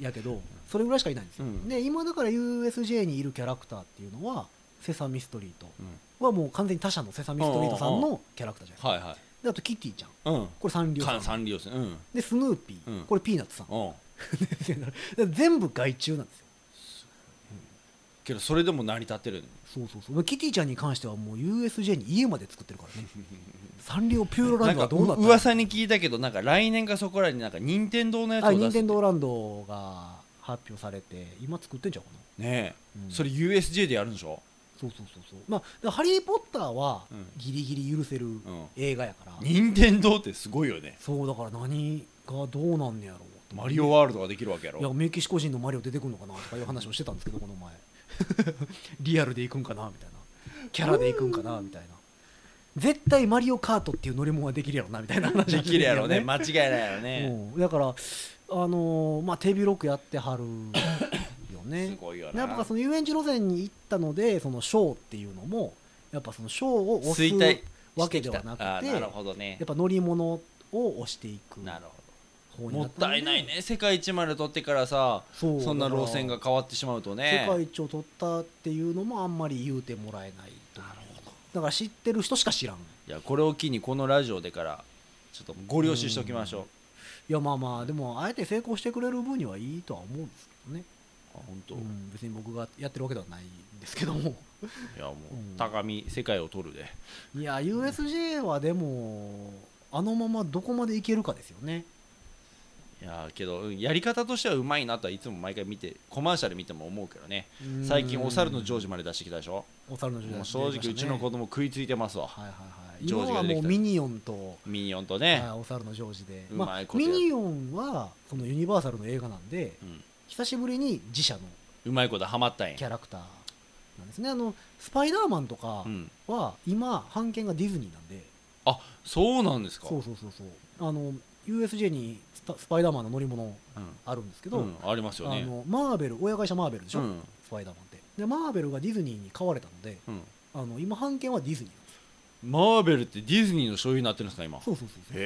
Speaker 2: やけどそれぐらいしかいないんですよ、
Speaker 3: うん
Speaker 2: で今だから USJ にいるキャラクターっていうのはセサミストリート
Speaker 3: うん
Speaker 2: はもう完全に他社のセサミストリートさん
Speaker 3: うんうん
Speaker 2: のキャラクターじゃないですか
Speaker 3: はいはい
Speaker 2: であとキティちゃん
Speaker 3: うん
Speaker 2: これサンリオさ
Speaker 3: か
Speaker 2: ん
Speaker 3: サンリオですねうん
Speaker 2: でスヌーピー、
Speaker 3: うん
Speaker 2: これピーナッツさん
Speaker 3: うん
Speaker 2: ですよだから全部外注なんですよ
Speaker 3: けどそれでも成り立ってる
Speaker 2: そうそうそうキティちゃんに関してはもう USJ に家まで作ってる からねサンリオピューロラ
Speaker 3: な
Speaker 2: ン
Speaker 3: ん
Speaker 2: ド
Speaker 3: か
Speaker 2: はどうなったの
Speaker 3: 噂に聞いたけどなんか来年かそこらになんか任天堂のやつ
Speaker 2: あ
Speaker 3: を
Speaker 2: 任
Speaker 3: 出す
Speaker 2: 天堂ランドが発表されて今作ってんちゃうかな
Speaker 3: ねえ、
Speaker 2: うん
Speaker 3: それ USJ でやるんでしょ、
Speaker 2: そうそうそうそうまあでもハリー・ポッターは
Speaker 3: うん
Speaker 2: ギリギリ許せる
Speaker 3: うん、
Speaker 2: 映画やから、
Speaker 3: 任天堂ってすごいよね
Speaker 2: そうだから何がどうなんねやろう
Speaker 3: マリオワールドができるわけやろ
Speaker 2: いやメキシコ人のマリオ出てくるのかなとかいう話をしてたんですけどこの前 リアルで行くんかなみたいなキャラで行くんかなみたいな絶対マリオカートっていう乗り物はできるやろなみたいな話
Speaker 3: できるやろ
Speaker 2: を
Speaker 3: ね
Speaker 2: して
Speaker 3: 間違いないやろ
Speaker 2: たんだよ
Speaker 3: ね、
Speaker 2: うんだからあのーまあ手広くやってはるよね
Speaker 3: すごいよ
Speaker 2: や
Speaker 3: な
Speaker 2: っぱその遊園地路線に行ったのでそのショーっていうのもやっぱそのショーを押す
Speaker 3: 衰退してきた
Speaker 2: わけではなくて
Speaker 3: あーなる
Speaker 2: や
Speaker 3: ほどね
Speaker 2: っぱ乗り物を押していく
Speaker 3: なるほ
Speaker 2: 方
Speaker 3: ど
Speaker 2: に
Speaker 3: も
Speaker 2: な
Speaker 3: っ
Speaker 2: ったの
Speaker 3: た
Speaker 2: で
Speaker 3: いないね世界一まで取ってからさ
Speaker 2: そ
Speaker 3: そんな路線
Speaker 2: だ
Speaker 3: が
Speaker 2: か
Speaker 3: 変わってしまうと
Speaker 2: ら
Speaker 3: ね
Speaker 2: 世界一を取ったっていうのもあんまり言うてもらえないなるほどだから知ってる人しか知らんい
Speaker 3: いやこれを機にこのラジオでからちょっとご了承しておきましょう、
Speaker 2: やまあまあでもあえて成功してくれる分にはいいとは思うんですけどね、
Speaker 3: あ本当、
Speaker 2: う
Speaker 3: い
Speaker 2: ん、別に僕がやってるわけではないんですけども
Speaker 3: やもう、
Speaker 2: うん
Speaker 3: 高み世界を取るで
Speaker 2: いや USJ はでもあのままどこまでいけるかですよね
Speaker 3: いやーけどうんやり方としてはうまいなとはいつも毎回見てコマーシャル見ても思うけどね最近お猿のジョー
Speaker 2: ジ
Speaker 3: ジまで出してきたでしょ
Speaker 2: お猿のジョージ
Speaker 3: もう正直うちの子供食いついてますわ
Speaker 2: はいはいはい
Speaker 3: ジョー
Speaker 2: 今
Speaker 3: ジが
Speaker 2: は
Speaker 3: 出てきた
Speaker 2: もうミニオンと、
Speaker 3: ミニオンとね、
Speaker 2: はいお猿のジョージで、
Speaker 3: うまいこと
Speaker 2: ミ
Speaker 3: やる
Speaker 2: ニオンはそのユニバーサルの映画なんで
Speaker 3: うん
Speaker 2: 久しぶりに自社の
Speaker 3: うまいことハマったんや
Speaker 2: キャラクターなんですねあのスパイダーマンとか
Speaker 3: うん、
Speaker 2: は今版権がディズニーなんで
Speaker 3: そうなんですか
Speaker 2: そうそうそうそうあの USJ にスパスパイダーマンの乗り物
Speaker 3: うん
Speaker 2: あるんですけど、
Speaker 3: うん、ありますよ
Speaker 2: あ
Speaker 3: ね
Speaker 2: のマーベル親会社マーベルでしょ、
Speaker 3: うん
Speaker 2: スパイダーマンってでマーベルがディズニーに買われたので
Speaker 3: うん、
Speaker 2: あの今版権はディズニーなんですよ
Speaker 3: マーベルってディズニーの所有になってるんですか今
Speaker 2: そうそうそうそう
Speaker 3: へ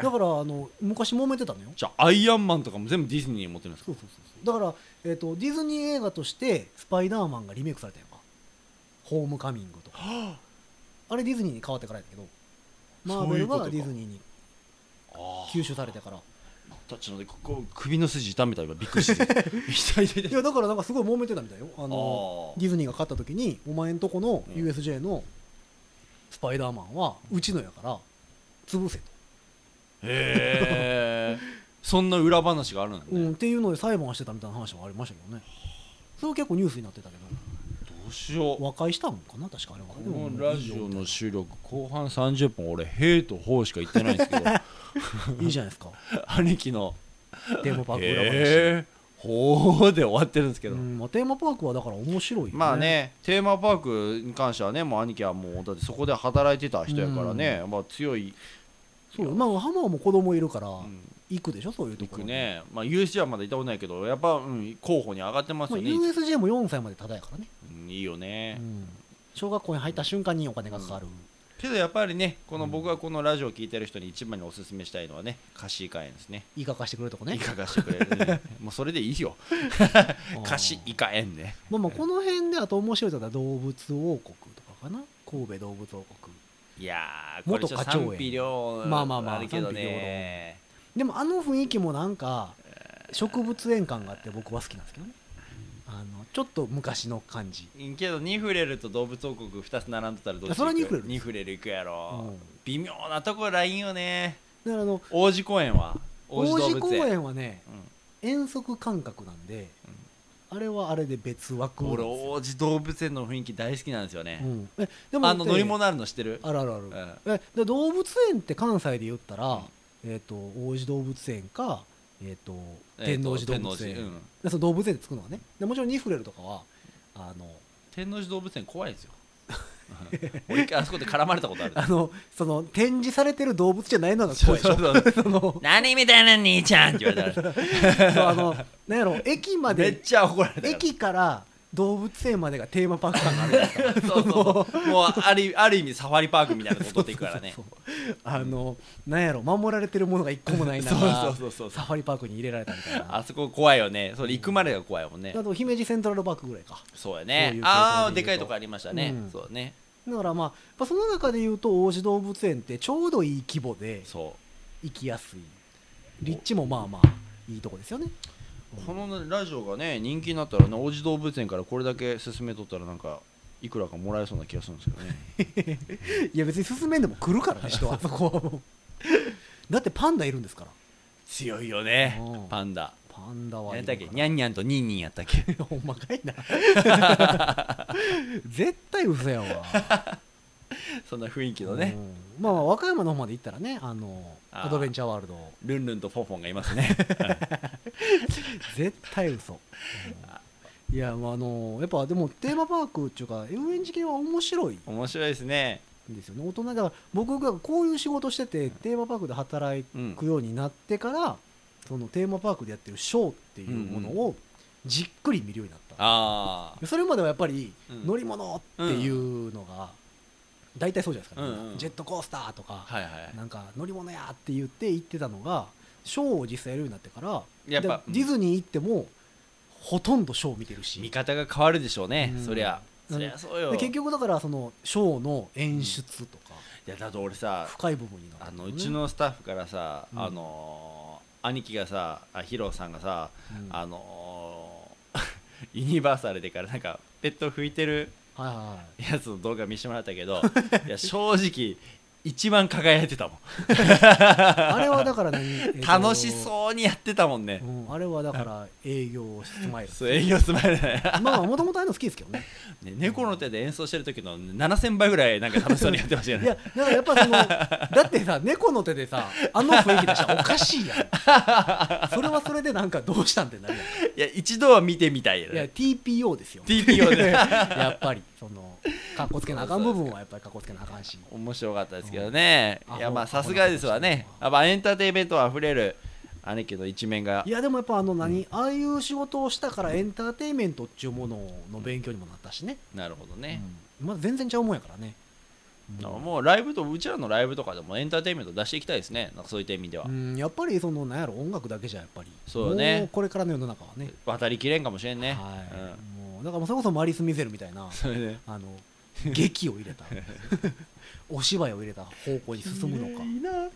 Speaker 3: え
Speaker 2: だからあの昔揉めてたのよ
Speaker 3: じゃあアイアンマンとかも全部ディズニーに持ってるんです
Speaker 2: そ
Speaker 3: か
Speaker 2: うそうそうそうだから、えっとディズニー映画として「スパイダーマン」がリメイクされたやんか「ホームカミング」とか
Speaker 3: は
Speaker 2: あれディズニーに変わってからやったけどマー
Speaker 3: そ
Speaker 2: ベ
Speaker 3: うい
Speaker 2: ル
Speaker 3: うことか
Speaker 2: はディズニーに
Speaker 3: ああ
Speaker 2: 吸収されてから
Speaker 3: たちのでここ首の筋痛めた今びっく りして痛い痛い
Speaker 2: い
Speaker 3: 痛い
Speaker 2: やだからなんかすごい揉めてたみたいよあの
Speaker 3: あー
Speaker 2: ディズニーが買った時にお前んとこの
Speaker 3: うん
Speaker 2: USJ のスパイダーマンはうちのやから潰せと、
Speaker 3: へえそんな裏話があるんだね、
Speaker 2: うん、
Speaker 3: ど
Speaker 2: っていうので裁判してたみたいな話もありましたけどねそれは結構ニュースになってたけど
Speaker 3: うしよう
Speaker 2: 和解したんかな確かあれはでも
Speaker 3: このラジオの収録後半30分俺「へ」と「ほう」しか言ってないんですけど
Speaker 2: いいじゃないです か
Speaker 3: 兄貴の
Speaker 2: テーマパ
Speaker 3: 「
Speaker 2: ーク裏話、
Speaker 3: へ」「ほう」で終わってるんですけど、
Speaker 2: うんまあ、テーマパークはだから面白いよ、ね、
Speaker 3: まあねテーマパークに関してはねもう兄貴はもうだってそこで働いてた人やからね、まあ強い、
Speaker 2: そうまあ浜はもう子供いるから
Speaker 3: うん、
Speaker 2: 行くでしょそういうと
Speaker 3: 行
Speaker 2: ころ
Speaker 3: く
Speaker 2: に
Speaker 3: ね、まあ、USJ はまだ行ったことないけどやっぱ、うん、候補に上がってます
Speaker 2: まあ、
Speaker 3: よね、
Speaker 2: USJ も4歳までただやからね、
Speaker 3: うん、いいよね、
Speaker 2: うん小学校に入った瞬間にお金がかかる、
Speaker 3: けどやっぱりねこの僕がこのラジオを聞いてる人に一番におすすめしたいのはね貸し会ですね
Speaker 2: いいか貸してくれるとこ
Speaker 3: い
Speaker 2: ね
Speaker 3: かがしてくれる、 ね、もうそれでいいよ
Speaker 2: あー
Speaker 3: 貸しいかえんね
Speaker 2: まあまあこの辺であと面白いとは動物王国とかかな神戸動物王国
Speaker 3: いやーこれちょっ
Speaker 2: 元
Speaker 3: と
Speaker 2: 課長や
Speaker 3: 賛否両
Speaker 2: まあまあまあ
Speaker 3: るけどね
Speaker 2: でもあの雰囲気もなんか植物園感があって僕は好きなんですけどねあのちょっと昔の感じ
Speaker 3: いいけどニフレルと動物王国2つ並んでたらどうし
Speaker 2: それはニフレルです
Speaker 3: ニフレル行くやろ、
Speaker 2: うん
Speaker 3: 微妙なとこラインよね
Speaker 2: だからあの
Speaker 3: 王子公園は
Speaker 2: 王子公園はね
Speaker 3: うん
Speaker 2: 遠足感覚なんで、あれはあれで別枠なん
Speaker 3: 俺
Speaker 2: ですよ
Speaker 3: 王子動物園の雰囲気大好きなんですよ
Speaker 2: う
Speaker 3: ね、
Speaker 2: ん、えでも
Speaker 3: あの乗
Speaker 2: だっ
Speaker 3: り
Speaker 2: て
Speaker 3: 物あるの知ってる
Speaker 2: あるあるある、
Speaker 3: う
Speaker 2: えで動物園って関西で言ったら、えっと王子動物園か、えっと天王寺動物園、
Speaker 3: えーと天王寺うん
Speaker 2: でその動物園でつくのはねでもちろんニフレルとかはあの
Speaker 3: 天王寺動物園怖 いですよ俺一回あそこで絡まれたことある
Speaker 2: あのその展示されてる動物じゃないのが怖いでしょ
Speaker 3: そうそう
Speaker 2: その
Speaker 3: 何みたいな兄ちゃんって言われたら
Speaker 2: そうあ のなんやろ駅ま
Speaker 3: めっ
Speaker 2: で
Speaker 3: ちゃ怒られた
Speaker 2: 駅から動物園までがテーマパーク感があるじゃないですか
Speaker 3: そうそうそうもうあるある意味サファリパークみたいなとこ取っていくから ね
Speaker 2: そうそうそうあのなんやろ守られてるものが一個もない中
Speaker 3: そうそうそうそう
Speaker 2: サファリパークに入れられたみたいな
Speaker 3: あそこ怖いよねそれ行くまでが怖いもんね
Speaker 2: あと姫路セントラルパークぐらいか
Speaker 3: そう
Speaker 2: そ
Speaker 3: や
Speaker 2: うい
Speaker 3: ね
Speaker 2: う
Speaker 3: あ
Speaker 2: 系統で言
Speaker 3: あ
Speaker 2: うと
Speaker 3: でかいとこありましたね
Speaker 2: うん
Speaker 3: そうね
Speaker 2: だからまあやっぱその中で言うと王子動物園ってちょうどいい規模で
Speaker 3: そ
Speaker 2: 行きやすい立地もまあまあいいとこですよね
Speaker 3: うこの、ね、ラジオがね人気になったらね王子動物園からこれだけ進めとったらなんかいくらかもらえそうな気がするんですけ どね
Speaker 2: いや別に進めんでも来るからね人 はそこはもうだってパンダいるんですから
Speaker 3: 強いよね
Speaker 2: うん
Speaker 3: パンダ
Speaker 2: パンダ
Speaker 3: 何
Speaker 2: は
Speaker 3: やっ
Speaker 2: い
Speaker 3: たっ
Speaker 2: る
Speaker 3: け
Speaker 2: か
Speaker 3: ニャンニャンとニーニーやったっけ
Speaker 2: らほんまかいな絶対嘘やわ
Speaker 3: そんな雰囲気のね
Speaker 2: うんまあ和歌山の方まで行ったらねあの
Speaker 3: あー
Speaker 2: アドベンチャーワールド
Speaker 3: ルンルンとフォンフォンがいますね
Speaker 2: 絶対嘘、うんいやまああのやっぱでもテーマパークっていうか遊園地系は面白い
Speaker 3: 面白いですね
Speaker 2: んですよね大人だから僕がこういう仕事しててテーマパークで働
Speaker 3: うん
Speaker 2: くようになってから、そのテーマパークでやってるショーっていうものをじっくり見るようになった、
Speaker 3: あ
Speaker 2: それまではやっぱり
Speaker 3: うん
Speaker 2: 乗り物っていうのが大体そうじゃないですか、
Speaker 3: うんうん
Speaker 2: ジェットコースターとか、
Speaker 3: あはいはい
Speaker 2: なんか乗り物やって言って行ってたのがショーを実際やるようになってから
Speaker 3: やっぱ
Speaker 2: でディズニー行ってもほとんどショー見てるし
Speaker 3: 見方が変わるでしょうね、
Speaker 2: うん
Speaker 3: そりゃ
Speaker 2: な
Speaker 3: そ
Speaker 2: ん
Speaker 3: り
Speaker 2: で
Speaker 3: ゃそうよ
Speaker 2: で結局だからそのショーの演出とか、
Speaker 3: いやだと俺さ
Speaker 2: 深い部分になる
Speaker 3: あ
Speaker 2: んだ
Speaker 3: の
Speaker 2: よね
Speaker 3: うち、のスタッフからさ、
Speaker 2: うん
Speaker 3: あのー兄貴がさあヒロさんがさ、
Speaker 2: うん
Speaker 3: あの ーユニバーサルでからなんかペット拭いてる
Speaker 2: はいはいはい
Speaker 3: やつの動画見せてもらったけ どいや正直一番輝いてたもん
Speaker 2: あれはだから何、えっと
Speaker 3: 楽しそうにやってたもんね
Speaker 2: う、ん、あれはだから営業スマイル
Speaker 3: そう営業スマイル だね
Speaker 2: まあもともとああいうの好きですけどね
Speaker 3: ね猫の手で演奏してる時の7000倍ぐらいなんか楽しそうにやってましたよ
Speaker 2: い
Speaker 3: ね
Speaker 2: やだからやっぱ そのだってさ猫の手でさあの雰囲気出したらおかしいやん それはそれでなんかどうしたんってなるやん
Speaker 3: いや一度は見てみたいよ
Speaker 2: いや
Speaker 3: ね
Speaker 2: TPO ですよ
Speaker 3: TPO で
Speaker 2: やっぱりそのかっこつけなあかん部分はやっぱりかっこつけなあかんし
Speaker 3: 面白かったですけどね、
Speaker 2: うん
Speaker 3: いや
Speaker 2: アホ
Speaker 3: まあさすがですわね
Speaker 2: アホ
Speaker 3: やっぱエンターテインメントあふれる兄貴の一面が
Speaker 2: いやでもやっぱあの何、ああいう仕事をしたからエンターテインメントっていうものの勉強にもなったしね、
Speaker 3: なるほどね、
Speaker 2: うんまあ、全然ちゃうもんやからね
Speaker 3: だからもうライブとうちらのライブとかでもエンターテインメント出していきたいですねなんかそういった意味では、
Speaker 2: うん、やっぱりそのなんやろ音楽だけじゃやっぱり
Speaker 3: そうよね
Speaker 2: もうこれからの世の中はね
Speaker 3: 渡りきれんかもしれんね、
Speaker 2: はい
Speaker 3: うん
Speaker 2: もうだからもうそれこそマリス・ミゼルみたいな
Speaker 3: それで
Speaker 2: あの劇を入れ たお芝居を入れた方向に進むのか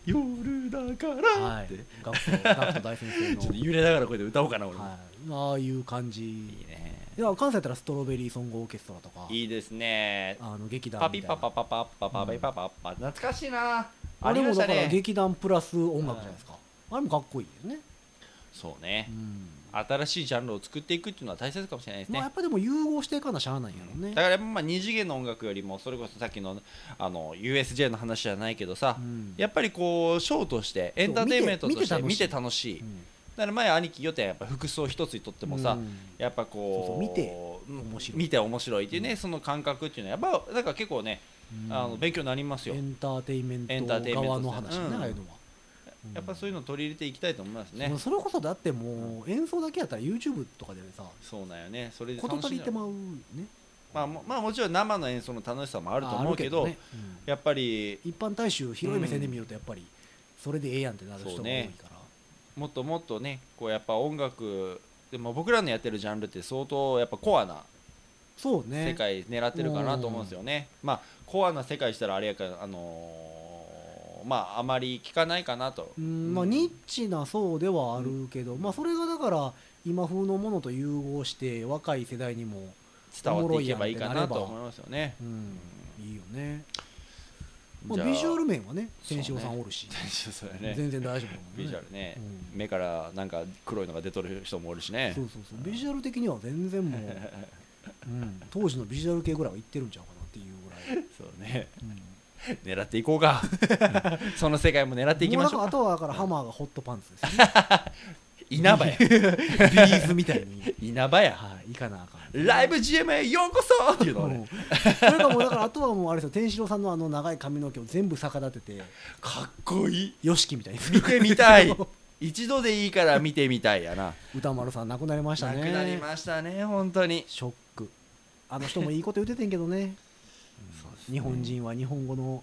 Speaker 3: 綺麗な夜だから、
Speaker 2: はい
Speaker 3: って
Speaker 2: 学校大先生
Speaker 3: ちょっと
Speaker 2: の、
Speaker 3: 揺れながらこうやって歌おうかな俺も、
Speaker 2: はい、ああいう感
Speaker 3: い、
Speaker 2: じ
Speaker 3: いね
Speaker 2: いや関西やったらストロベリーソングオーケストラとか
Speaker 3: いいですね
Speaker 2: あの劇団
Speaker 3: パ
Speaker 2: み
Speaker 3: ピ
Speaker 2: たいな
Speaker 3: パパパパパパピパパパ懐かしいなあ
Speaker 2: あ
Speaker 3: り
Speaker 2: れ
Speaker 3: ま
Speaker 2: も
Speaker 3: した
Speaker 2: だから
Speaker 3: ね
Speaker 2: 劇団プラス音楽じゃないですか、あれもかっこいいですね、
Speaker 3: そうね
Speaker 2: うん
Speaker 3: 新しいジャンルを作っていくっていうのは大切かもしれないです
Speaker 2: まあ、
Speaker 3: ね
Speaker 2: やっぱでも融合していかなしゃあないんやろね
Speaker 3: だからやっぱまあ二次元の音楽よりもそれこそさっきのあの USJ の話じゃないけどさ、
Speaker 2: うん
Speaker 3: やっぱりこうショーとしてエンターテインメントとして
Speaker 2: 見
Speaker 3: 見
Speaker 2: て
Speaker 3: て
Speaker 2: 見て
Speaker 3: 楽しい
Speaker 2: うん
Speaker 3: だから前兄貴予定やっぱ服装一つにとってもさ、
Speaker 2: うん
Speaker 3: やっぱこ
Speaker 2: そ
Speaker 3: う
Speaker 2: うそう見て
Speaker 3: うん
Speaker 2: 面白い
Speaker 3: 見て面白いっていうね、その感覚っていうのはやっぱだから結構ね、
Speaker 2: うん
Speaker 3: あの勉強になりますよ、
Speaker 2: エンターテインメ
Speaker 3: エ
Speaker 2: ン
Speaker 3: ンタ
Speaker 2: ト
Speaker 3: ーテインメント
Speaker 2: 側の話ね、
Speaker 3: うん
Speaker 2: ああいうのは、
Speaker 3: やっぱそういう
Speaker 2: い
Speaker 3: のを取り入れていきたいと思いますね、
Speaker 2: それこそだってもう演奏だけやったら YouTube とかでさ
Speaker 3: そうなんよねそれで
Speaker 2: 事
Speaker 3: 楽
Speaker 2: 足
Speaker 3: し
Speaker 2: り
Speaker 3: い
Speaker 2: てまうよね
Speaker 3: まあもまあもちろん生の演奏の楽しさもあると思うけど
Speaker 2: あるねうん
Speaker 3: やっぱり
Speaker 2: 一般大衆広い目線で見るとやっぱりそれでええやんってなる人が多いから、
Speaker 3: もっともっとねこうやっぱ音楽でも僕らのやってるジャンルって相当やっぱコアな
Speaker 2: そうね
Speaker 3: 世界狙ってるかなと思うんですよね、まあコアな世界したらあれやからあのーまああまり聞かないかなと、
Speaker 2: うんまあ、
Speaker 3: うん
Speaker 2: ニッチな層ではあるけど、まあ、それがだから今風のものと融合して若い世代にも、
Speaker 3: 伝わっていけばいいかなと思いますよね
Speaker 2: うん、いいよね、ま
Speaker 3: じ
Speaker 2: あ、
Speaker 3: ゃあ
Speaker 2: ビジュアル面はね
Speaker 3: そう
Speaker 2: 千
Speaker 3: ね
Speaker 2: 潮さんおるし、
Speaker 3: そうだ ね
Speaker 2: 全然大丈夫だもんね
Speaker 3: ビジュアルね、
Speaker 2: うん
Speaker 3: 目からなんか黒いのが出とる人もおるしね
Speaker 2: そうそうそうビジュアル的には全然 もう、うん、当時のビジュアル系ぐらいはいってるんちゃうかなっていうぐらい、
Speaker 3: そうね
Speaker 2: うん
Speaker 3: 狙っていこうかその世界も狙っていき
Speaker 2: もう
Speaker 3: ま
Speaker 2: なん
Speaker 3: しょ
Speaker 2: かあ
Speaker 3: うか
Speaker 2: とはだからハマーがホットパンツですね
Speaker 3: 稲葉や
Speaker 2: ビーズみたいに、
Speaker 3: 稲葉や
Speaker 2: はい、いかなあ かん
Speaker 3: ライブ GM へようこそっていうのを
Speaker 2: うん
Speaker 3: ね
Speaker 2: それかもうだからあとはもうあれですよ天四郎さんのあの長い髪の毛を全部逆立てて
Speaker 3: かっこいい
Speaker 2: よしきみたいにする
Speaker 3: 見てみたい
Speaker 2: そう
Speaker 3: 一度でいいから見てみたいやな
Speaker 2: 歌丸さん亡くなりました
Speaker 3: なく
Speaker 2: ね
Speaker 3: なりましたね本当に
Speaker 2: ショックあの人もいいこと言っててんけどね日本人は日本語の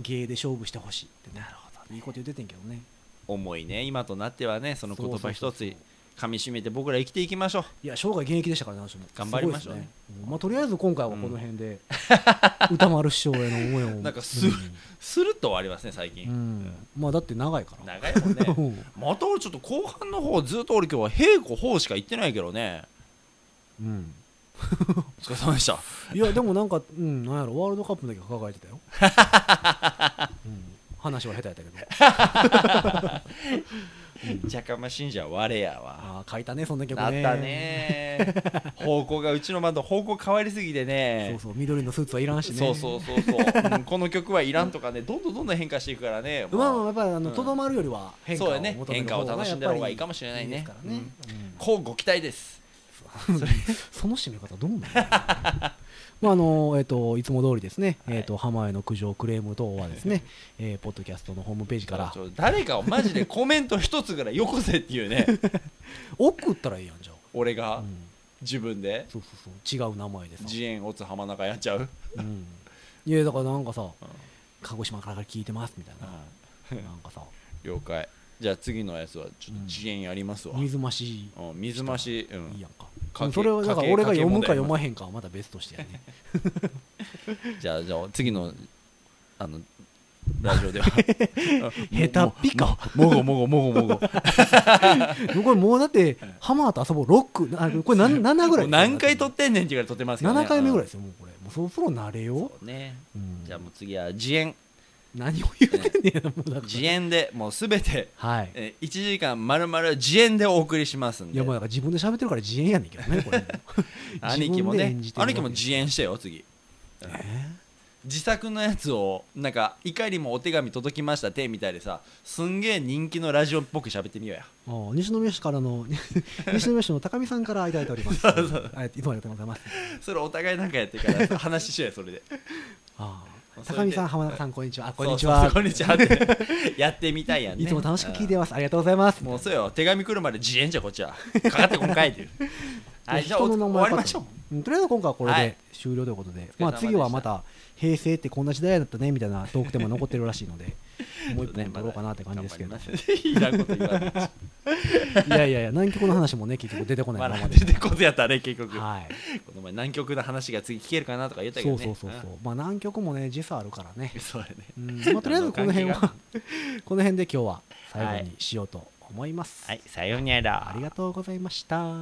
Speaker 2: 芸で勝負してほしいってねいいこと言っててんけどね
Speaker 3: 重いね今となってはねその言葉一
Speaker 2: そうそうそう
Speaker 3: つ噛み締めて僕ら生きていきましょう
Speaker 2: いや生涯現役でしたからね私も
Speaker 3: 頑張りましょうね
Speaker 2: すごいですねまあ、とりあえず今回はこの辺で、 歌丸師匠への思いを
Speaker 3: なんかすスルッと終わりますね最
Speaker 2: うん、う
Speaker 3: 近、
Speaker 2: んまあだって長いから
Speaker 3: 長いもんね
Speaker 2: うん
Speaker 3: また俺ちょっと後半の方ずっと俺今日は平子方しか言ってないけどね
Speaker 2: うん
Speaker 3: お疲れ様でした
Speaker 2: いやでもなんか、うん、なんやろワールドカップの時は輝いて たよ、うん、話は下手やったけ ど
Speaker 3: じゃかま信者我やわ
Speaker 2: ああ書いたねそんな曲
Speaker 3: あっ
Speaker 2: ね
Speaker 3: たね方向がうちのバンド方向変わりすぎて
Speaker 2: そう
Speaker 3: ね
Speaker 2: そう緑のスーツはいらんしね
Speaker 3: そうそうそうそう、うんこの曲はいらんとかねどんどんどんどん変化していくからね、
Speaker 2: まあまあ
Speaker 3: ま
Speaker 2: や
Speaker 3: あ
Speaker 2: っぱりあ
Speaker 3: う
Speaker 2: の
Speaker 3: ん
Speaker 2: とど、まるよりは変化
Speaker 3: そ
Speaker 2: を
Speaker 3: うだね
Speaker 2: 求め
Speaker 3: 変
Speaker 2: る
Speaker 3: 化
Speaker 2: 方
Speaker 3: を
Speaker 2: が
Speaker 3: 楽
Speaker 2: や
Speaker 3: し
Speaker 2: っ
Speaker 3: ん
Speaker 2: ぱ
Speaker 3: だ
Speaker 2: り
Speaker 3: 方がいいかもしれない
Speaker 2: いいで
Speaker 3: ね
Speaker 2: すからね、
Speaker 3: こうご期待です
Speaker 2: うんその締め方どうなの まああのえっといつも通りですね、
Speaker 3: はい
Speaker 2: えっと浜への苦情クレーム等はですね、えーポッドキャストのホームページから
Speaker 3: ちょ誰かをマジでコメント一つぐらいよこせっていうね
Speaker 2: 送ったらいいやんじゃ
Speaker 3: 俺
Speaker 2: あ、
Speaker 3: が
Speaker 2: うん
Speaker 3: 自分で
Speaker 2: そうそうそう違う名前でさ、
Speaker 3: 自演オツ浜中やっちゃう、
Speaker 2: うん、いやだからなんかさ鹿児島から聞いてますみたいな
Speaker 3: うん
Speaker 2: なんかさ
Speaker 3: 了解じゃあ次のやつはちょっと自演やりますわ、うん
Speaker 2: 水増し
Speaker 3: 水増し、うん
Speaker 2: いいやんか
Speaker 3: かけ
Speaker 2: うんそれはだから俺が読むか
Speaker 3: かけ
Speaker 2: 読まへんかはまた別としてやね
Speaker 3: じゃあじゃあ次のあのラジオでは
Speaker 2: 下手っぴか
Speaker 3: もごもごもごもご
Speaker 2: これもうだってハマーと遊ぼうロックあこ れ何7ぐら
Speaker 3: もう
Speaker 2: い
Speaker 3: 何回撮ってんねんっていうから撮ってますけど、ね、
Speaker 2: 7回目ぐらいですよもうこれもうそろそろ慣れよ
Speaker 3: うんね
Speaker 2: う、うん
Speaker 3: じゃあもう次は自演
Speaker 2: 何を言うてんねやもうだから
Speaker 3: 自演でもうすべて、
Speaker 2: はい
Speaker 3: えー、1時間まるまる自演でお送りしますん
Speaker 2: い
Speaker 3: で
Speaker 2: やまあだから自分で喋ってるから自演やねんけどねこれも
Speaker 3: 兄貴も
Speaker 2: 自分で
Speaker 3: ね
Speaker 2: 演じてるわけ
Speaker 3: 兄貴も自演してよ次
Speaker 2: え
Speaker 3: 自作のやつをなんかいかにもお手紙届きましたてみたいでさすんげえ人気のラジオっぽく喋ってみようや
Speaker 2: ああ西宮市からの 西宮市の高見さんからいただいており ますはいいつもありがとうございます
Speaker 3: それお互いなんかやってからさ話しようやそれで
Speaker 2: ああ
Speaker 3: それで
Speaker 2: 高見さん浜中さんこんにちはあこんにち
Speaker 3: そう
Speaker 2: は
Speaker 3: そうこんにちはってやってみたいやん、ね、
Speaker 2: いつも楽しく聞いて
Speaker 3: よ
Speaker 2: ますありがとうございます
Speaker 3: もうそうよ手紙来るまで自演じゃこっちはかかってこんか いっていうはいじゃあ
Speaker 2: 人の
Speaker 3: 終
Speaker 2: 名前
Speaker 3: わりましょう
Speaker 2: うんとりあえず今回はこれ
Speaker 3: は
Speaker 2: で
Speaker 3: い
Speaker 2: 終了ということで、
Speaker 3: お疲れ様
Speaker 2: まあ
Speaker 3: でした
Speaker 2: 次はまた平成ってこんな時代だったねみたいなトークテーマ残ってるらしいの でもう一本取ろうかなって感じですけど、
Speaker 3: 頑張ります いいなこと言わないで
Speaker 2: いやいやいや南極の話もね結局出てこない
Speaker 3: ま
Speaker 2: ま
Speaker 3: だ
Speaker 2: ま
Speaker 3: 出
Speaker 2: で
Speaker 3: てこずやったね結局、
Speaker 2: はい
Speaker 3: この前南極の話が次聞けるかなとか言ったけ
Speaker 2: そ
Speaker 3: ど
Speaker 2: う
Speaker 3: ね
Speaker 2: そうそうそう、まあ南極もね時差あるからね
Speaker 3: うんそうやね
Speaker 2: うん まあとりあえずこの辺
Speaker 3: あの
Speaker 2: はこの辺で今日は最
Speaker 3: は
Speaker 2: 後
Speaker 3: い
Speaker 2: にしようと思います、
Speaker 3: はいさようなら
Speaker 2: ありがとうございました